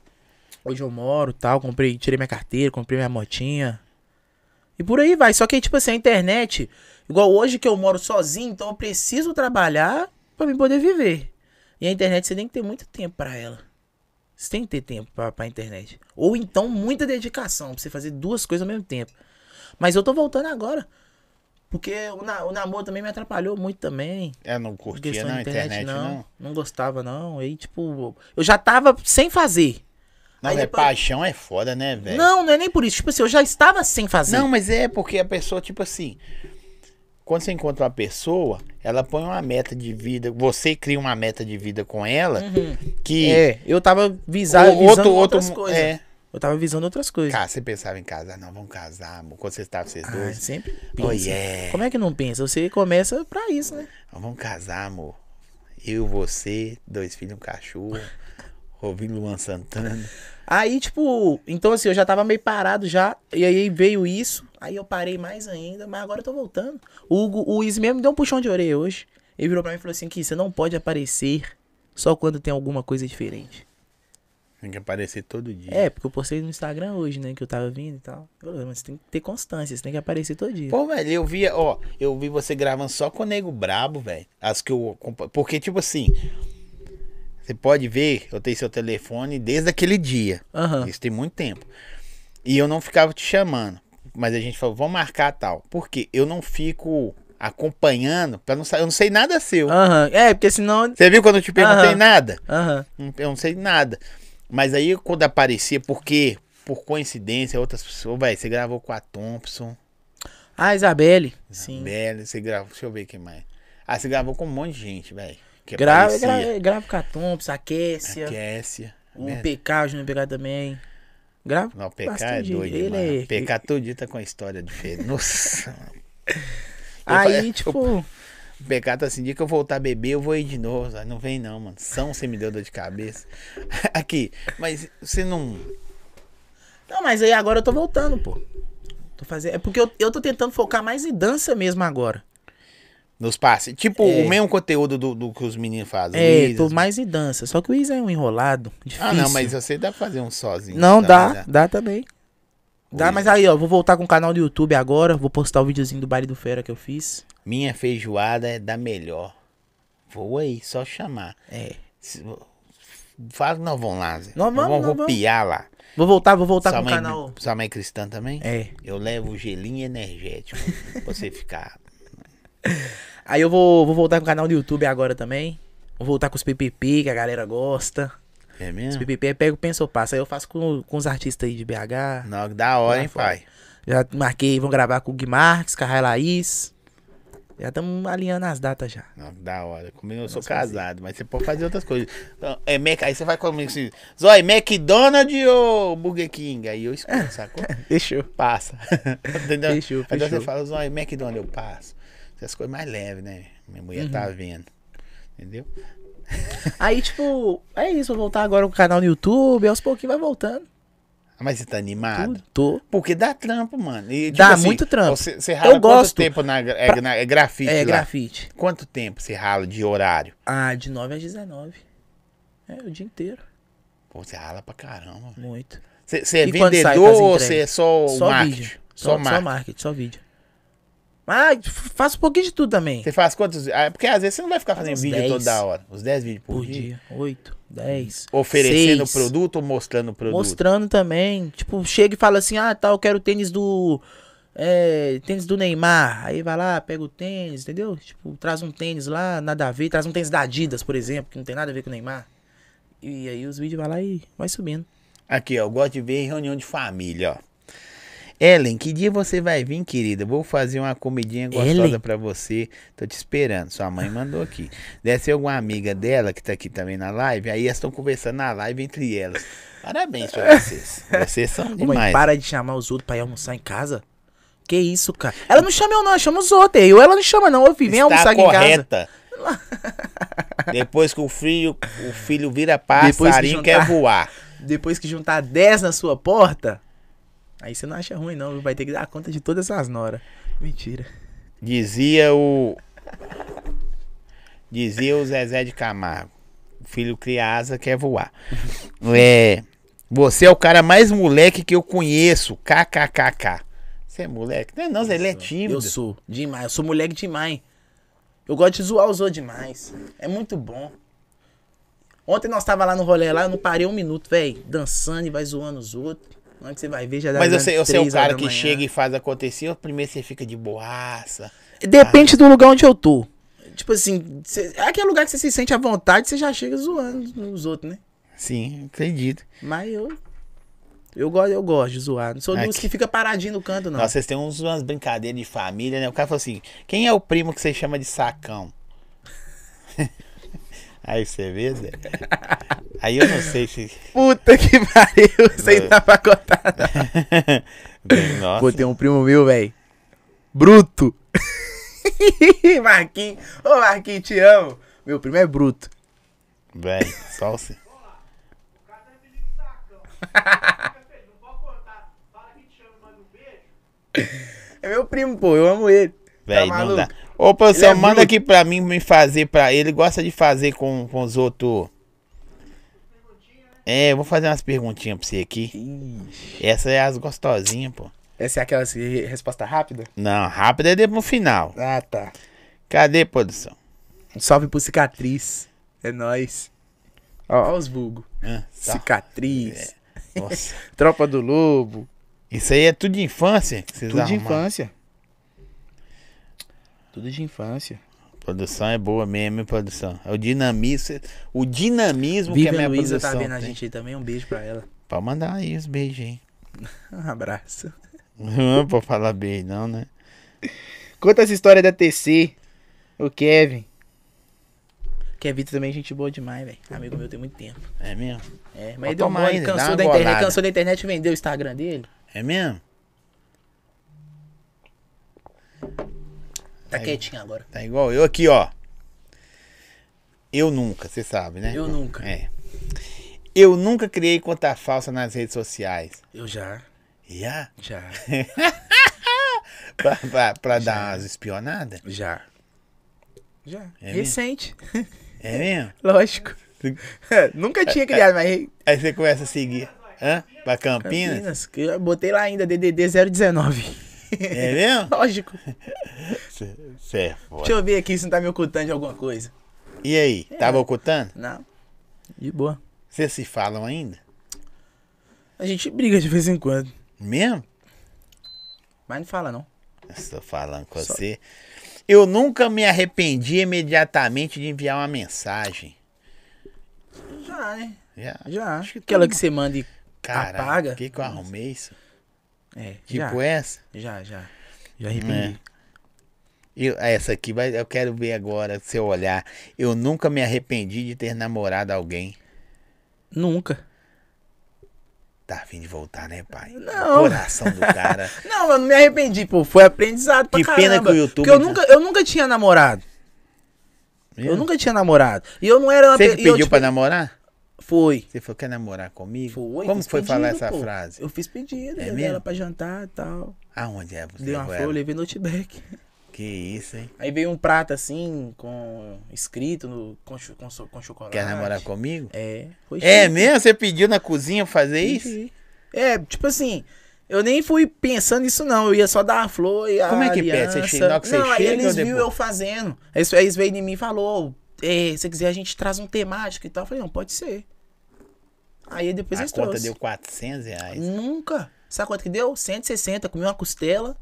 Speaker 2: Hoje eu moro tal, comprei, tirei minha carteira, comprei minha motinha. E por aí vai. Só que, tipo assim, a internet, igual hoje que eu moro sozinho, então eu preciso trabalhar pra me poder viver. E a internet você tem que ter muito tempo pra ela. Você tem que ter tempo pra, pra internet. Ou então muita dedicação pra você fazer duas coisas ao mesmo tempo. Mas eu tô voltando agora. Porque o, na- o namoro também me atrapalhou muito também.
Speaker 1: Eu É, não curtia
Speaker 2: Questão
Speaker 1: não,
Speaker 2: de
Speaker 1: a internet, não.
Speaker 2: não. gostava, não. Aí, tipo, eu já tava sem fazer.
Speaker 1: Não,
Speaker 2: Aí
Speaker 1: é
Speaker 2: depois-
Speaker 1: paixão é foda, né, velho?
Speaker 2: Não, não é nem por isso. Tipo assim, eu já estava sem fazer.
Speaker 1: Não, mas é porque a pessoa, tipo assim, quando você encontra uma pessoa, ela põe uma meta de vida, você cria uma meta de vida com ela, que
Speaker 2: É, eu tava visa,
Speaker 1: o-
Speaker 2: visando outras
Speaker 1: mu-
Speaker 2: coisas.
Speaker 1: É.
Speaker 2: Eu tava visando outras coisas.
Speaker 1: Cara, você pensava em casar, não, vamos casar, amor. Quando vocês estavam, vocês
Speaker 2: Ah,
Speaker 1: dois,
Speaker 2: sempre pensa.
Speaker 1: Oh, yeah.
Speaker 2: Como é que não pensa? Você começa pra isso, né?
Speaker 1: "Nós vamos casar, amor. Eu, você, dois filhos, um cachorro. Ouvindo Luan Santana.
Speaker 2: Aí, tipo, então assim, eu já tava meio parado já. E aí veio isso. Aí eu parei mais ainda, mas agora eu tô voltando. O Hugo, o Izzy mesmo me deu um puxão de orelha hoje. Ele virou pra mim e falou assim: que você não pode aparecer só quando tem alguma coisa diferente.
Speaker 1: Tem que aparecer todo dia.
Speaker 2: É, porque eu postei no Instagram hoje, né? Que eu tava vindo e tal. Eu falei, mas você tem que ter constância, você tem que aparecer todo dia.
Speaker 1: Pô, velho, eu via, ó, eu vi você gravando só com o nego brabo, velho. As que eu. compa- Porque, tipo assim. Você pode ver, eu tenho seu telefone desde aquele dia.
Speaker 2: Aham.
Speaker 1: Isso tem muito tempo. E eu não ficava te chamando. Mas a gente falou, vamos marcar tal. Porque eu não fico acompanhando, pra não, sa- eu não sei nada seu.
Speaker 2: Aham. É, porque senão.
Speaker 1: Você viu quando eu te perguntei
Speaker 2: Aham.
Speaker 1: nada?
Speaker 2: Aham.
Speaker 1: Não- Eu não sei nada. Mas aí quando aparecia, porque por coincidência, outras pessoas, velho, você gravou com a Thompson,
Speaker 2: Ah, Isabelle. Sim.
Speaker 1: velho, você gravou, deixa eu ver quem mais. Ah, você gravou com um monte de gente, velho. Que é
Speaker 2: Grava, Um
Speaker 1: aparecia.
Speaker 2: grava, grava com a Tomps, a
Speaker 1: é
Speaker 2: Kessia.
Speaker 1: Kécia.
Speaker 2: O
Speaker 1: velho.
Speaker 2: PK, o Júnior PK também. Grava.
Speaker 1: né? Não, o PK é
Speaker 2: bastante
Speaker 1: doido,
Speaker 2: gente. Ele
Speaker 1: mano.
Speaker 2: é-
Speaker 1: PK todinho tá com a história diferente. Nossa, mano.
Speaker 2: Aí,
Speaker 1: eu-
Speaker 2: tipo.
Speaker 1: O PK tá assim, dia que eu voltar a beber, eu vou ir de novo. sabe? Não vem não, mano. São, você me deu dor de cabeça. Aqui, mas você não...
Speaker 2: Não, mas aí agora eu tô voltando, pô. Tô fazendo... É porque eu, eu tô tentando focar mais em dança mesmo agora.
Speaker 1: Nos passes. Tipo,
Speaker 2: É.
Speaker 1: o mesmo conteúdo do, do que os meninos fazem.
Speaker 2: É,
Speaker 1: Luiz,
Speaker 2: tô mais em dança. Só que o Isa é um enrolado. Difícil.
Speaker 1: Ah, não, mas você dá pra fazer um sozinho.
Speaker 2: Não,
Speaker 1: Tá,
Speaker 2: dá,
Speaker 1: né?
Speaker 2: dá também. Dá,
Speaker 1: Isa.
Speaker 2: mas aí, ó, vou voltar com o canal do YouTube agora. Vou postar o videozinho do baile do Fera que eu fiz.
Speaker 1: Minha feijoada é da melhor. Vou aí, só chamar.
Speaker 2: É.
Speaker 1: Se- Fala que nós vamos lá, Zé.
Speaker 2: Nós vamos, nós vamos.
Speaker 1: rupiar lá.
Speaker 2: Vou voltar, vou voltar
Speaker 1: sua,
Speaker 2: com o
Speaker 1: mãe,
Speaker 2: canal.
Speaker 1: sua mãe cristã também?
Speaker 2: É.
Speaker 1: Eu levo gelinho energético pra você ficar.
Speaker 2: Aí eu vou, vou voltar com o canal do YouTube agora também. Vou voltar com os PPP, que a galera gosta.
Speaker 1: É
Speaker 2: Os
Speaker 1: mesmo?
Speaker 2: PPP é pega o pensa ou passa. Aí eu faço com, com os artistas aí de BH.
Speaker 1: Não, da hora,
Speaker 2: Lá
Speaker 1: hein,
Speaker 2: fora.
Speaker 1: pai?
Speaker 2: Já marquei, vão gravar com o Gui Marques, com a Rai Laís. Já estamos alinhando as datas já.
Speaker 1: Não, da hora. Comigo eu sou
Speaker 2: é-
Speaker 1: casado, mas você pode fazer outras coisas. Então, É Mac, aí você vai comigo assim, Zói, McDonald's ou Burger King? Aí eu escuto, sacou?
Speaker 2: Fechou.
Speaker 1: Passa. Entendeu?
Speaker 2: Fechou,
Speaker 1: Aí
Speaker 2: fechou.
Speaker 1: você fala, Zói, McDonald's eu passo. Essas coisas mais leves, né? Minha mulher tá
Speaker 2: Uhum.
Speaker 1: vendo. Entendeu?
Speaker 2: Aí, tipo, é isso. Vou voltar agora com o canal no YouTube. Aos pouquinhos vai voltando.
Speaker 1: Ah, Mas você tá animado?
Speaker 2: Tudo. Tô.
Speaker 1: Porque dá trampo, mano. E, tipo assim,
Speaker 2: Dá muito trampo.
Speaker 1: Você, você rala
Speaker 2: Eu
Speaker 1: quanto
Speaker 2: gosto.
Speaker 1: tempo na, gra- é,
Speaker 2: Pra-
Speaker 1: na- é grafite
Speaker 2: é,
Speaker 1: lá?
Speaker 2: grafite.
Speaker 1: Quanto tempo você rala de horário?
Speaker 2: Ah, de 9 às 19. É, o dia inteiro.
Speaker 1: Pô, você rala pra caramba.
Speaker 2: Muito.
Speaker 1: Você, você é
Speaker 2: E quando sai com as
Speaker 1: vendedor ou você é
Speaker 2: entregas?
Speaker 1: só,
Speaker 2: só
Speaker 1: marketing?
Speaker 2: vídeo.
Speaker 1: Só,
Speaker 2: Só,
Speaker 1: marketing.
Speaker 2: só marketing, só vídeo. Mas f- faço um pouquinho de tudo também.
Speaker 1: Você faz quantos? ah, Porque às vezes você não vai ficar fazendo
Speaker 2: uns
Speaker 1: vídeo
Speaker 2: 10.
Speaker 1: toda hora. Os 10 vídeos por,
Speaker 2: Por
Speaker 1: dia.
Speaker 2: dia. 8, 10.
Speaker 1: Oferecendo o
Speaker 2: 6.
Speaker 1: produto ou mostrando o produto?
Speaker 2: Mostrando também. Tipo, chega e fala assim: ah, tá, eu quero o tênis do. É, tênis do Neymar. Aí vai lá, pega o tênis, entendeu? Tipo, traz um tênis lá, nada a ver. Traz um tênis da Adidas, por exemplo, que não tem nada a ver com o Neymar. E aí os vídeos vai lá e vai subindo.
Speaker 1: Aqui, ó. Eu gosto de ver em reunião de família, ó. Ellen, que dia você vai vir, querida? Vou fazer uma comidinha gostosa
Speaker 2: Ellen?
Speaker 1: pra você. Tô te esperando. Sua mãe mandou aqui. Deve ser alguma amiga dela que tá aqui também na live. Aí elas estão conversando na live entre elas. Parabéns pra vocês. Vocês são
Speaker 2: Ô, mãe,
Speaker 1: demais.
Speaker 2: é para de chamar os outros pra ir almoçar em casa. Que isso, cara? Ela não chama eu, não, ela chama os outros. Eu, ela não chama, não. Ô, filho, vem almoçar aqui em casa.
Speaker 1: correta. Depois que o filho, o filho vira passarinho,
Speaker 2: Depois que
Speaker 1: quer
Speaker 2: juntar.
Speaker 1: voar.
Speaker 2: Depois que juntar 10 na sua porta, aí você não acha ruim, não. viu? Vai ter que dar conta de todas essas noras. Mentira.
Speaker 1: Dizia o. Dizia o Zezé de Camargo. O filho cria asa, quer voar. É. Você é o cara mais moleque que eu conheço. KKKK. Você é moleque? Não, é não, Zé, ele é tímido.
Speaker 2: Eu sou demais, eu sou moleque demais. Eu gosto de zoar os outros demais. É muito bom. Ontem nós tava lá no rolê lá, eu não parei um minuto, velho. Dançando e vai zoando os outros. Na hora que você vai ver, já dá
Speaker 1: Mas você, você é o cara que chega
Speaker 2: chega
Speaker 1: e faz acontecer, ou primeiro você fica de boaça.
Speaker 2: Depende do lugar onde eu tô. Tipo assim, cê, é aquele lugar que você se sente à vontade, você já chega zoando os outros, né?
Speaker 1: Sim, acredito.
Speaker 2: Mas eu. Eu gosto, eu gosto de zoar. Não sou dos
Speaker 1: Aqui.
Speaker 2: que fica paradinho no canto, não.
Speaker 1: Nossa, vocês têm uns, umas brincadeiras de família, né? O cara falou assim: quem é o primo que você chama de sacão? Aí você vê, Zé. Aí eu não sei se.
Speaker 2: Puta que pariu, isso aí tá pra contar.
Speaker 1: Nossa.
Speaker 2: Pô, tem um primo meu, velho. Bruto. Marquinhos. Ô, Marquinhos, te amo. Meu primo é bruto.
Speaker 1: Véi, só o. se-
Speaker 2: É meu primo, pô, eu amo ele.
Speaker 1: Velho, não
Speaker 2: maluco?
Speaker 1: dá. Ô, produção,
Speaker 2: Ele é
Speaker 1: manda
Speaker 2: bruto.
Speaker 1: aqui pra mim me fazer pra ele. Gosta de fazer com, com os outros. É, eu vou fazer umas perguntinhas pra você aqui.
Speaker 2: Ixi.
Speaker 1: Essa é as gostosinhas, pô.
Speaker 2: Essa é aquela assim, resposta rápida?
Speaker 1: Não, rápido é de- no final.
Speaker 2: Ah, tá.
Speaker 1: Cadê, produção?
Speaker 2: Um salve pro cicatriz. É nóis. Ó, ó os vulgo.
Speaker 1: Hã? Tá.
Speaker 2: Cicatriz.
Speaker 1: Nossa.
Speaker 2: É. Tropa do Lobo.
Speaker 1: Isso aí é tudo de infância? que vocês
Speaker 2: Tudo de
Speaker 1: arrumaram?
Speaker 2: infância. Tudo de infância.
Speaker 1: Produção é boa mesmo, hein, produção. É o dinamismo, o dinamismo
Speaker 2: é
Speaker 1: que a minha produção tem.
Speaker 2: aí também. Um beijo pra ela.
Speaker 1: Pra mandar aí os beijos, hein?
Speaker 2: Um abraço.
Speaker 1: Não vou falar beijo, não, né?
Speaker 2: Conta essa história da TC. O Kevin. Kevin também é gente boa demais, velho. Amigo meu tem muito tempo.
Speaker 1: É mesmo?
Speaker 2: É, mas
Speaker 1: Pode
Speaker 2: ele deu
Speaker 1: tomar
Speaker 2: mole,
Speaker 1: ainda, dá
Speaker 2: cansou
Speaker 1: uma
Speaker 2: da internet,
Speaker 1: golada.
Speaker 2: cansou da internet e vendeu o Instagram dele.
Speaker 1: É mesmo?
Speaker 2: Tá quietinho agora.
Speaker 1: Tá igual eu aqui, ó. Eu nunca, você sabe, né?
Speaker 2: Eu nunca.
Speaker 1: É. Eu nunca criei conta falsa nas redes sociais.
Speaker 2: Eu já,
Speaker 1: Já?
Speaker 2: já,
Speaker 1: Pra, pra- pra dar umas espionadas?
Speaker 2: já. Já.
Speaker 1: É
Speaker 2: Recente,
Speaker 1: É mesmo?
Speaker 2: lógico. Nunca tinha criado, mas
Speaker 1: Aí você começa a seguir. Hã? Pra Campinas?
Speaker 2: Campinas, que eu botei lá ainda, DDD 019.
Speaker 1: É mesmo?
Speaker 2: Lógico.
Speaker 1: Você é foda.
Speaker 2: Deixa eu ver aqui se não tá me ocultando de alguma coisa.
Speaker 1: E aí,
Speaker 2: É.
Speaker 1: tava ocultando?
Speaker 2: Não. De boa.
Speaker 1: Vocês se falam ainda?
Speaker 2: A gente briga de vez em quando.
Speaker 1: Mesmo?
Speaker 2: Mas não fala, não.
Speaker 1: Estou falando com você. Eu nunca me arrependi imediatamente de enviar uma mensagem.
Speaker 2: Já, né?
Speaker 1: Já.
Speaker 2: Já.
Speaker 1: Acho que
Speaker 2: Aquela
Speaker 1: todo
Speaker 2: que você manda e
Speaker 1: Caralho,
Speaker 2: apaga.
Speaker 1: por que, que eu arrumei isso?
Speaker 2: É, já.
Speaker 1: Tipo essa?
Speaker 2: Já, já. Já arrependi.
Speaker 1: Eu- essa aqui, vai, eu quero ver agora, seu olhar. Eu nunca me arrependi de ter namorado alguém.
Speaker 2: Nunca.
Speaker 1: Tá afim de voltar, né, pai?
Speaker 2: Não.
Speaker 1: Coração do cara.
Speaker 2: Não, eu não me arrependi, pô. Foi aprendizado pra
Speaker 1: Que
Speaker 2: caramba.
Speaker 1: pena que o YouTube
Speaker 2: Porque eu
Speaker 1: tá-
Speaker 2: nunca, eu nunca tinha namorado. Eu nunca tinha namorado. E eu não era uma
Speaker 1: Você
Speaker 2: pe-
Speaker 1: que
Speaker 2: e eu,
Speaker 1: pediu
Speaker 2: tipo,
Speaker 1: pra namorar?
Speaker 2: Foi.
Speaker 1: Você falou, quer namorar comigo?
Speaker 2: Foi.
Speaker 1: Como
Speaker 2: fiz
Speaker 1: foi falar
Speaker 2: pedido,
Speaker 1: essa
Speaker 2: pô.
Speaker 1: frase?
Speaker 2: Eu fiz pedido.
Speaker 1: É
Speaker 2: levei
Speaker 1: mesmo?
Speaker 2: ela pra jantar e tal.
Speaker 1: Aonde é você?
Speaker 2: Dei uma
Speaker 1: com
Speaker 2: flor,
Speaker 1: ela?
Speaker 2: levei notebook.
Speaker 1: Que isso, hein?
Speaker 2: Aí veio um prato assim, com escrito no, com, cho- com, so- com chocolate.
Speaker 1: Quer namorar comigo?
Speaker 2: É. Foi
Speaker 1: É
Speaker 2: chique.
Speaker 1: mesmo? Você pediu na cozinha fazer isso?
Speaker 2: Entendi. É, tipo assim, eu nem fui pensando nisso não, eu ia só dar a flor e a
Speaker 1: Como é que pede? Você
Speaker 2: aliança.
Speaker 1: chega- na hora que você
Speaker 2: Não, aí
Speaker 1: chega ou
Speaker 2: eles viram
Speaker 1: depois?
Speaker 2: eu fazendo. Aí eles- aí eles veio em mim e falou, "É, se quiser a gente traz um temático e tal. Eu falei, não, pode ser. Aí depois
Speaker 1: A
Speaker 2: eles
Speaker 1: conta
Speaker 2: trouxeram.
Speaker 1: deu 400 reais.
Speaker 2: Nunca. Sabe quanto que deu? 160, comi uma costela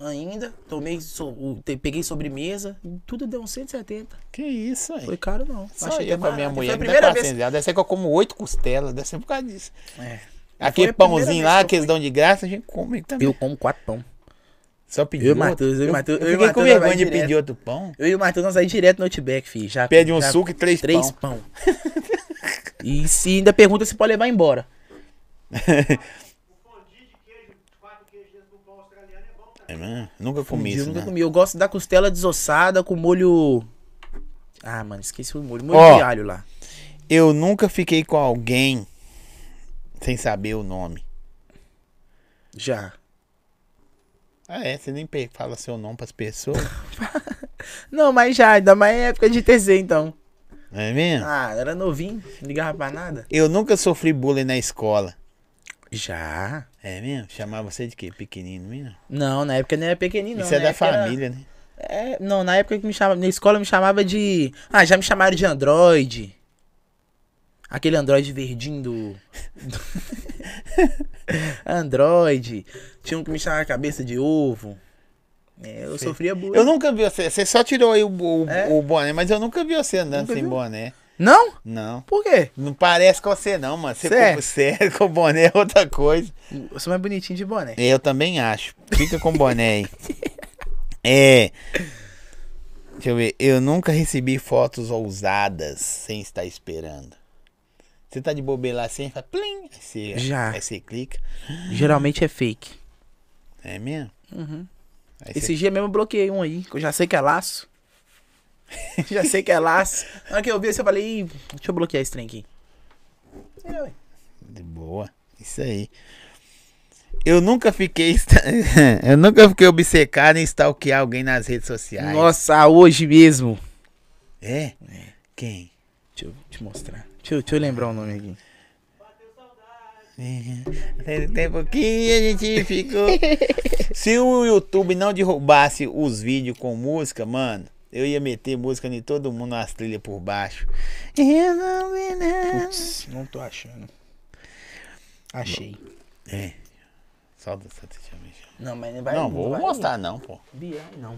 Speaker 2: ainda, tomei, so- o- te- peguei sobremesa, tudo deu uns 170.
Speaker 1: Que isso aí?
Speaker 2: Foi caro não.
Speaker 1: É. Só
Speaker 2: até
Speaker 1: eu com a minha
Speaker 2: barato.
Speaker 1: mulher.
Speaker 2: Foi
Speaker 1: me
Speaker 2: a
Speaker 1: dá
Speaker 2: primeira
Speaker 1: 400
Speaker 2: vez.
Speaker 1: reais. Deve ser que eu como oito costelas. Deve ser por causa disso.
Speaker 2: É.
Speaker 1: Aquele
Speaker 2: a primeira
Speaker 1: pãozinho
Speaker 2: vez
Speaker 1: lá
Speaker 2: que eu
Speaker 1: que eles dão de graça, a gente come também.
Speaker 2: Eu como quatro pão.
Speaker 1: Só pedir
Speaker 2: Eu e
Speaker 1: outro.
Speaker 2: Matheus, eu e Matheus, eu
Speaker 1: Eu
Speaker 2: e
Speaker 1: fiquei com
Speaker 2: Matheus
Speaker 1: vergonha
Speaker 2: vai
Speaker 1: de
Speaker 2: direto.
Speaker 1: pedir outro pão.
Speaker 2: Eu e o Matheus nós aí direto no Outback, fi. Já,
Speaker 1: Pede um
Speaker 2: já-
Speaker 1: suco e três,
Speaker 2: Três
Speaker 1: pão.
Speaker 2: pão. e se ainda pergunta se pode levar embora.
Speaker 1: É mesmo? Nunca comi
Speaker 2: Fundi, eu
Speaker 1: isso, né?
Speaker 2: nunca
Speaker 1: não.
Speaker 2: comi. Eu gosto da costela desossada com molho. Ah, mano, esqueci o molho. Molho
Speaker 1: Ó.
Speaker 2: de alho lá.
Speaker 1: Eu nunca fiquei com alguém sem saber o nome.
Speaker 2: Já.
Speaker 1: Ah, é? Você nem pe- fala seu nome pras pessoas.
Speaker 2: Não, mas já, ainda mais é época de TC, então.
Speaker 1: Não é mesmo?
Speaker 2: Ah, era novinho, não ligava pra nada.
Speaker 1: Eu nunca sofri bullying na escola.
Speaker 2: Já.
Speaker 1: É mesmo? Chamava você de quê? Pequenino mesmo?
Speaker 2: Não, na época não era pequenininho, não.
Speaker 1: Isso é
Speaker 2: na
Speaker 1: da
Speaker 2: época era-
Speaker 1: família, né?
Speaker 2: É, não, na época que me chamava, na escola me chamava de. Ah, já me chamaram de Android. Aquele Android verdinho do. do- Android. Tinha um que me chamava cabeça de ovo. É, eu sofria bullying.
Speaker 1: Eu nunca vi você. Você só tirou aí o, o-
Speaker 2: É?
Speaker 1: o boné, mas eu nunca vi você andando
Speaker 2: Nunca
Speaker 1: sem
Speaker 2: viu?
Speaker 1: boné.
Speaker 2: Não?
Speaker 1: Não.
Speaker 2: Por quê?
Speaker 1: Não parece com você, não, mano. Você
Speaker 2: Sério?
Speaker 1: com sério, com boné é outra coisa.
Speaker 2: Eu sou mais bonitinho de boné.
Speaker 1: Eu também acho. Fica com boné aí. É. Deixa eu ver. Eu nunca recebi fotos ousadas sem estar esperando. Você tá de bobeira lá assim, fala plim. Aí você,
Speaker 2: Já.
Speaker 1: Aí você clica.
Speaker 2: Geralmente é fake.
Speaker 1: É mesmo?
Speaker 2: Uhum.
Speaker 1: Aí
Speaker 2: Esse dia mesmo eu bloqueei um aí, que eu já sei que é laço. já sei que é laço. Na hora que eu vi, esse, eu falei, "Ih, deixa eu bloquear esse trem aqui. É, ué.
Speaker 1: De boa. Isso aí. Eu nunca fiquei. esta- Eu nunca fiquei obcecado em stalkear alguém nas redes sociais.
Speaker 2: Nossa, hoje mesmo.
Speaker 1: É? Quem?
Speaker 2: Deixa eu te mostrar. Deixa eu, deixa eu lembrar o nome aqui.
Speaker 1: Tem tempo que a gente ficou. Se o YouTube não derrubasse os vídeos com música, mano, eu ia meter música em todo mundo nas trilhas por baixo. Eu não me lembro.
Speaker 2: Putz, não tô achando. Achei.
Speaker 1: É. Solta essa deixa eu ver.
Speaker 2: Não, mas não vai.
Speaker 1: Não, vou
Speaker 2: vai-
Speaker 1: mostrar não, pô.
Speaker 2: Bial, não.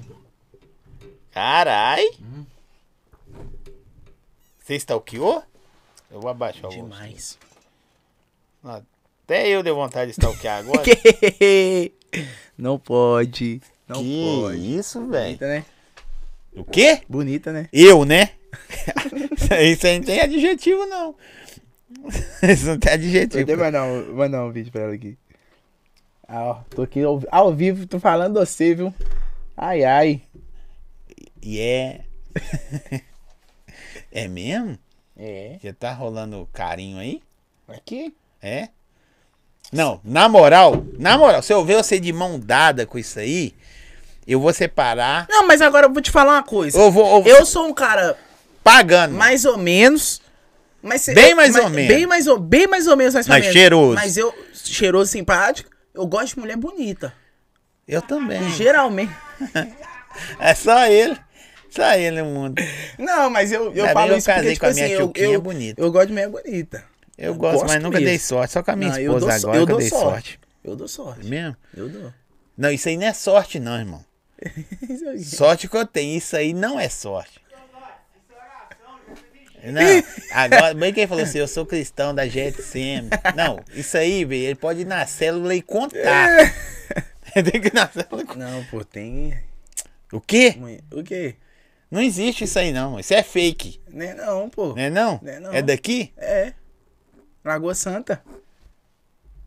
Speaker 1: Carai! Você stalkeou? Eu vou abaixar o volume.
Speaker 2: Demais.
Speaker 1: Até eu dei vontade de stalkear agora.
Speaker 2: não pode. Não
Speaker 1: que
Speaker 2: pode.
Speaker 1: isso, velho?
Speaker 2: Bonita, né?
Speaker 1: O quê?
Speaker 2: Bonita, né?
Speaker 1: Eu, né? isso aí não tem adjetivo, não. Isso não tem
Speaker 2: Eu devo
Speaker 1: adjetivo.
Speaker 2: mandar um, mandar um vídeo pra ela aqui. Ah, ó, tô aqui ao, ao vivo, tô falando você, viu? Ai, ai.
Speaker 1: E é. É mesmo?
Speaker 2: É.
Speaker 1: Já tá rolando carinho aí?
Speaker 2: Aqui?
Speaker 1: É? Não, na moral, na moral, se eu ver você de mão dada com isso aí, eu vou separar.
Speaker 2: Não, mas agora eu vou te falar uma coisa.
Speaker 1: Eu vou, eu vou
Speaker 2: Eu sou um cara
Speaker 1: pagando. Mas,
Speaker 2: mais ou menos. Mas cê-
Speaker 1: Bem mais
Speaker 2: mas-
Speaker 1: ou menos.
Speaker 2: Bem mais ou, bem mais ou menos, mais ou
Speaker 1: Mas
Speaker 2: menos.
Speaker 1: cheiroso.
Speaker 2: Mas eu, cheiroso, simpático, eu gosto de mulher bonita.
Speaker 1: eu também.
Speaker 2: Geralmente.
Speaker 1: É só ele. Só ele no mundo.
Speaker 2: Não, mas eu, eu
Speaker 1: Ainda
Speaker 2: falo
Speaker 1: bem eu
Speaker 2: isso porque,
Speaker 1: casei
Speaker 2: tipo
Speaker 1: com a minha
Speaker 2: assim, eu,
Speaker 1: tioquinha
Speaker 2: eu,
Speaker 1: bonita.
Speaker 2: eu gosto de mulher bonita.
Speaker 1: Eu gosto, mas nunca dei
Speaker 2: mesmo.
Speaker 1: sorte. Só com a minha
Speaker 2: Não, eu
Speaker 1: esposa
Speaker 2: dou so-
Speaker 1: agora
Speaker 2: eu
Speaker 1: que eu
Speaker 2: dou
Speaker 1: dei sorte. É
Speaker 2: sorte. Eu dou sorte.
Speaker 1: Mesmo?
Speaker 2: Eu dou.
Speaker 1: Não, isso aí não é sorte, não, irmão.
Speaker 2: Isso aí.
Speaker 1: Sorte que eu tenho. Isso aí não é sorte. Não, agora, bem quem falou assim, eu sou cristão da GSM. Não, isso aí, velho, ele pode ir na célula e contar. Tem que ir na célula e contar.
Speaker 2: Não, pô, tem.
Speaker 1: O quê?
Speaker 2: mulher- O quê?
Speaker 1: Não existe isso aí, não. Isso é fake.
Speaker 2: Né não, pô.
Speaker 1: Não é não?
Speaker 2: Não é não.
Speaker 1: É daqui?
Speaker 2: É. Lagoa Santa.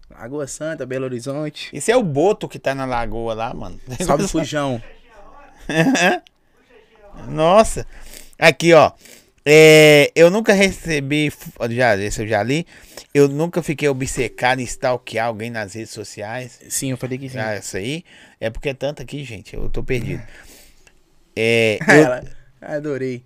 Speaker 2: Lagoa Santa, Belo Horizonte.
Speaker 1: Isso é o Boto que tá na lagoa lá, mano.
Speaker 2: Salve Fujão.
Speaker 1: Nossa. Aqui, ó. É, eu nunca recebi. ó, Já, esse eu já li. Eu nunca fiquei obcecado em stalkear alguém nas redes sociais.
Speaker 2: Sim, eu falei que sim.
Speaker 1: Ah, isso aí. É porque é tanto aqui, gente. Eu tô perdido. É.
Speaker 2: Ela, adorei.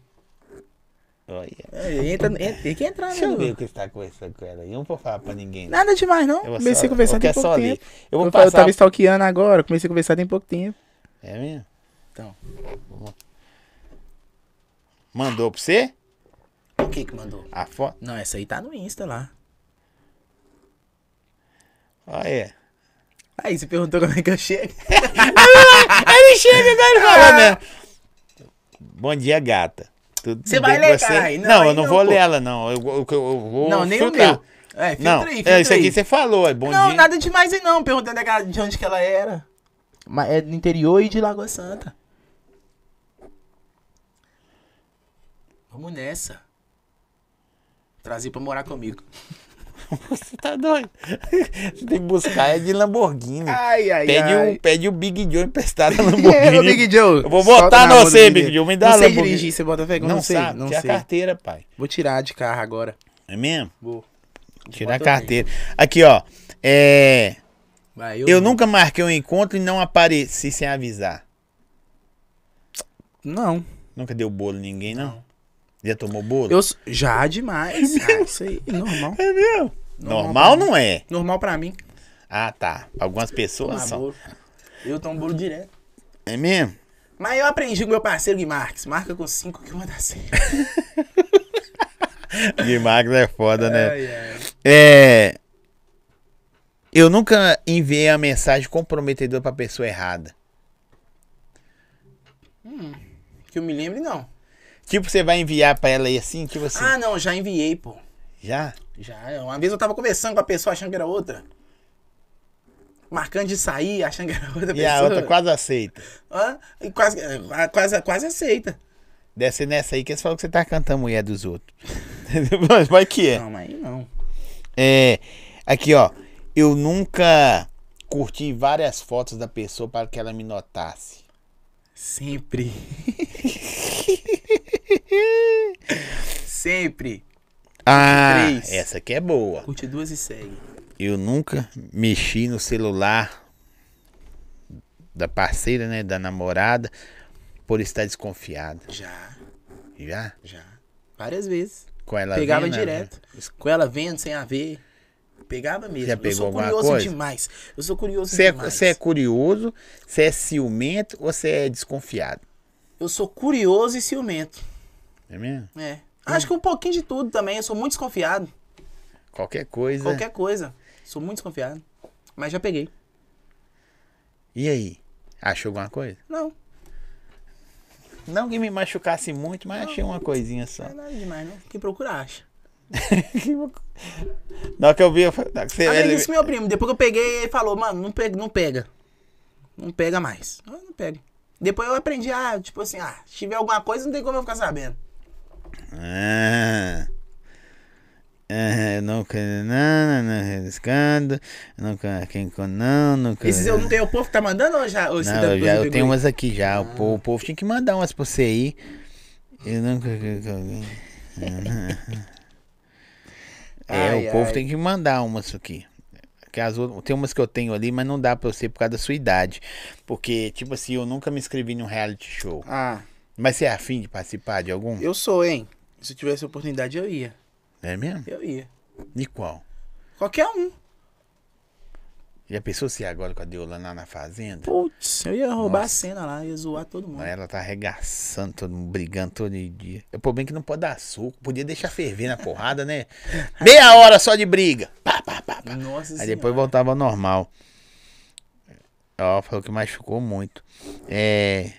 Speaker 1: Eu, olha.
Speaker 2: É, Entra, entra, tem que entrar, né?
Speaker 1: Deixa eu
Speaker 2: Dudu?
Speaker 1: ver o que você tá conversando com ela. aí. Eu não vou falar pra ninguém. não.
Speaker 2: Nada demais, não.
Speaker 1: Eu vou
Speaker 2: Comecei
Speaker 1: só-
Speaker 2: a conversar
Speaker 1: eu
Speaker 2: tem
Speaker 1: quero
Speaker 2: pouco
Speaker 1: só
Speaker 2: tempo.
Speaker 1: ler. Eu vou
Speaker 2: eu, fa- eu
Speaker 1: passar-
Speaker 2: tava stalkeando agora, comecei a conversar tem pouco tempo.
Speaker 1: É mesmo?
Speaker 2: Então.
Speaker 1: Mandou pra você
Speaker 2: O que que mandou?
Speaker 1: a foto?
Speaker 2: Não, essa aí tá no Insta lá.
Speaker 1: Olha.
Speaker 2: Aí, você perguntou como é que eu chego.
Speaker 1: Ele chega agora e fala
Speaker 2: Ah.
Speaker 1: mesmo. Bom dia, gata. Tudo
Speaker 2: Você
Speaker 1: bem
Speaker 2: vai
Speaker 1: com
Speaker 2: ler,
Speaker 1: você?
Speaker 2: caralho?
Speaker 1: Não,
Speaker 2: Não,
Speaker 1: eu
Speaker 2: aí
Speaker 1: não
Speaker 2: não,
Speaker 1: vou
Speaker 2: pô.
Speaker 1: ler ela, não. Eu, eu- eu- eu vou
Speaker 2: não, nem
Speaker 1: filtrar.
Speaker 2: o meu. É, filtra
Speaker 1: Não,
Speaker 2: aí, filtra
Speaker 1: é, isso
Speaker 2: aí.
Speaker 1: aqui você falou, é bom
Speaker 2: Não,
Speaker 1: dia.
Speaker 2: nada demais aí não, perguntando daquela- de onde que ela era. Mas é do interior e de Lagoa Santa. Vamos nessa. Trazer pra morar comigo.
Speaker 1: Você tá doido. Você tem que buscar, é de Lamborghini.
Speaker 2: Ai, ai,
Speaker 1: pede,
Speaker 2: ai.
Speaker 1: o, pede o Big Joe emprestado a
Speaker 2: Ô,
Speaker 1: Lamborghini.
Speaker 2: um Big Joe.
Speaker 1: Eu vou
Speaker 2: solta
Speaker 1: botar
Speaker 2: na mão do
Speaker 1: você, Big Joe, me dá a
Speaker 2: Não sei
Speaker 1: Lamborghini.
Speaker 2: dirigir, você bota fé que eu
Speaker 1: não,
Speaker 2: um não, sei,
Speaker 1: sabe,
Speaker 2: não
Speaker 1: tira
Speaker 2: sei.
Speaker 1: a carteira, pai.
Speaker 2: Vou tirar de carro agora.
Speaker 1: É mesmo?
Speaker 2: Vou.
Speaker 1: Tirar a
Speaker 2: Bota o
Speaker 1: carteira. Aqui, ó. É,
Speaker 2: Vai,
Speaker 1: eu nunca marquei um encontro e não apareci sem avisar.
Speaker 2: Não.
Speaker 1: Nunca deu bolo em ninguém, não? Já tomou bolo?
Speaker 2: Eu... s- Já demais. Ah, isso aí é normal.
Speaker 1: É mesmo? Normal
Speaker 2: Normal
Speaker 1: não é.
Speaker 2: Normal pra mim.
Speaker 1: Ah, tá. Algumas pessoas
Speaker 2: Tomar
Speaker 1: são.
Speaker 2: bolo. Eu tomo bolo direto.
Speaker 1: É mesmo?
Speaker 2: Mas eu aprendi com meu parceiro Gui Marques. Marca com 5 que uma dá 100.
Speaker 1: Guimarães é foda, né?
Speaker 2: Ai, ai.
Speaker 1: É. Eu nunca enviei a mensagem comprometedora pra pessoa errada.
Speaker 2: Que eu me lembre, não.
Speaker 1: Tipo, você vai enviar pra ela aí assim, tipo assim.
Speaker 2: Ah, não, já enviei, pô.
Speaker 1: Já?
Speaker 2: Já. é, Uma vez eu tava conversando com a pessoa achando que era outra. Marcando de sair, achando que era outra
Speaker 1: E
Speaker 2: pessoa.
Speaker 1: a outra quase aceita.
Speaker 2: Hã? E quase, eh, quase, quase aceita.
Speaker 1: Deve ser nessa aí que eles falam que você tá cantando a mulher dos outros. Mas vai que é.
Speaker 2: Não, mas aí não.
Speaker 1: É. Aqui, ó. Eu nunca curti várias fotos da pessoa para que ela me notasse.
Speaker 2: Sempre. Sempre.
Speaker 1: Ah,
Speaker 2: Três.
Speaker 1: essa é aqui é boa.
Speaker 2: Curte duas e segue.
Speaker 1: eu nunca mexi no celular da parceira, né? Da namorada, por estar desconfiado.
Speaker 2: Já,
Speaker 1: Já?
Speaker 2: já. Várias vezes.
Speaker 1: Com ela
Speaker 2: pegava
Speaker 1: vendo, né?
Speaker 2: direto. Com ela vendo sem a ver. Pegava mesmo.
Speaker 1: Já
Speaker 2: eu
Speaker 1: pegou
Speaker 2: sou
Speaker 1: alguma
Speaker 2: curioso
Speaker 1: coisa?
Speaker 2: demais. Eu sou curioso
Speaker 1: Você é,
Speaker 2: demais.
Speaker 1: você é curioso, você é ciumento ou você é desconfiado?
Speaker 2: Eu sou curioso e ciumento.
Speaker 1: É mesmo?
Speaker 2: É. Acho que um pouquinho de tudo também. Eu sou muito desconfiado.
Speaker 1: Qualquer coisa.
Speaker 2: Qualquer coisa. Sou muito desconfiado. Mas já peguei.
Speaker 1: E aí? Achou alguma coisa?
Speaker 2: Não,
Speaker 1: Não que me machucasse muito, mas achei uma coisinha só.
Speaker 2: não é nada demais, não. Quem procura acha.
Speaker 1: Na hora que eu vi, eu falei, "Tá, que você-
Speaker 2: Além
Speaker 1: ele-
Speaker 2: disso, meu primo, depois que eu peguei, ele falou, mano, não pega, não pega. Não pega mais. Ah, não pega. Depois eu aprendi a, tipo assim, ah, se tiver alguma coisa, não tem como eu ficar sabendo.
Speaker 1: Ah. Ah, eu não quero não, não quero escândalo, não quero quem com não, não quero.
Speaker 2: Esses eu não tenho, o povo que tá mandando ou já? Ou você
Speaker 1: é. Não,
Speaker 2: tá-
Speaker 1: eu, já,
Speaker 2: você
Speaker 1: eu
Speaker 2: pegou
Speaker 1: tenho
Speaker 2: aí?
Speaker 1: umas aqui já. O, povo, o povo tinha que mandar umas pra você aí. Eu não. é,
Speaker 2: Ai,
Speaker 1: o povo
Speaker 2: ai.
Speaker 1: tem que mandar umas aqui. Que as outras, tem umas que eu tenho ali, mas não dá pra você por causa da sua idade. Porque, tipo assim, eu nunca me inscrevi num reality show.
Speaker 2: Ah,
Speaker 1: Mas você é afim de participar de algum?
Speaker 2: eu sou, hein? Se eu tivesse oportunidade, eu ia.
Speaker 1: É mesmo?
Speaker 2: Eu ia.
Speaker 1: De qual?
Speaker 2: Qualquer um.
Speaker 1: Já pensou se é agora com a Deolana lá na fazenda?
Speaker 2: Putz, eu ia roubar
Speaker 1: Nossa.
Speaker 2: a cena lá, ia zoar todo mundo.
Speaker 1: Ela tá arregaçando, todo mundo brigando todo dia. O problema é que não pode dar suco, podia deixar ferver na porrada, né? Meia hora só de briga. Pá, pá, pá, pá.
Speaker 2: Nossa
Speaker 1: Aí
Speaker 2: senhora.
Speaker 1: depois voltava ao normal. Ó, falou que machucou muito. É.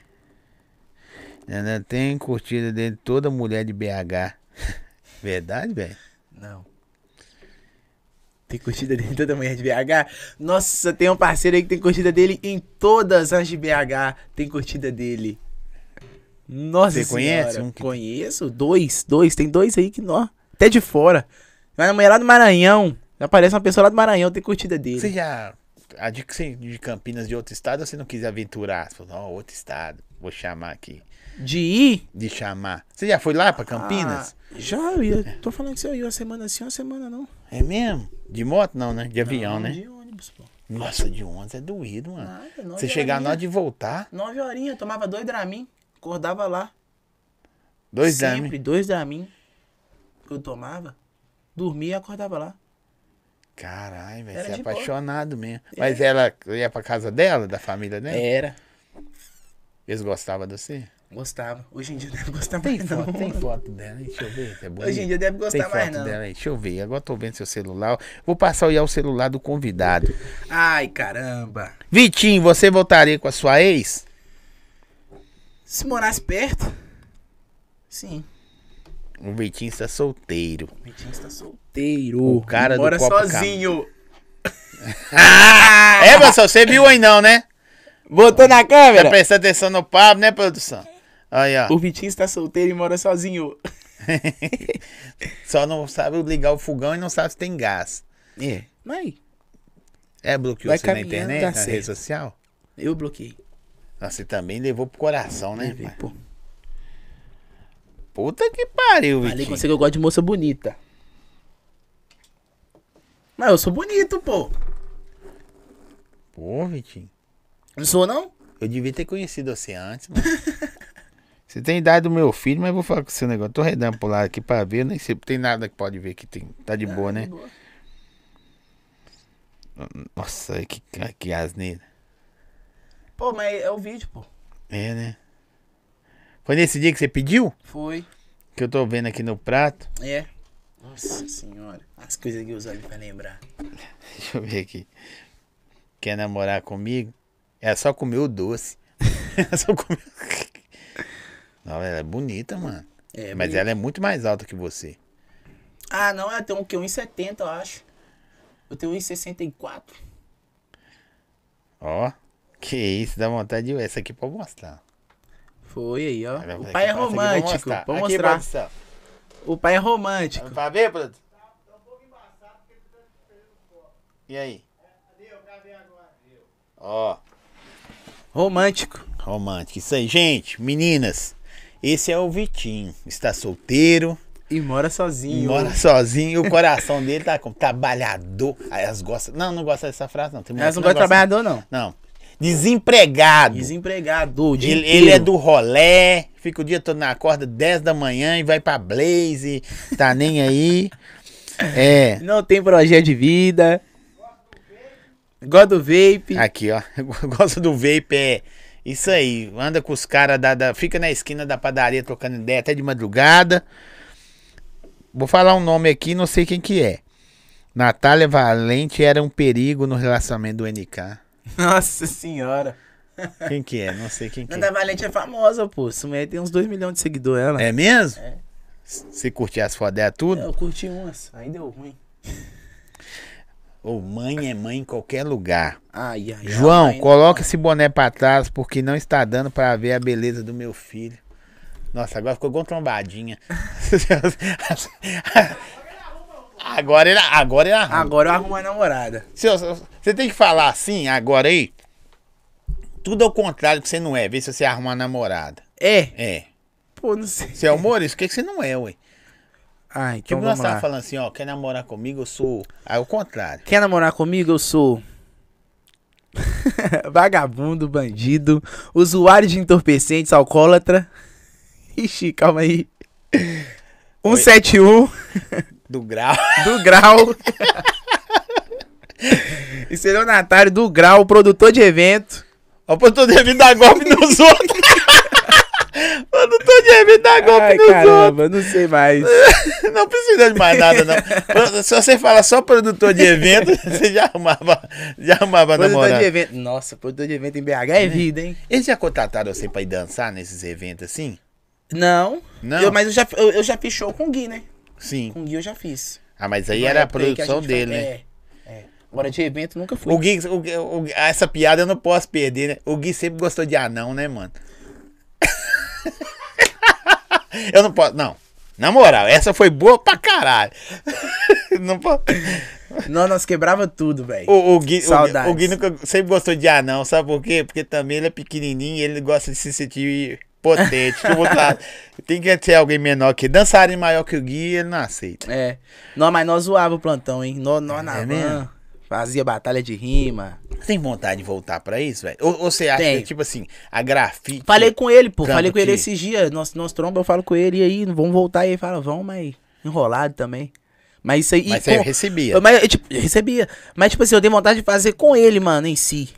Speaker 1: Ela tem curtida dele toda mulher de BH. Verdade, velho?
Speaker 2: Não. Tem curtida dele em toda mulher de BH? Nossa, tem um parceiro aí que tem curtida dele em todas as de BH. Tem curtida dele. Nossa
Speaker 1: Você
Speaker 2: senhora.
Speaker 1: conhece um que-
Speaker 2: Conheço. Dois, dois. Tem dois aí que nó. Até de fora. Mas na mulher é lá do Maranhão. Aparece uma pessoa lá do Maranhão, tem curtida dele.
Speaker 1: Você já. A dica que você- de Campinas de outro estado, ou você não quis aventurar? Você falou, ó, outro estado, vou chamar aqui.
Speaker 2: De ir.
Speaker 1: de chamar. Você já foi lá pra Campinas?
Speaker 2: Ah, já, eu ia. Tô falando que você ia uma semana assim, uma semana não.
Speaker 1: É mesmo? De moto não, né? De avião, né?
Speaker 2: De ônibus, pô.
Speaker 1: Nossa, de 11 é doído, mano.
Speaker 2: Nada, nove
Speaker 1: Você chegar na hora
Speaker 2: horinhas.
Speaker 1: de voltar,
Speaker 2: Nove horinhas, tomava dois Dramin. Acordava lá.
Speaker 1: dois
Speaker 2: Sempre,
Speaker 1: anos.
Speaker 2: dois Dramin que eu tomava, dormia e acordava lá.
Speaker 1: Caralho, velho,
Speaker 2: Era
Speaker 1: você é
Speaker 2: de boa. É.
Speaker 1: apaixonado mesmo. Mas ela ia pra casa dela, da família dela?
Speaker 2: Era.
Speaker 1: Eles gostavam de você?
Speaker 2: Gostava. Hoje em dia deve gostar
Speaker 1: Tem
Speaker 2: mais
Speaker 1: foto,
Speaker 2: não.
Speaker 1: tem foto dela aí, deixa eu ver. se É bonito.
Speaker 2: Hoje em dia deve gostar
Speaker 1: tem foto
Speaker 2: mais não.
Speaker 1: dela aí, deixa eu ver. Agora eu tô vendo seu celular. Vou passar olhar o celular do convidado.
Speaker 2: Ai, caramba.
Speaker 1: Vitinho, você voltaria com a sua ex?
Speaker 2: Se morasse perto, sim.
Speaker 1: O Vitinho está solteiro.
Speaker 2: O Vitinho está solteiro.
Speaker 1: O cara do
Speaker 2: Mora
Speaker 1: Copacabana.
Speaker 2: sozinho.
Speaker 1: É, pessoal, você viu aí não, né?
Speaker 2: Botou na
Speaker 1: Tá
Speaker 2: câmera.
Speaker 1: prestando atenção no papo, né, produção? Aí, ó.
Speaker 2: O Vitinho está solteiro e mora sozinho.
Speaker 1: Só não sabe ligar o fogão e não sabe se tem gás.
Speaker 2: É. Mas
Speaker 1: É, bloqueou
Speaker 2: Vai
Speaker 1: você na
Speaker 2: caminhando,
Speaker 1: internet,
Speaker 2: dá
Speaker 1: na
Speaker 2: certo.
Speaker 1: rede social?
Speaker 2: eu bloqueei.
Speaker 1: Nossa, você também levou pro coração, né?
Speaker 2: Levei,
Speaker 1: pai?
Speaker 2: pô.
Speaker 1: Puta que pariu,
Speaker 2: Falei com
Speaker 1: Vitinho.
Speaker 2: você que eu gosto de moça bonita. Mas eu sou bonito, pô.
Speaker 1: Pô, Vitinho.
Speaker 2: Não sou, não?
Speaker 1: Eu devia ter conhecido você antes, mano. Você tem idade do meu filho, mas vou falar com esse negócio. Tô redando pro lado aqui pra ver, nem sei. Tem nada que pode ver que tem. Tá de boa, né? Nossa, que, que asneira.
Speaker 2: Pô, mas é o vídeo, pô.
Speaker 1: É, né? Foi nesse dia que você pediu?
Speaker 2: Foi.
Speaker 1: Que eu tô vendo aqui no prato.
Speaker 2: É. Nossa senhora. As coisas que eu usava pra lembrar.
Speaker 1: Deixa eu ver aqui. Quer namorar comigo? É só comer o doce. É só comer. Não, ela é bonita, mano. Mas é-
Speaker 2: É, bonito.
Speaker 1: ela é muito mais alta que você.
Speaker 2: Ah, não, ela tem um que? 1,70, eu acho. Eu tenho 1,64.
Speaker 1: Ó. Que isso, dá vontade de. Essa aqui pode mostrar.
Speaker 2: Foi aí, ó.
Speaker 1: Essa aqui-
Speaker 2: O pai é
Speaker 1: essa aqui pode
Speaker 2: romântico. Vou
Speaker 1: tá Aqui,
Speaker 2: mostrar.
Speaker 1: produção.
Speaker 2: O pai é romântico.
Speaker 1: Pra ver, produção? E aí? Ó.
Speaker 2: Romântico.
Speaker 1: Romântico. Isso aí, gente, meninas. Esse é o Vitinho. Está solteiro,
Speaker 3: E mora sozinho.
Speaker 1: Mora sozinho, o coração dele tá como trabalhador. Aí elas gostam. Não, não gosta dessa frase, não. Tem mulher
Speaker 3: Elas não
Speaker 1: que
Speaker 3: gostam de trabalhador, não.
Speaker 1: Não. Desempregado.
Speaker 2: Desempregado. o dia
Speaker 1: Ele, ele é
Speaker 2: inteiro.
Speaker 1: do rolé, fica o dia todo na corda, 10 da manhã e vai pra Blaze, tá nem aí. É.
Speaker 2: Não tem projeto de vida. Gosta do vape.
Speaker 1: Aqui, ó. Gosta do vape, é. Isso aí. Anda com os caras da, da- Fica na esquina da padaria trocando ideia até de madrugada. Vou falar um nome aqui, não sei quem que é. Natália Valente era um perigo no relacionamento do NK.
Speaker 2: Nossa senhora.
Speaker 1: Quem que é? Não sei quem que é.
Speaker 2: Nanda Valente é famosa, pô. Essa mulher tem uns 2 milhões de seguidores, ela.
Speaker 1: É mesmo? Se curtir as fotos dela tudo?
Speaker 2: Eu curti umas, aí deu ruim.
Speaker 1: Ou mãe é mãe em qualquer lugar.
Speaker 2: Ai, ai, ai,
Speaker 1: É, João,
Speaker 2: ai.
Speaker 1: coloca esse boné pra trás porque não está dando pra ver a beleza do meu filho. Nossa, agora ficou igual trombadinha. agora ele, agora ele arruma.
Speaker 2: Agora eu arrumo a namorada.
Speaker 1: Seu- Você tem que falar assim agora aí. Tudo ao contrário que você não é. Vê se você arruma uma namorada.
Speaker 2: É.
Speaker 1: É.
Speaker 2: Pô, não sei.
Speaker 1: Você é humorista? O que que você não é, ué?
Speaker 2: Ai, então
Speaker 1: Tipo, nós
Speaker 2: vamos
Speaker 1: tava
Speaker 2: lá.
Speaker 1: falando assim, ó, quer namorar comigo? Eu sou. Aí o contrário.
Speaker 2: Quer namorar comigo? Eu sou... Vagabundo, bandido, usuário de entorpecentes, alcoólatra. Ixi, calma aí. 171
Speaker 1: Do grau.
Speaker 2: do grau. Estelionatário do grau, produtor de evento.
Speaker 1: Ó, pra eu tô devendo dar golpe nos outros. eu não tô devendo dar golpe
Speaker 2: Ai,
Speaker 1: nos outros.
Speaker 2: caramba, não sei mais.
Speaker 1: Não precisa de mais nada, não. Se você fala só produtor de evento, você já arrumava, já arrumava
Speaker 2: Produtor de
Speaker 1: namorado. Né?
Speaker 2: evento. Nossa, produtor de evento em BH é vida, hein?
Speaker 1: Eles já contrataram você pra ir dançar nesses eventos assim?
Speaker 2: Não.
Speaker 1: Não?
Speaker 2: Eu- mas eu já, eu, eu já fiz show com o Gui, né?
Speaker 1: Sim.
Speaker 2: Com o Gui eu já fiz.
Speaker 1: Ah, mas aí
Speaker 2: Na
Speaker 1: era a
Speaker 2: época aí é que
Speaker 1: produção
Speaker 2: gente
Speaker 1: dele,
Speaker 2: faz-
Speaker 1: né?
Speaker 2: É, é. Agora de evento nunca fui.
Speaker 1: O Gui, o Gui- o Gui- ah, essa piada eu não posso perder, né? O Gui sempre gostou de anão, né, mano? eu não posso, não. Na moral, essa foi boa pra caralho. não posso.
Speaker 2: Não, nós quebrava tudo, velho.
Speaker 1: O, o, Gui, o Gui-
Speaker 2: Saudades.
Speaker 1: o Gui nunca, sempre gostou de anão, sabe por quê? Porque também ele é pequenininho e ele gosta de se sentir potente. Deixa eu botar- tem que ter alguém menor que dançarem maior que o Gui, ele não aceita.
Speaker 2: É. Não, mas nós zoava o plantão, hein? Nós, nós na
Speaker 1: É
Speaker 2: van. Fazia batalha de rima.
Speaker 1: Você Tem vontade de voltar pra isso, velho? Ou, ou você acha,
Speaker 2: Tenho.
Speaker 1: que, tipo assim, a grafite...
Speaker 2: Falei com ele, pô.
Speaker 1: Canto
Speaker 2: Falei com ele
Speaker 1: que-
Speaker 2: esses dias. Nós, nós tromba, eu falo com ele. E aí, vamos voltar. E ele fala, vamos, mas enrolado também. Mas isso aí.
Speaker 1: Mas
Speaker 2: com-
Speaker 1: você recebia.
Speaker 2: Eu- Mas eu, tipo, eu recebia. Mas, tipo assim, eu tenho vontade de fazer com ele, mano, em si.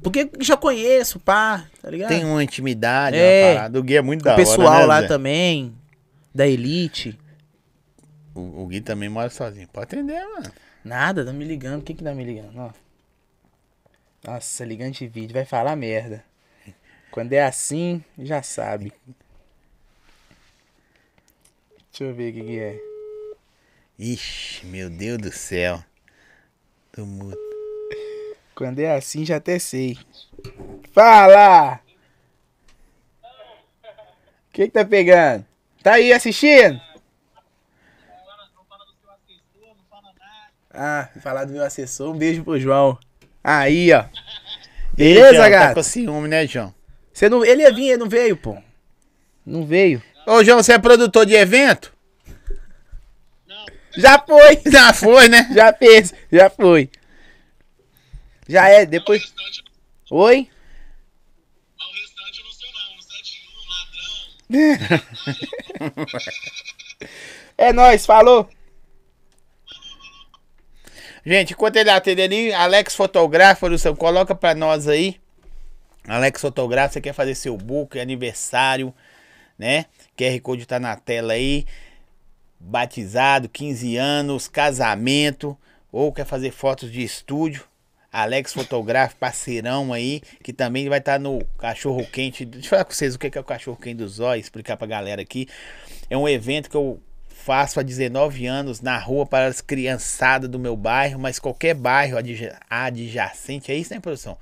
Speaker 2: Porque já conheço, pá, tá ligado?
Speaker 1: Tem uma intimidade,
Speaker 2: É.
Speaker 1: uma parada. O Gui é muito da
Speaker 2: o
Speaker 1: hora,
Speaker 2: pessoal
Speaker 1: né,
Speaker 2: lá tá-
Speaker 1: Zé?
Speaker 2: também, da Elite.
Speaker 1: O, o Gui também mora sozinho. Pode atender, mano.
Speaker 2: Nada, tá me ligando. O que que tá me ligando? Ó. Nossa, ligando de vídeo, vai falar merda. Quando é assim, já sabe. Deixa eu ver o que que é.
Speaker 1: Ixi, meu Deus do céu. Tô mu-
Speaker 2: Quando é assim, já até sei. Fala! O que, que tá pegando? Tá aí assistindo? Ah, falar do meu assessor, um beijo pro João. Aí, ó.
Speaker 1: Ei,
Speaker 2: Beleza,
Speaker 1: João, Tá
Speaker 2: gato?
Speaker 1: com ciúme, né, João?
Speaker 2: Você não, ele ia vir, ele não veio, pô. Não veio.
Speaker 1: Ô, João, você é produtor de evento?
Speaker 2: Já foi!
Speaker 1: Já foi, né?
Speaker 2: Já fez, já foi. Já é, depois. Oi?
Speaker 4: Não, o restante eu não sei não. 171, ladrão. Um
Speaker 2: É nóis, falou!
Speaker 1: Gente, enquanto ele atende ali, Alex Fotógrafo, Luciano, coloca pra nós aí. Alex Fotógrafo, você quer fazer seu book, aniversário, né? QR Code tá na tela aí. Batizado, 15 anos, casamento, ou quer fazer fotos de estúdio. Alex Fotógrafo, parceirão aí, que também vai estar no Cachorro Quente. Deixa eu falar com vocês o que que é o Cachorro Quente do Zói, explicar pra galera aqui. É um evento que eu faço há 19 anos na rua para as criançadas do meu bairro, mas qualquer bairro adja- adjacente, é isso, né, produção?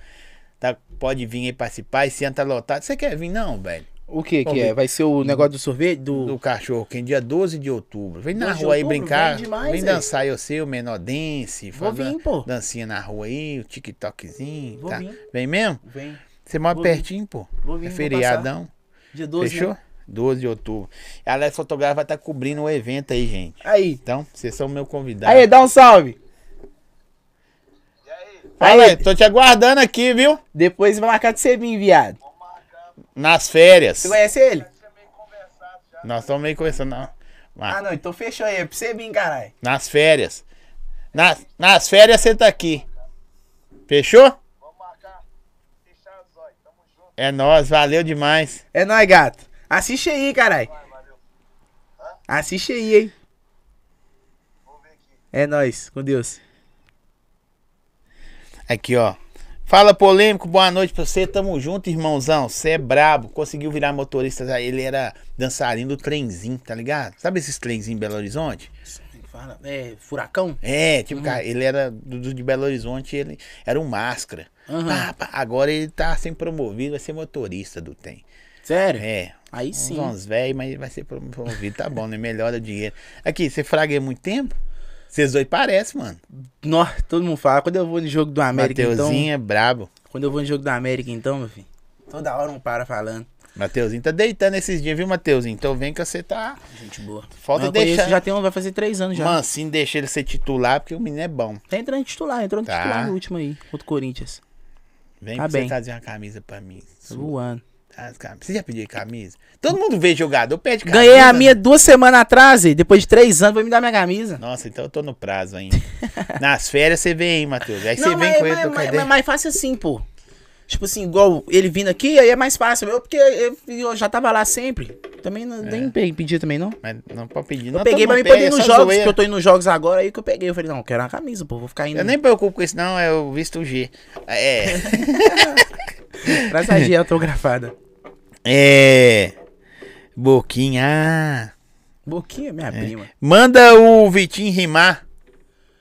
Speaker 1: Tá, pode vir aí participar, esse ano tá lotado. Você quer vir, não, velho?
Speaker 2: O que que
Speaker 1: Vamos
Speaker 2: é?
Speaker 1: ver.
Speaker 2: Vai ser o negócio do sorvete? Do...
Speaker 1: Do cachorro quente, dia 12 de outubro. Vem na
Speaker 2: 12 Hum. de
Speaker 1: rua aí
Speaker 2: outubro,
Speaker 1: brincar.
Speaker 2: vem demais,
Speaker 1: vem
Speaker 2: é.
Speaker 1: dançar, eu sei, o menodense.
Speaker 2: Vou
Speaker 1: fazer
Speaker 2: vir,
Speaker 1: uma
Speaker 2: pô.
Speaker 1: Dancinha na rua aí, o TikTokzinho.
Speaker 2: Vou
Speaker 1: tá?
Speaker 2: vir.
Speaker 1: Vem mesmo?
Speaker 2: Vem.
Speaker 1: Você mora
Speaker 2: Vou vir.
Speaker 1: pertinho, pô.
Speaker 2: Vou vir,
Speaker 1: é
Speaker 2: vou
Speaker 1: feriadão.
Speaker 2: Dia 12,
Speaker 1: Fechou?
Speaker 2: né?
Speaker 1: 12 de outubro. A Alex Fotográfica vai estar cobrindo o evento aí, gente.
Speaker 2: Aí.
Speaker 1: Então, vocês são meu convidado.
Speaker 2: Aí, dá um salve.
Speaker 4: E aí?
Speaker 1: Fala
Speaker 2: aí.
Speaker 1: aí, tô te aguardando aqui, viu?
Speaker 2: Depois vai marcar de você vir, viado.
Speaker 4: Vamos marcar.
Speaker 1: Nas férias.
Speaker 2: Você conhece ele?
Speaker 4: Você é meio conversado já.
Speaker 1: Nós estamos meio conversando. não. Mas,
Speaker 2: Ah, não, então fechou aí. É pra você vir, caralho.
Speaker 1: Nas férias. Nas, nas férias você tá aqui. Fechou?
Speaker 4: Vamos marcar. Fechar os olhos. Tamo junto.
Speaker 1: É nóis, valeu demais.
Speaker 2: É nóis, gato. Assiste aí, caralho.
Speaker 4: Vai, valeu.
Speaker 2: Assiste aí, hein.
Speaker 4: Vou ver aqui.
Speaker 2: É nóis. Com Deus.
Speaker 1: Aqui, ó. Fala polêmico, boa noite pra você. Tamo junto, irmãozão. Você é brabo. Conseguiu virar motorista. já. Ele era dançarino do trenzinho, tá ligado? Sabe esses trenzinhos em Belo Horizonte?
Speaker 2: É, furacão?
Speaker 1: É,
Speaker 2: Uhum.
Speaker 1: tipo, cara, ele era do, do- de Belo Horizonte, ele era um máscara.
Speaker 2: Uhum.
Speaker 1: Pá, pá, agora ele tá sendo promovido, vai ser motorista do trem.
Speaker 2: Sério?
Speaker 1: É.
Speaker 2: Aí
Speaker 1: uns-
Speaker 2: sim.
Speaker 1: Uns velhos, mas vai ser promovido. Tá bom, né? Melhora o dinheiro. Aqui, você fraguei muito tempo? Vocês dois parecem, mano.
Speaker 2: Nossa, todo mundo fala. Quando eu vou no jogo do América,
Speaker 1: Mateuzinho é brabo.
Speaker 2: então. Quando eu vou no jogo do América, então, meu filho. Toda hora um para falando.
Speaker 1: Mateuzinho tá deitando esses dias, viu, Mateuzinho? Então vem que você tá.
Speaker 2: Gente boa.
Speaker 1: Falta
Speaker 2: Mas eu conheço,
Speaker 1: deixar-
Speaker 2: Já tem um, vai fazer três anos já.
Speaker 1: Mansinho, deixa ele ser titular, porque o menino é bom.
Speaker 2: Tá entrando em titular, entrou no
Speaker 1: Tá.
Speaker 2: titular no último aí, contra o Corinthians.
Speaker 1: Vem
Speaker 2: Tá
Speaker 1: pra você
Speaker 2: bem.
Speaker 1: trazer uma camisa pra mim. Sua.
Speaker 2: Zoando.
Speaker 1: As camisas. Você já pediu camisa? Todo mundo vê jogador, pede camisa.
Speaker 2: Ganhei a
Speaker 1: né?
Speaker 2: minha duas semanas atrás, e depois de três anos, vai me dar minha camisa.
Speaker 1: Nossa, então eu tô no prazo ainda. Nas férias você vem, hein, Matheus. Aí É você
Speaker 2: Não,
Speaker 1: vem
Speaker 2: mas,
Speaker 1: com ele
Speaker 2: mas-
Speaker 1: trocar
Speaker 2: mas-
Speaker 1: ideia.
Speaker 2: mas mais fácil assim, pô. Tipo assim, igual ele vindo aqui, aí é mais fácil. Eu, porque eu, eu já tava lá sempre. Também não, nem pe- pedi também, não.
Speaker 1: Mas É. não tá é pode pedir.
Speaker 2: Eu peguei pra mim poder ir nos jogos, porque eu tô indo nos jogos agora, aí que eu peguei. Eu falei, não, eu quero uma camisa, pô, vou ficar indo.
Speaker 1: Eu nem me preocupo com isso, não. Eu visto o G. É.
Speaker 2: Graças a Deus, autografada.
Speaker 1: é. Boquinha. ah.
Speaker 2: Boquinha, minha prima.
Speaker 1: Manda o Vitinho rimar.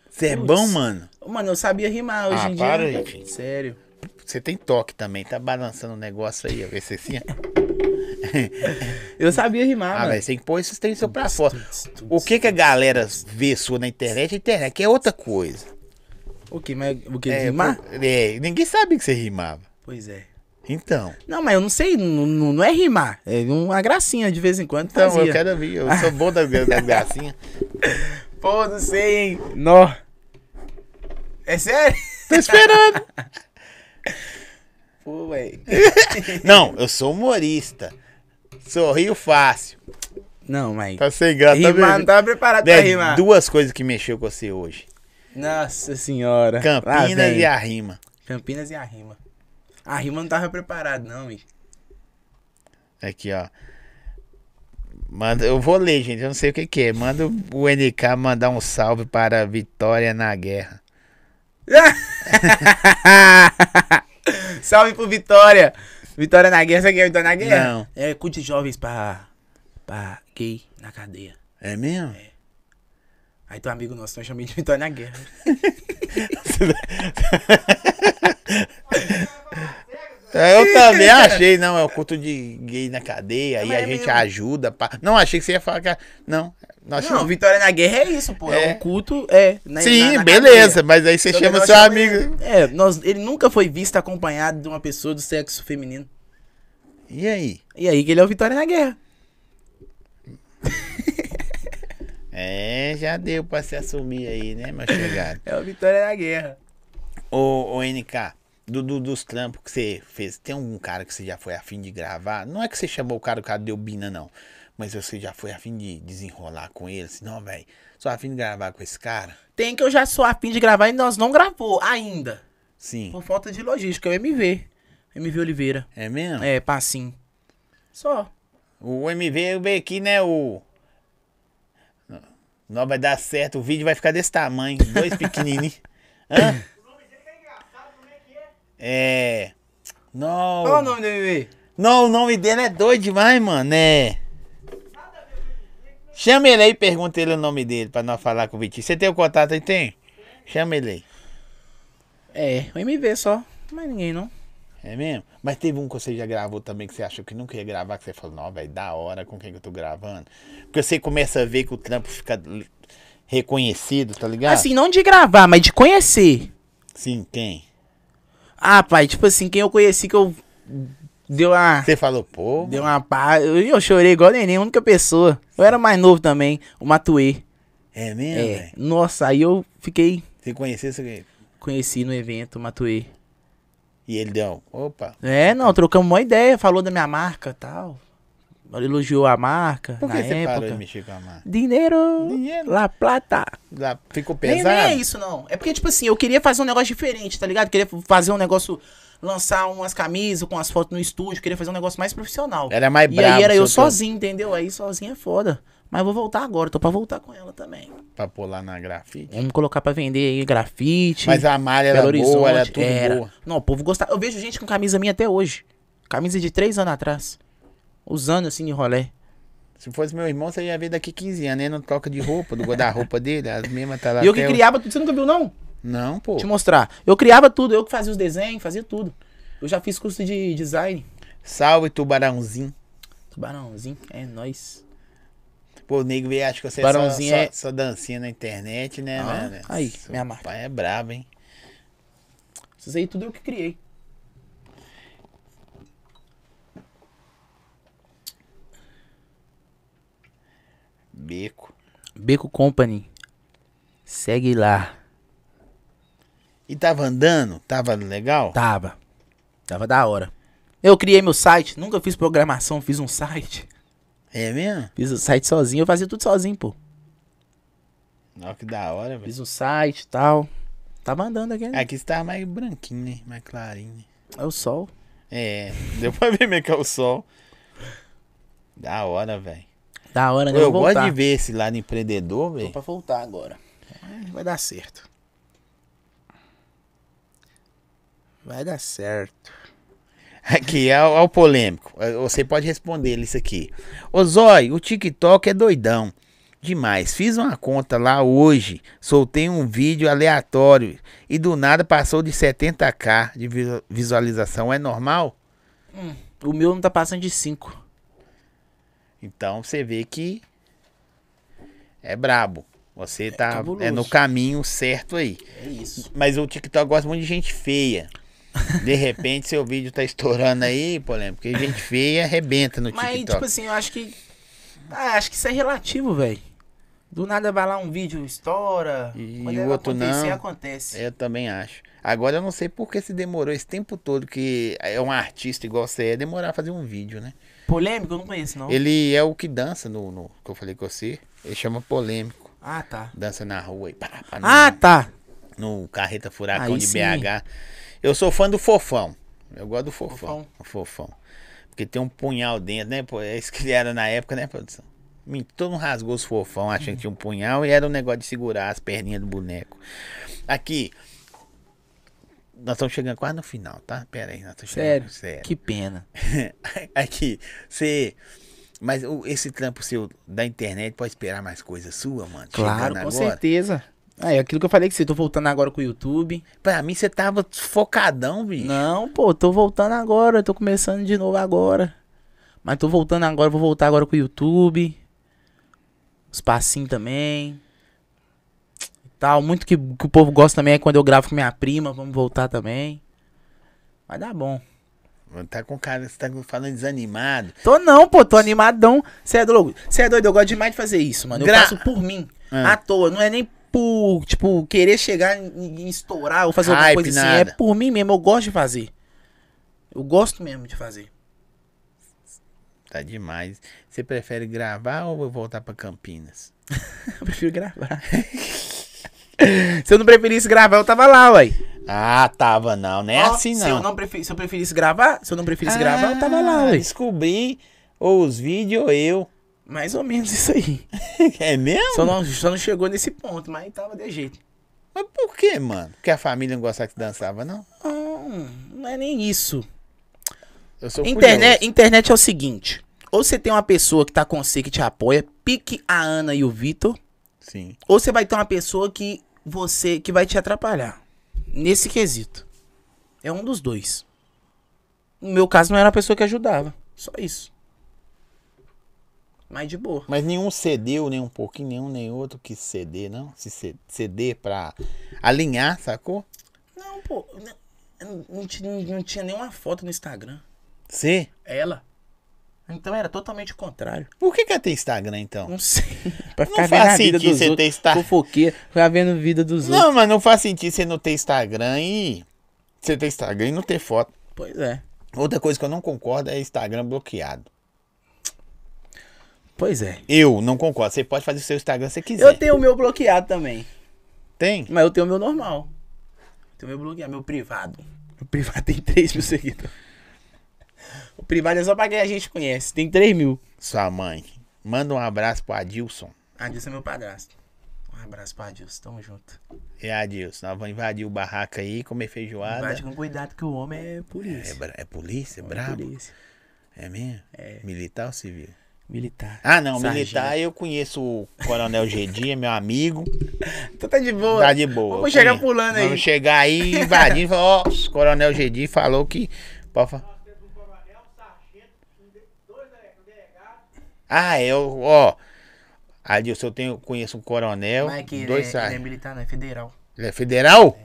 Speaker 1: Você é
Speaker 2: Putz.
Speaker 1: bom, mano?
Speaker 2: Ô, Mano, eu sabia rimar hoje
Speaker 1: Ah,
Speaker 2: em
Speaker 1: para,
Speaker 2: dia.
Speaker 1: gente.
Speaker 2: Sério.
Speaker 1: Você tem toque também. Tá balançando o negócio aí, ó. Esse assim,
Speaker 2: Ah,
Speaker 1: ó.
Speaker 2: Eu sabia rimar,
Speaker 1: Ah,
Speaker 2: mano.
Speaker 1: velho, você tem que pôr isso tem seu pra fora. O que que a galera vê sua na internet? A internet é outra coisa.
Speaker 2: O que? Mas o que?
Speaker 1: É,
Speaker 2: rimar?
Speaker 1: pô, é, ninguém sabia que você rimava.
Speaker 2: Pois é.
Speaker 1: Então.
Speaker 2: Não, mas eu não sei, não, não, não é rimar. É uma gracinha de vez em quando.
Speaker 1: Então,
Speaker 2: fazia.
Speaker 1: eu quero ouvir. Eu sou bom das, das gracinhas.
Speaker 2: Pô, não sei, hein? Nó. É sério?
Speaker 1: Tô esperando.
Speaker 2: Pô, velho.
Speaker 1: Não, eu sou humorista. Sorrio fácil.
Speaker 2: Não, mas.
Speaker 1: Tá sem graça. Tá
Speaker 2: rimar, não
Speaker 1: vendo?
Speaker 2: tava preparado pra
Speaker 1: Dé,
Speaker 2: rimar.
Speaker 1: duas coisas que mexeu com você hoje.
Speaker 2: Nossa senhora. Lá
Speaker 1: Campinas
Speaker 2: vem.
Speaker 1: e a rima.
Speaker 2: Campinas e a rima. A rima não tava preparado, não, hein?
Speaker 1: Aqui, ó. Manda, eu vou ler, gente. Eu não sei o que, que é. Manda o NK mandar um salve para a Vitória na Guerra.
Speaker 2: Salve pro Vitória. Vitória na guerra, sabe quem é Vitória na guerra?
Speaker 1: Não.
Speaker 2: É cuide de jovens pra, pra gay na cadeia.
Speaker 1: É mesmo?
Speaker 2: Aí teu amigo nosso, eu chamei de Vitória na guerra.
Speaker 1: É, Eu também achei, não. É o culto de gay na cadeia. Aí a
Speaker 2: Mas é
Speaker 1: gente
Speaker 2: mesmo.
Speaker 1: ajuda. pá. Não, achei que você ia falar que. a- Não. Nós
Speaker 2: Não, Vitória na guerra é isso, pô. É,
Speaker 1: É.
Speaker 2: um culto, é. na- na-
Speaker 1: Sim,
Speaker 2: na
Speaker 1: beleza,
Speaker 2: cadeia.
Speaker 1: mas aí você
Speaker 2: Só que
Speaker 1: chama
Speaker 2: nós
Speaker 1: seu
Speaker 2: chamamos
Speaker 1: amigo.
Speaker 2: ele- É, nós, ele nunca foi visto acompanhado de uma pessoa do sexo feminino.
Speaker 1: E aí?
Speaker 2: E aí que ele é o Vitória na guerra.
Speaker 1: É, já deu pra se assumir aí, né, meu chegado?
Speaker 2: É o Vitória na guerra.
Speaker 1: ô, ô, NK, do, do- dos trampos que você fez, tem algum cara que você já foi afim de gravar? Não é que você chamou o cara, o cara deu bina, não. Mas você já foi afim de desenrolar com ele? Assim, não, velho, sou afim de gravar com esse cara?
Speaker 2: Tem que eu já sou afim de gravar e nós não gravou ainda.
Speaker 1: Sim.
Speaker 2: Por falta de logística, é o MV. MV Oliveira.
Speaker 1: É mesmo?
Speaker 2: É, passinho. Só.
Speaker 1: O MV veio aqui, né, o... Não vai dar certo, o vídeo vai ficar desse tamanho, dois pequenininhos. Hã?
Speaker 4: O nome dele é engraçado, como é que é?
Speaker 1: É... Não...
Speaker 2: Qual o nome do MV?
Speaker 1: Não, o nome dele é doido demais, mano. É.
Speaker 4: Nada a ver com ele.
Speaker 1: Chama ele aí e pergunta ele o nome dele pra nós falar com o Vitinho. Você tem o contato aí? Tem? Chama ele aí.
Speaker 2: É, o MV só. Mais ninguém, não.
Speaker 1: É mesmo? Mas teve um que você já gravou também que você achou que nunca ia gravar, que você falou, não, velho, da hora com quem que eu tô gravando. Porque você começa a ver que o trampo fica l- reconhecido, tá ligado?
Speaker 2: Assim, não de gravar, mas de conhecer.
Speaker 1: Sim, quem?
Speaker 2: Ah, pai, tipo assim, quem eu conheci que eu Deu uma.
Speaker 1: Você falou, pô.
Speaker 2: Deu uma pá. Eu, eu chorei igual neném, a única pessoa. Eu era mais novo também, o Matuê.
Speaker 1: É mesmo,
Speaker 2: É.
Speaker 1: velho?
Speaker 2: Nossa, aí eu fiquei.
Speaker 1: Você conheceu isso aqui?
Speaker 2: Conheci no evento o Matuê.
Speaker 1: E ele deu, opa.
Speaker 2: É, não, trocamos uma ideia, falou da minha marca e tal. Elogiou a marca.
Speaker 1: Por que
Speaker 2: na
Speaker 1: você
Speaker 2: época.
Speaker 1: parou de mexer com a mão?
Speaker 2: Dinheiro,
Speaker 1: Dinheiro.
Speaker 2: La Plata.
Speaker 1: Lá Ficou
Speaker 2: Nem,
Speaker 1: pesado?
Speaker 2: nem é isso, não. É porque, tipo assim, eu queria fazer um negócio diferente, tá ligado? Queria fazer um negócio, lançar umas camisas com as fotos no estúdio, queria fazer um negócio mais profissional.
Speaker 1: Era mais
Speaker 2: e
Speaker 1: bravo.
Speaker 2: aí era
Speaker 1: seu
Speaker 2: eu
Speaker 1: trampo
Speaker 2: sozinho, entendeu? Aí sozinho é foda. Mas eu vou voltar agora, tô pra voltar com ela também.
Speaker 1: Pra pôr lá na grafite.
Speaker 2: Vamos colocar pra vender aí grafite.
Speaker 1: Mas a malha era
Speaker 2: Belo Horizonte.
Speaker 1: boa, era tudo
Speaker 2: era.
Speaker 1: boa.
Speaker 2: Não, o povo gostava. Eu vejo gente com camisa minha até hoje. Camisa de três anos atrás. Usando assim de rolé.
Speaker 1: Se fosse meu irmão, você ia ver daqui 15 anos. Ele não troca de roupa, do guarda-roupa dele, as mesmas tá lá.
Speaker 2: E eu que
Speaker 1: até hoje.
Speaker 2: criava tudo. Você nunca viu, não?
Speaker 1: Não, pô.
Speaker 2: Te mostrar. Eu criava tudo, eu que fazia os desenhos, fazia tudo. Eu já fiz curso de design.
Speaker 1: Salve, tubarãozinho.
Speaker 2: Tubarãozinho, é nóis.
Speaker 1: Pô, o nego veio, acho que você é só,
Speaker 2: Tubarãozinho
Speaker 1: só,
Speaker 2: é-
Speaker 1: só dancinha na internet, né,
Speaker 2: Ah,
Speaker 1: velho?
Speaker 2: aí,
Speaker 1: Seu
Speaker 2: minha marca.
Speaker 1: pai é brabo, hein?
Speaker 2: Isso aí tudo eu que criei.
Speaker 1: Beco.
Speaker 2: Beco Company. Segue lá.
Speaker 1: E tava andando? Tava legal?
Speaker 2: Tava. Tava da hora. Eu criei meu site, nunca fiz programação, fiz um site.
Speaker 1: É mesmo?
Speaker 2: Fiz o site sozinho, eu fazia tudo sozinho, pô.
Speaker 1: Ó, que da hora, velho.
Speaker 2: Fiz um site e tal. Tava andando aqui, né?
Speaker 1: Aqui você tava mais branquinho, né? Mais clarinho, né?
Speaker 2: É o sol.
Speaker 1: É, deu pra ver meio que é o sol. Da hora, velho.
Speaker 2: Da hora, né?
Speaker 1: Eu
Speaker 2: Vou voltar.
Speaker 1: gosto de ver esse lado empreendedor,
Speaker 2: Tô
Speaker 1: velho.
Speaker 2: pra voltar agora. Vai- Vai dar certo. Vai dar certo.
Speaker 1: Aqui, é o, é o polêmico. É, Você pode responder ele isso aqui. Ô Zói, o TikTok é doidão. Demais. Fiz uma conta lá hoje. Soltei um vídeo aleatório. E do nada passou de 70k de visu- visualização. É normal?
Speaker 2: O meu não tá passando de 5.
Speaker 1: Então você vê que é brabo. Você tá
Speaker 2: cabuloso.
Speaker 1: é no caminho certo aí.
Speaker 2: É isso.
Speaker 1: Mas o TikTok gosta muito de gente feia. De repente, seu vídeo tá estourando aí, polêmico. Porque gente feia arrebenta no
Speaker 2: Mas,
Speaker 1: TikTok.
Speaker 2: tipo assim, eu acho que. Ah, acho que isso é relativo, velho. Do nada vai lá um vídeo, estoura.
Speaker 1: E
Speaker 2: Quando
Speaker 1: o
Speaker 2: ela
Speaker 1: outro não.
Speaker 2: acontecer, acontece.
Speaker 1: É, Eu também acho. Agora eu não sei por que se demorou esse tempo todo que é um artista igual você é, demorar a fazer um vídeo, né?
Speaker 2: Polêmico, eu não conheço, não.
Speaker 1: Ele é o que dança no, no- que eu falei com você. Ele chama polêmico.
Speaker 2: Ah, tá.
Speaker 1: Dança na rua e pá, pá, no,
Speaker 2: Ah, tá.
Speaker 1: no carreta furacão
Speaker 2: Aí
Speaker 1: de
Speaker 2: sim.
Speaker 1: BH. Eu sou fã do fofão. Eu gosto do fofão.
Speaker 2: Fofão.
Speaker 1: O fofão. Porque tem um punhal dentro, né? Pô, é isso que ele era na época, né, produção? Mentira, Todo mundo rasgou os fofão achando que tinha um punhal e era um negócio de segurar as perninhas do boneco. Aqui. Nós estamos chegando quase no final, tá? Pera aí, nós estamos
Speaker 2: Sério. É
Speaker 1: chegando. Sério.
Speaker 2: Que pena.
Speaker 1: Aqui, você. Mas o- esse trampo seu da internet pode esperar mais coisa sua, mano?
Speaker 2: Claro,
Speaker 1: Chegando
Speaker 2: com
Speaker 1: agora.
Speaker 2: certeza. Ah, é aquilo que eu falei que você. Tô voltando agora com o YouTube.
Speaker 1: Pra mim, você tava focadão, bicho.
Speaker 2: Não, pô, tô voltando agora, tô começando de novo agora. Mas tô voltando agora, vou voltar agora com o YouTube. Os passinhos também. E tal, muito que, que o povo gosta também é quando eu gravo com minha prima, vamos voltar também. Vai dar bom.
Speaker 1: Tá com cara, você tá falando desanimado.
Speaker 2: Tô não, pô, tô animadão. Você é doido, você é doido, eu gosto demais de fazer isso, mano. Eu
Speaker 1: Gra-
Speaker 2: faço por mim,
Speaker 1: Ah.
Speaker 2: à toa, não é nem por, tipo, querer chegar em, em estourar ou fazer alguma
Speaker 1: Hype,
Speaker 2: coisa assim,
Speaker 1: nada.
Speaker 2: é por mim mesmo, eu gosto de fazer. Eu gosto mesmo de fazer.
Speaker 1: Tá demais. Você prefere gravar ou eu voltar pra Campinas?
Speaker 2: Eu prefiro gravar. se eu não preferisse gravar, eu tava lá, ué.
Speaker 1: Ah, tava não, não é
Speaker 2: Ó,
Speaker 1: assim
Speaker 2: Se eu,
Speaker 1: não. Ah,
Speaker 2: não prefer... se eu preferisse gravar, se eu não preferisse gravar, eu tava lá, ué.
Speaker 1: Descobri ou os vídeos ou eu.
Speaker 2: Mais ou menos isso aí.
Speaker 1: É mesmo?
Speaker 2: Só não, só não chegou nesse ponto, mas tava de jeito.
Speaker 1: Mas por que, mano? Porque a família não gostava que dançava, não?
Speaker 2: Hum, não é nem isso.
Speaker 1: Eu sou
Speaker 2: Internet, internet é o seguinte. Ou você tem uma pessoa que tá com você que te apoia, pique a Ana e o Vitor,
Speaker 1: curioso. Sim.
Speaker 2: ou você vai ter uma pessoa que você que vai te atrapalhar. Nesse quesito. É um dos dois. No meu caso não era a pessoa que ajudava, só isso. Mas de boa.
Speaker 1: Mas nenhum cedeu, nem um pouquinho, nenhum nem outro quis ceder, não? Se ce- ceder pra alinhar, sacou?
Speaker 2: Não, pô, não, não ti- não tinha nenhuma foto no Instagram.
Speaker 1: Você?
Speaker 2: Ela. Então era totalmente o contrário.
Speaker 1: Por que quer ter Instagram, então?
Speaker 2: Não assim sei. pra
Speaker 1: Não faz sentido você
Speaker 2: outros.
Speaker 1: ter Instagram.
Speaker 2: Fofoqueira, ficar vendo a vida dos outros.
Speaker 1: Não, mas não faz sentido você não ter Instagram e. Você ter Instagram e não ter foto.
Speaker 2: Pois é.
Speaker 1: Outra coisa que eu não concordo é Instagram bloqueado.
Speaker 2: Pois é.
Speaker 1: Eu não concordo. Você pode fazer o seu Instagram se quiser.
Speaker 2: Eu tenho o meu bloqueado também.
Speaker 1: Tem?
Speaker 2: Mas eu tenho o meu normal. Tenho o meu bloqueado, meu privado. O privado tem 3 mil seguidores. O privado é só pra quem a gente conhece. Tem 3 mil.
Speaker 1: Sua mãe. Manda um abraço pro Adilson.
Speaker 2: Adilson é meu padrasto. Um abraço pra Adilson, tamo junto.
Speaker 1: E É, Adilson, nós vamos invadir o barraco aí, comer feijoada.
Speaker 2: Bate com cuidado que o homem é
Speaker 1: É,
Speaker 2: polícia.
Speaker 1: bra- é polícia? É
Speaker 2: É
Speaker 1: brabo?
Speaker 2: polícia.
Speaker 1: É mesmo? Militar ou civil?
Speaker 2: Militar.
Speaker 1: Ah, não.
Speaker 2: Sargento.
Speaker 1: Militar eu conheço o Coronel Gedia, meu amigo.
Speaker 2: Então tá de boa.
Speaker 1: Tá de boa.
Speaker 2: Vamos
Speaker 1: eu
Speaker 2: chegar
Speaker 1: conheço.
Speaker 2: pulando aí.
Speaker 1: Vamos chegar aí, invadir e falar, ó, o Coronel Gedia falou que... Pode falar. Ah, eu, ó... Adilson, eu tenho, conheço um coronel,
Speaker 2: Mas é que ele,
Speaker 1: dois
Speaker 2: é, ele é
Speaker 1: sargentos.
Speaker 2: militar, não é federal.
Speaker 1: Ele é federal?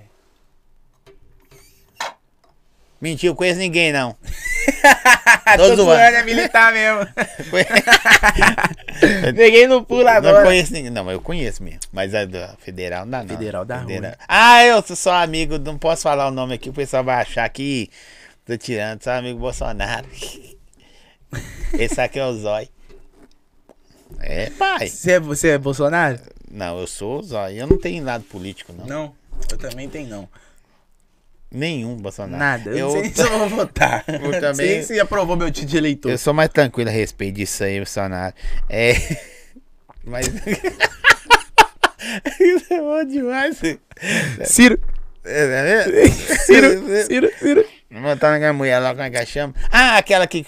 Speaker 1: Mentira, eu conheço ninguém não. Tô
Speaker 2: Todo
Speaker 1: zoando.
Speaker 2: mundo é militar mesmo. Ninguém não pula
Speaker 1: Não
Speaker 2: agora.
Speaker 1: conheço ninguém. Não, mas eu conheço mesmo. Mas a da federal não dá, não.
Speaker 2: Federal dá ruim.
Speaker 1: Ah, eu sou só amigo, não posso falar o nome aqui, o pessoal vai achar que tô tirando, sou amigo Bolsonaro. Esse aqui é o Zói. É, pai.
Speaker 2: Você é, você é Bolsonaro?
Speaker 1: Não, eu sou o Zói. Eu não tenho lado político, não.
Speaker 2: Não. Eu também tenho não.
Speaker 1: Nenhum Bolsonaro.
Speaker 2: Nada. Eu,
Speaker 1: Tá. Eu,
Speaker 2: não sei nem se eu vou votar.
Speaker 1: Eu
Speaker 2: Não
Speaker 1: também-
Speaker 2: sei nem se aprovou meu título de eleitor.
Speaker 1: eu sou mais tranquilo a respeito disso aí, Bolsonaro. É. Mas. Isso é bom demais.
Speaker 2: Ciro.
Speaker 1: É, é mesmo?
Speaker 2: Ciro. Ciro. Ciro.
Speaker 1: Montar naquela mulher lá com a cachama. Ah, aquela que.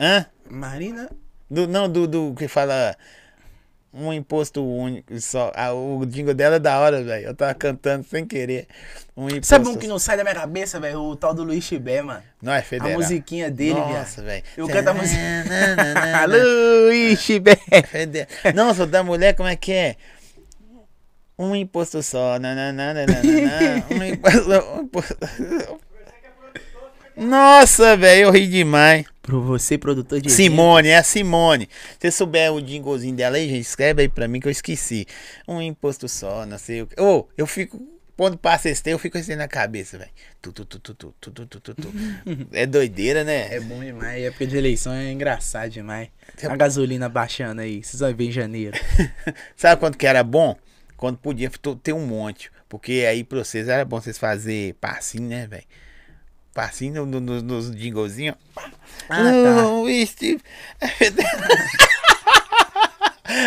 Speaker 1: Hã?
Speaker 2: Marina.
Speaker 1: Do, não, do, do que fala. Um imposto único só. Ah, o jingle dela é da hora, velho. Eu tava cantando sem querer. Um imposto.
Speaker 2: Sabe um que não sai da minha cabeça, velho? O tal do Luiz Chibé, mano.
Speaker 1: Não é federal.
Speaker 2: A musiquinha dele, viado.
Speaker 1: Nossa, velho.
Speaker 2: Eu canto a música.
Speaker 1: música.
Speaker 2: Luiz Chibé.
Speaker 1: Fede- é Não, sou da mulher, como é que é? Um imposto só. nananana, um imposto. Um imposto. Nossa, velho, eu ri demais.
Speaker 2: Pro você, produtor de.
Speaker 1: Simone, é a Simone. Se você souber o jinglezinho dela aí, gente, escreve aí pra mim que eu esqueci. Um imposto só, não sei o que. Ô, eu fico. Quando passa esse tempo, eu fico assim na cabeça, velho. Tu, tu, tu, tu, tu, tu, tu, tu, tu, tu. É doideira, né?
Speaker 2: É bom demais. Época de eleição é engraçado demais.
Speaker 1: Tem- um-
Speaker 2: A gasolina baixando aí. Vocês vão ver em janeiro.
Speaker 1: Sabe quando que era bom? Quando podia to- ter um monte. Porque aí pra vocês era bom vocês fazer passinho, né, velho? Passinho no- no- nos jinglezinhos.
Speaker 2: Ah,
Speaker 1: tá. Não, este-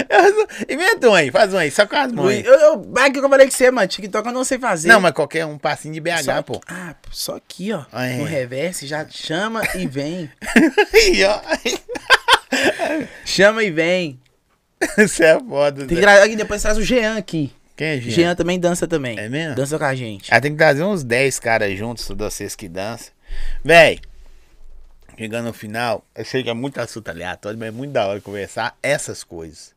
Speaker 1: Eu sou- Inventa um aí, faz um aí, só com as mãos.
Speaker 2: Luiz- Eu, eu, vai que eu falei com você, mano. TikTok eu não sei fazer.
Speaker 1: Não, mas qualquer um passinho de BH,
Speaker 2: só,
Speaker 1: pô. Ah, é.
Speaker 2: Ah, pô, só aqui, ó.
Speaker 1: Aí.
Speaker 2: No reverse, já chama e vem.
Speaker 1: Aí, ó.
Speaker 2: Chama e vem.
Speaker 1: Isso é foda,
Speaker 2: Tem que
Speaker 1: Zé.
Speaker 2: gravar aqui, depois traz o Jean aqui.
Speaker 1: Quem é Jean?
Speaker 2: Jean também dança também.
Speaker 1: É mesmo?
Speaker 2: Dança com a gente.
Speaker 1: Ah, tem que trazer uns 10 caras juntos, de vocês que dançam. Véi, chegando no final, eu sei que é muito assunto aleatório, mas é muito da hora conversar essas coisas.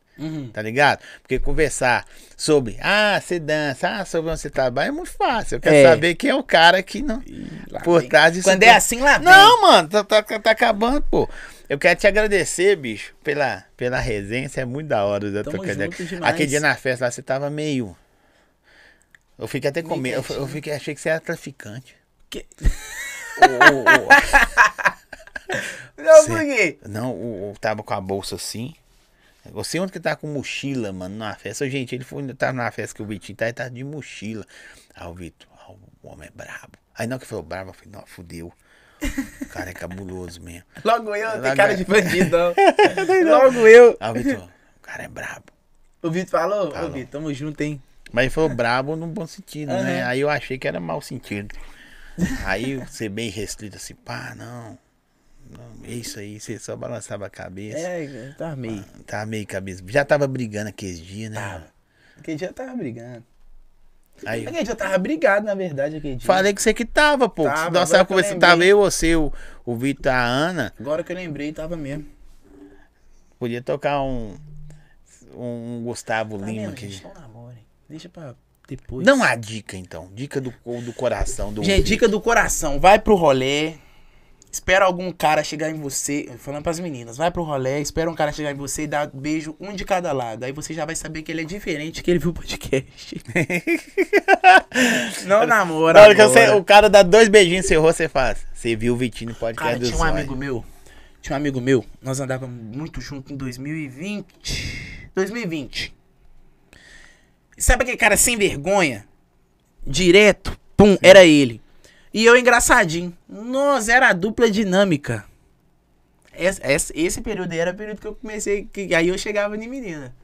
Speaker 1: Tá ligado? Porque conversar sobre, ah, você dança, ah, sobre onde você trabalha é muito fácil. Eu quero
Speaker 2: É.
Speaker 1: saber quem é o cara que não. Ah, Por
Speaker 2: vem.
Speaker 1: trás disso
Speaker 2: Quando é
Speaker 1: tudo.
Speaker 2: assim, lá vem.
Speaker 1: Não, mano, tá, tá, tá acabando, pô. Eu quero te agradecer, bicho, pela, pela resenha. Isso é muito da hora da
Speaker 2: Tamo
Speaker 1: tua ideia.
Speaker 2: junto demais.
Speaker 1: Aquele dia na festa lá, você tava meio. Eu fiquei até com medo. Eu, eu fiquei, achei que você era traficante.
Speaker 2: Que-
Speaker 1: O- o- o-
Speaker 2: Não, por quê?
Speaker 1: não, o, o- tava com a bolsa assim. Você onde que tá com mochila, mano, na festa? Ô, Gente, ele foi, tava na festa que o Vitinho tá, ele tava de mochila. Aí o Vitor, ah, o homem é brabo. Aí não que foi brabo, eu falei, não, fudeu. O cara é cabuloso mesmo.
Speaker 2: Logo eu,
Speaker 1: Logo é.
Speaker 2: tem cara
Speaker 1: eu.
Speaker 2: de bandido, não. Logo eu.
Speaker 1: Aí o Vitor, o cara é brabo.
Speaker 2: O Vitor falou?
Speaker 1: Falou.
Speaker 2: Ô, Vitor, tamo junto, hein?
Speaker 1: Mas ele falou brabo num bom sentido, né?
Speaker 2: Aham.
Speaker 1: Aí eu achei que era mau sentido. Aí você bem restrito assim, pá, não. não é isso aí, você só balançava a cabeça.
Speaker 2: É, tá meio.
Speaker 1: Tava meio cabeça. Já tava brigando aqueles dias, né?
Speaker 2: Tava. Aquele dia eu tava brigando.
Speaker 1: Aí eu
Speaker 2: Aquele dia eu tava brigado, na verdade, aquele dia.
Speaker 1: falei que você que tava, pô.
Speaker 2: Tava,
Speaker 1: Se
Speaker 2: agora
Speaker 1: nós tava
Speaker 2: que eu
Speaker 1: conversando, tava
Speaker 2: lembrei.
Speaker 1: eu, você, o, o Vitor, a Ana.
Speaker 2: Agora que eu lembrei, tava mesmo.
Speaker 1: Podia tocar um. Um Gustavo
Speaker 2: Tá
Speaker 1: Lima
Speaker 2: vendo,
Speaker 1: aqui.
Speaker 2: gente? Não namora, hein? Deixa pra depois.
Speaker 1: Não a dica, então. Dica do, do coração do
Speaker 2: Gente, dica do coração. Vai pro rolê. Espera algum cara chegar em você. Falando pras meninas, vai pro rolê, espera um cara chegar em você e dar beijo um de cada lado. Aí você já vai saber que ele é diferente, que ele viu o podcast. não namora.
Speaker 1: Na hora que
Speaker 2: agora.
Speaker 1: você- o cara dá dois beijinhos em seu rosto, você faz. Você viu o Vitinho no podcast
Speaker 2: Cara,
Speaker 1: do
Speaker 2: tinha um
Speaker 1: Zóio.
Speaker 2: amigo meu. Tinha um amigo meu. Nós andávamos muito junto em 2020. 2020. E sabe aquele cara sem vergonha? Direto. Pum, era ele. E eu engraçadinho. Nossa, era a dupla dinâmica. Esse, esse, esse período aí era o período que eu comecei. Que, aí eu chegava em menina.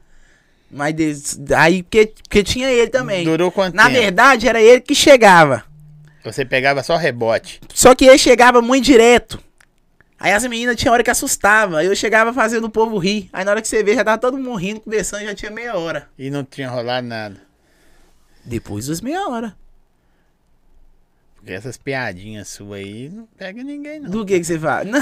Speaker 2: Mas des- aí porque, porque tinha ele também.
Speaker 1: Durou quanto
Speaker 2: Na
Speaker 1: tempo?
Speaker 2: verdade, era ele que chegava.
Speaker 1: Você pegava só rebote.
Speaker 2: Só que ele chegava muito direto. Aí as meninas tinha hora que assustava. Aí eu chegava fazendo o povo rir. Aí na hora que você vê, já tava todo mundo rindo, conversando, já tinha meia hora.
Speaker 1: E não tinha rolado nada.
Speaker 2: Depois dos meia hora.
Speaker 1: Porque essas piadinhas suas aí não pega ninguém, não.
Speaker 2: Do que que você fala? Não.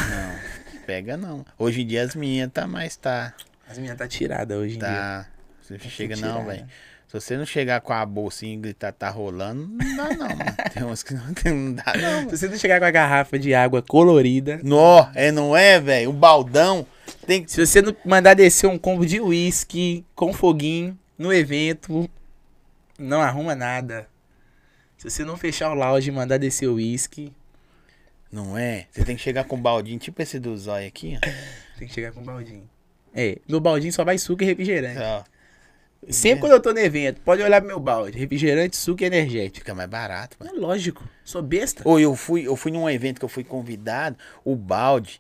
Speaker 1: Pega não. Hoje em dia as minhas tá mais tá.
Speaker 2: As meninas tá tirada hoje em dia.
Speaker 1: Tá. Você chega,
Speaker 2: tirar,
Speaker 1: não,
Speaker 2: né?
Speaker 1: velho. Se você não chegar com a bolsinha e gritar tá rolando, não dá não, mano. Tem uns que não, não dá não. mano.
Speaker 2: Se você não chegar com a garrafa de água colorida,
Speaker 1: Nó, é, não é, velho? O baldão tem que.
Speaker 2: se você não mandar descer um combo de uísque com foguinho no evento, não arruma nada. Se você não fechar o lounge e mandar descer o uísque,
Speaker 1: Não é? Você tem que chegar com um baldinho, tipo esse do zóio aqui, ó.
Speaker 2: tem que chegar com o baldinho. É, no baldinho só vai suco e refrigerante.
Speaker 1: Ó,
Speaker 2: Sempre quando eu tô no evento, pode olhar pro meu balde. Refrigerante, suco e energético.
Speaker 1: Fica mais barato, mano.
Speaker 2: É lógico. Sou besta.
Speaker 1: Ou eu fui, eu fui num evento que eu fui convidado, o balde,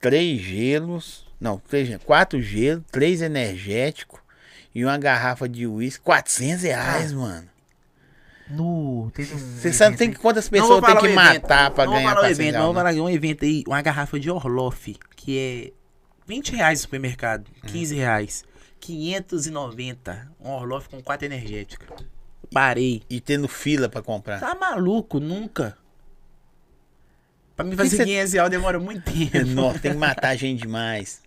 Speaker 1: três gelos, não, três, gelos, quatro gelos, três energéticos e uma garrafa de uísque, 400
Speaker 2: Ah.
Speaker 1: reais, mano.
Speaker 2: No, teve um.
Speaker 1: Você sabe tem que, quantas pessoas tem que matar pra
Speaker 2: não
Speaker 1: ganhar
Speaker 2: vou falar o
Speaker 1: 400
Speaker 2: evento,
Speaker 1: reais?
Speaker 2: não vou
Speaker 1: né?
Speaker 2: falar um evento aí, uma garrafa de Orloff, que é 20 reais no supermercado, 15 reais. 590. Um Orloff com 4 energética. Parei.
Speaker 1: E tendo fila pra comprar.
Speaker 2: Tá maluco? Nunca. Pra mim fazer
Speaker 1: cê-
Speaker 2: 500 reais demora muito tempo.
Speaker 1: Nossa, tem que matar gente demais.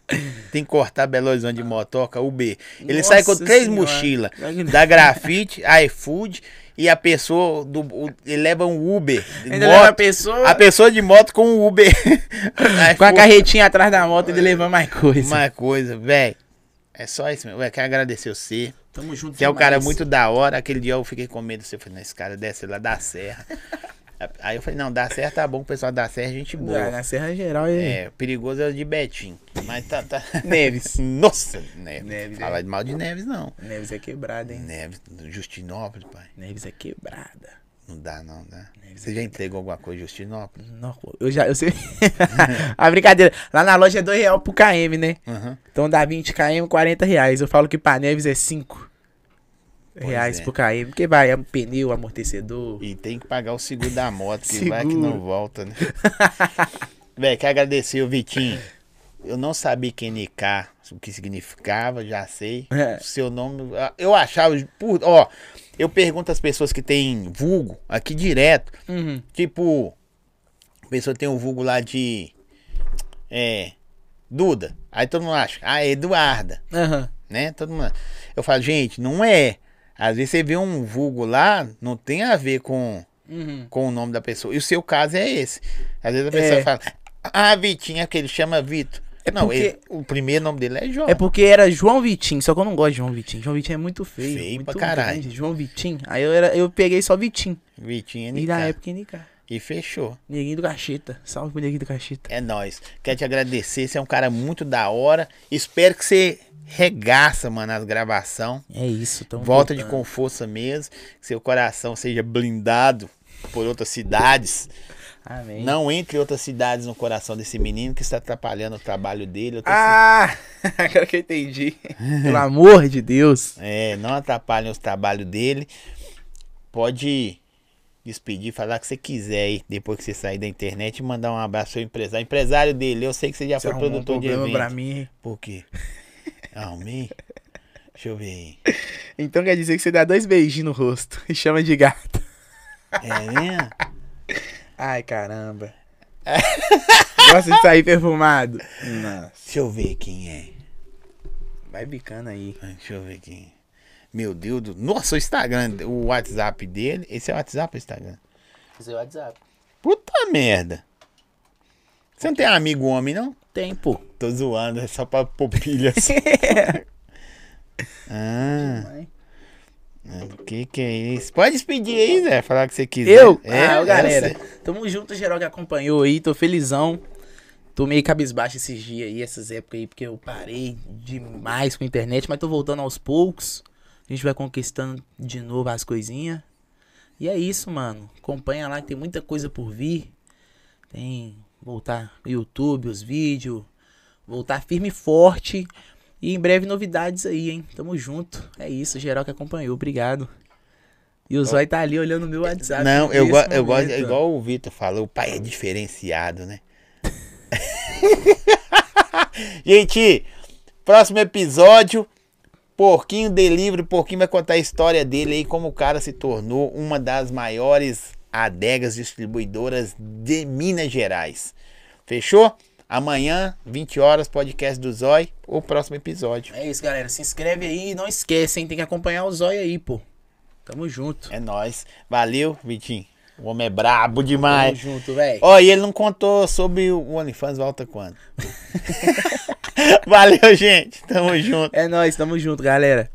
Speaker 1: Tem que cortar Belo Horizonte de motoca, UB. Ele
Speaker 2: Ah. Nossa
Speaker 1: sai com três
Speaker 2: Senhora.
Speaker 1: mochilas. Da grafite, iFood e a pessoa do. o- ele leva um Uber. de
Speaker 2: Ainda
Speaker 1: moto.
Speaker 2: leva a pessoa.
Speaker 1: A pessoa de moto com o Uber. iFood,
Speaker 2: Com a carretinha atrás da moto, ele levando mais coisa.
Speaker 1: Uma coisa, velho. É só isso mesmo. Véi, quero agradecer você.
Speaker 2: Tamo junto.
Speaker 1: Você é um cara
Speaker 2: demais.
Speaker 1: muito da hora. Aquele dia eu fiquei com medo. Você falou, "Não, esse cara desce lá da serra. Aí eu falei, não, da serra tá bom, o pessoal da serra é gente boa.
Speaker 2: Ah, na Serra Geral é.
Speaker 1: É, perigoso é o de Betim. Mas tá. tá-
Speaker 2: Neves.
Speaker 1: Nossa, Neves.
Speaker 2: Neves,
Speaker 1: Falar
Speaker 2: é.
Speaker 1: de mal de Neves, não.
Speaker 2: Neves é quebrada, hein?
Speaker 1: Neves, do Justinópolis, pai.
Speaker 2: Neves é quebrada.
Speaker 1: Não dá, não, né? Você
Speaker 2: é
Speaker 1: já entregou alguma coisa em Justinópolis?
Speaker 2: Não, eu já, eu sei. a brincadeira. Lá na loja é 2 real pro KM, né?
Speaker 1: Aham.
Speaker 2: Então dá 20 KM, 40 reais. Eu falo que pra Neves é 5
Speaker 1: Pois
Speaker 2: reais
Speaker 1: é.
Speaker 2: pro KM. Porque vai, é um pneu, amortecedor.
Speaker 1: E tem que pagar o seguro da moto, que vai que não
Speaker 2: Seguro.
Speaker 1: volta, né? Véi, quero agradecer o Vitinho. Eu não sabia quem NK, o que significava, já sei.
Speaker 2: É.
Speaker 1: O Seu nome. ah, Eu achava. Por, ó, eu pergunto às pessoas que têm vulgo aqui direto.
Speaker 2: Uhum.
Speaker 1: Tipo, a pessoa tem um vulgo lá de. É. Duda. Aí todo mundo acha. Ah, é Eduarda.
Speaker 2: Aham.
Speaker 1: Né? Todo mundo. Eu falo, gente, não é. Às vezes você vê um vulgo lá, não tem a ver com,
Speaker 2: Uhum.
Speaker 1: com o nome da pessoa. E o seu caso é esse. Às vezes a pessoa
Speaker 2: É.
Speaker 1: fala, ah, Vitinho, é que ele chama Vitor.
Speaker 2: É
Speaker 1: não,
Speaker 2: porque-
Speaker 1: ele- o primeiro nome dele é João.
Speaker 2: É porque era João Vitinho, só que eu não gosto de João Vitinho. João Vitinho é muito feio.
Speaker 1: Feio
Speaker 2: muito
Speaker 1: pra caralho.
Speaker 2: grande. João Vitinho. Aí eu, era, eu peguei só Vitinho.
Speaker 1: Vitinho
Speaker 2: E na
Speaker 1: NK.
Speaker 2: época NK.
Speaker 1: E fechou.
Speaker 2: Neguinho do Cacheta. Salve pro Neguinho do Cacheta.
Speaker 1: É nóis. Quero te agradecer. Você é um cara muito da hora. Espero que você regaça, mano, as gravação.
Speaker 2: É isso, tamo
Speaker 1: Volta de
Speaker 2: voltando.
Speaker 1: com força mesmo. Que seu coração seja blindado por outras cidades.
Speaker 2: Amém.
Speaker 1: Não entre outras cidades no coração desse menino que está atrapalhando o trabalho dele. outras
Speaker 2: Ah! Agora que eu entendi. Pelo amor de Deus.
Speaker 1: É, não atrapalhem os trabalhos dele. Pode despedir, falar o que você quiser aí, depois que você sair da internet, e mandar um abraço ao empresário. Empresário dele, eu sei que você já
Speaker 2: Você
Speaker 1: foi
Speaker 2: arrumou um
Speaker 1: produtor de
Speaker 2: problema
Speaker 1: evento.
Speaker 2: pra mim.
Speaker 1: Por quê? Arrumei? Deixa eu ver aí.
Speaker 2: Então quer dizer que você dá dois beijinhos no rosto e chama de gato.
Speaker 1: É mesmo?
Speaker 2: Ai, caramba. Gosta de sair perfumado. Nossa.
Speaker 1: Deixa eu ver quem é.
Speaker 2: Vai bicando aí.
Speaker 1: Deixa eu ver quem é. Meu Deus do... Nossa, o Instagram, o WhatsApp dele. Esse é o WhatsApp ou Instagram?
Speaker 2: Fazer o WhatsApp.
Speaker 1: Puta merda. Você não tem amigo homem, não?
Speaker 2: Tem, pô.
Speaker 1: Tô zoando, é só pra popilhas. ah, o que que é isso? Pode despedir aí, Zé, falar o que você quiser.
Speaker 2: Eu?
Speaker 1: É,
Speaker 2: ah,
Speaker 1: é,
Speaker 2: ô, galera.
Speaker 1: você.
Speaker 2: Tamo junto, geral que acompanhou aí. Tô felizão. Tô meio cabisbaixo esses dias aí, essas épocas aí, porque eu parei demais com a internet, mas tô voltando aos poucos. A gente vai conquistando de novo as coisinhas. E é isso, mano. Acompanha lá que tem muita coisa por vir. Tem voltar o YouTube, os vídeos. Voltar firme e forte. E em breve novidades aí, hein? Tamo junto. É isso, geral que acompanhou. Obrigado. E o Zói tá ali olhando o meu WhatsApp.
Speaker 1: Não, eu, go
Speaker 2: nesse
Speaker 1: eu gosto, é
Speaker 2: momento.
Speaker 1: igual o Vitor falou, o pai é diferenciado, né? Gente, próximo episódio, Porquinho Delivery, o Porquinho vai contar a história dele aí, como o cara se tornou uma das maiores adegas distribuidoras de Minas Gerais. Fechou? Amanhã, 20 horas, podcast do Zói, o próximo episódio.
Speaker 2: É isso, galera. Se inscreve aí e não esquece, hein? Tem que acompanhar o Zóia aí, pô. Tamo junto.
Speaker 1: É nóis. Valeu, Vitinho. O homem é brabo
Speaker 2: Tamo
Speaker 1: demais.
Speaker 2: junto, velho.
Speaker 1: Ó, e ele não contou sobre o OnlyFans volta quando. Valeu, gente. Tamo junto.
Speaker 2: É nóis, tamo junto, galera.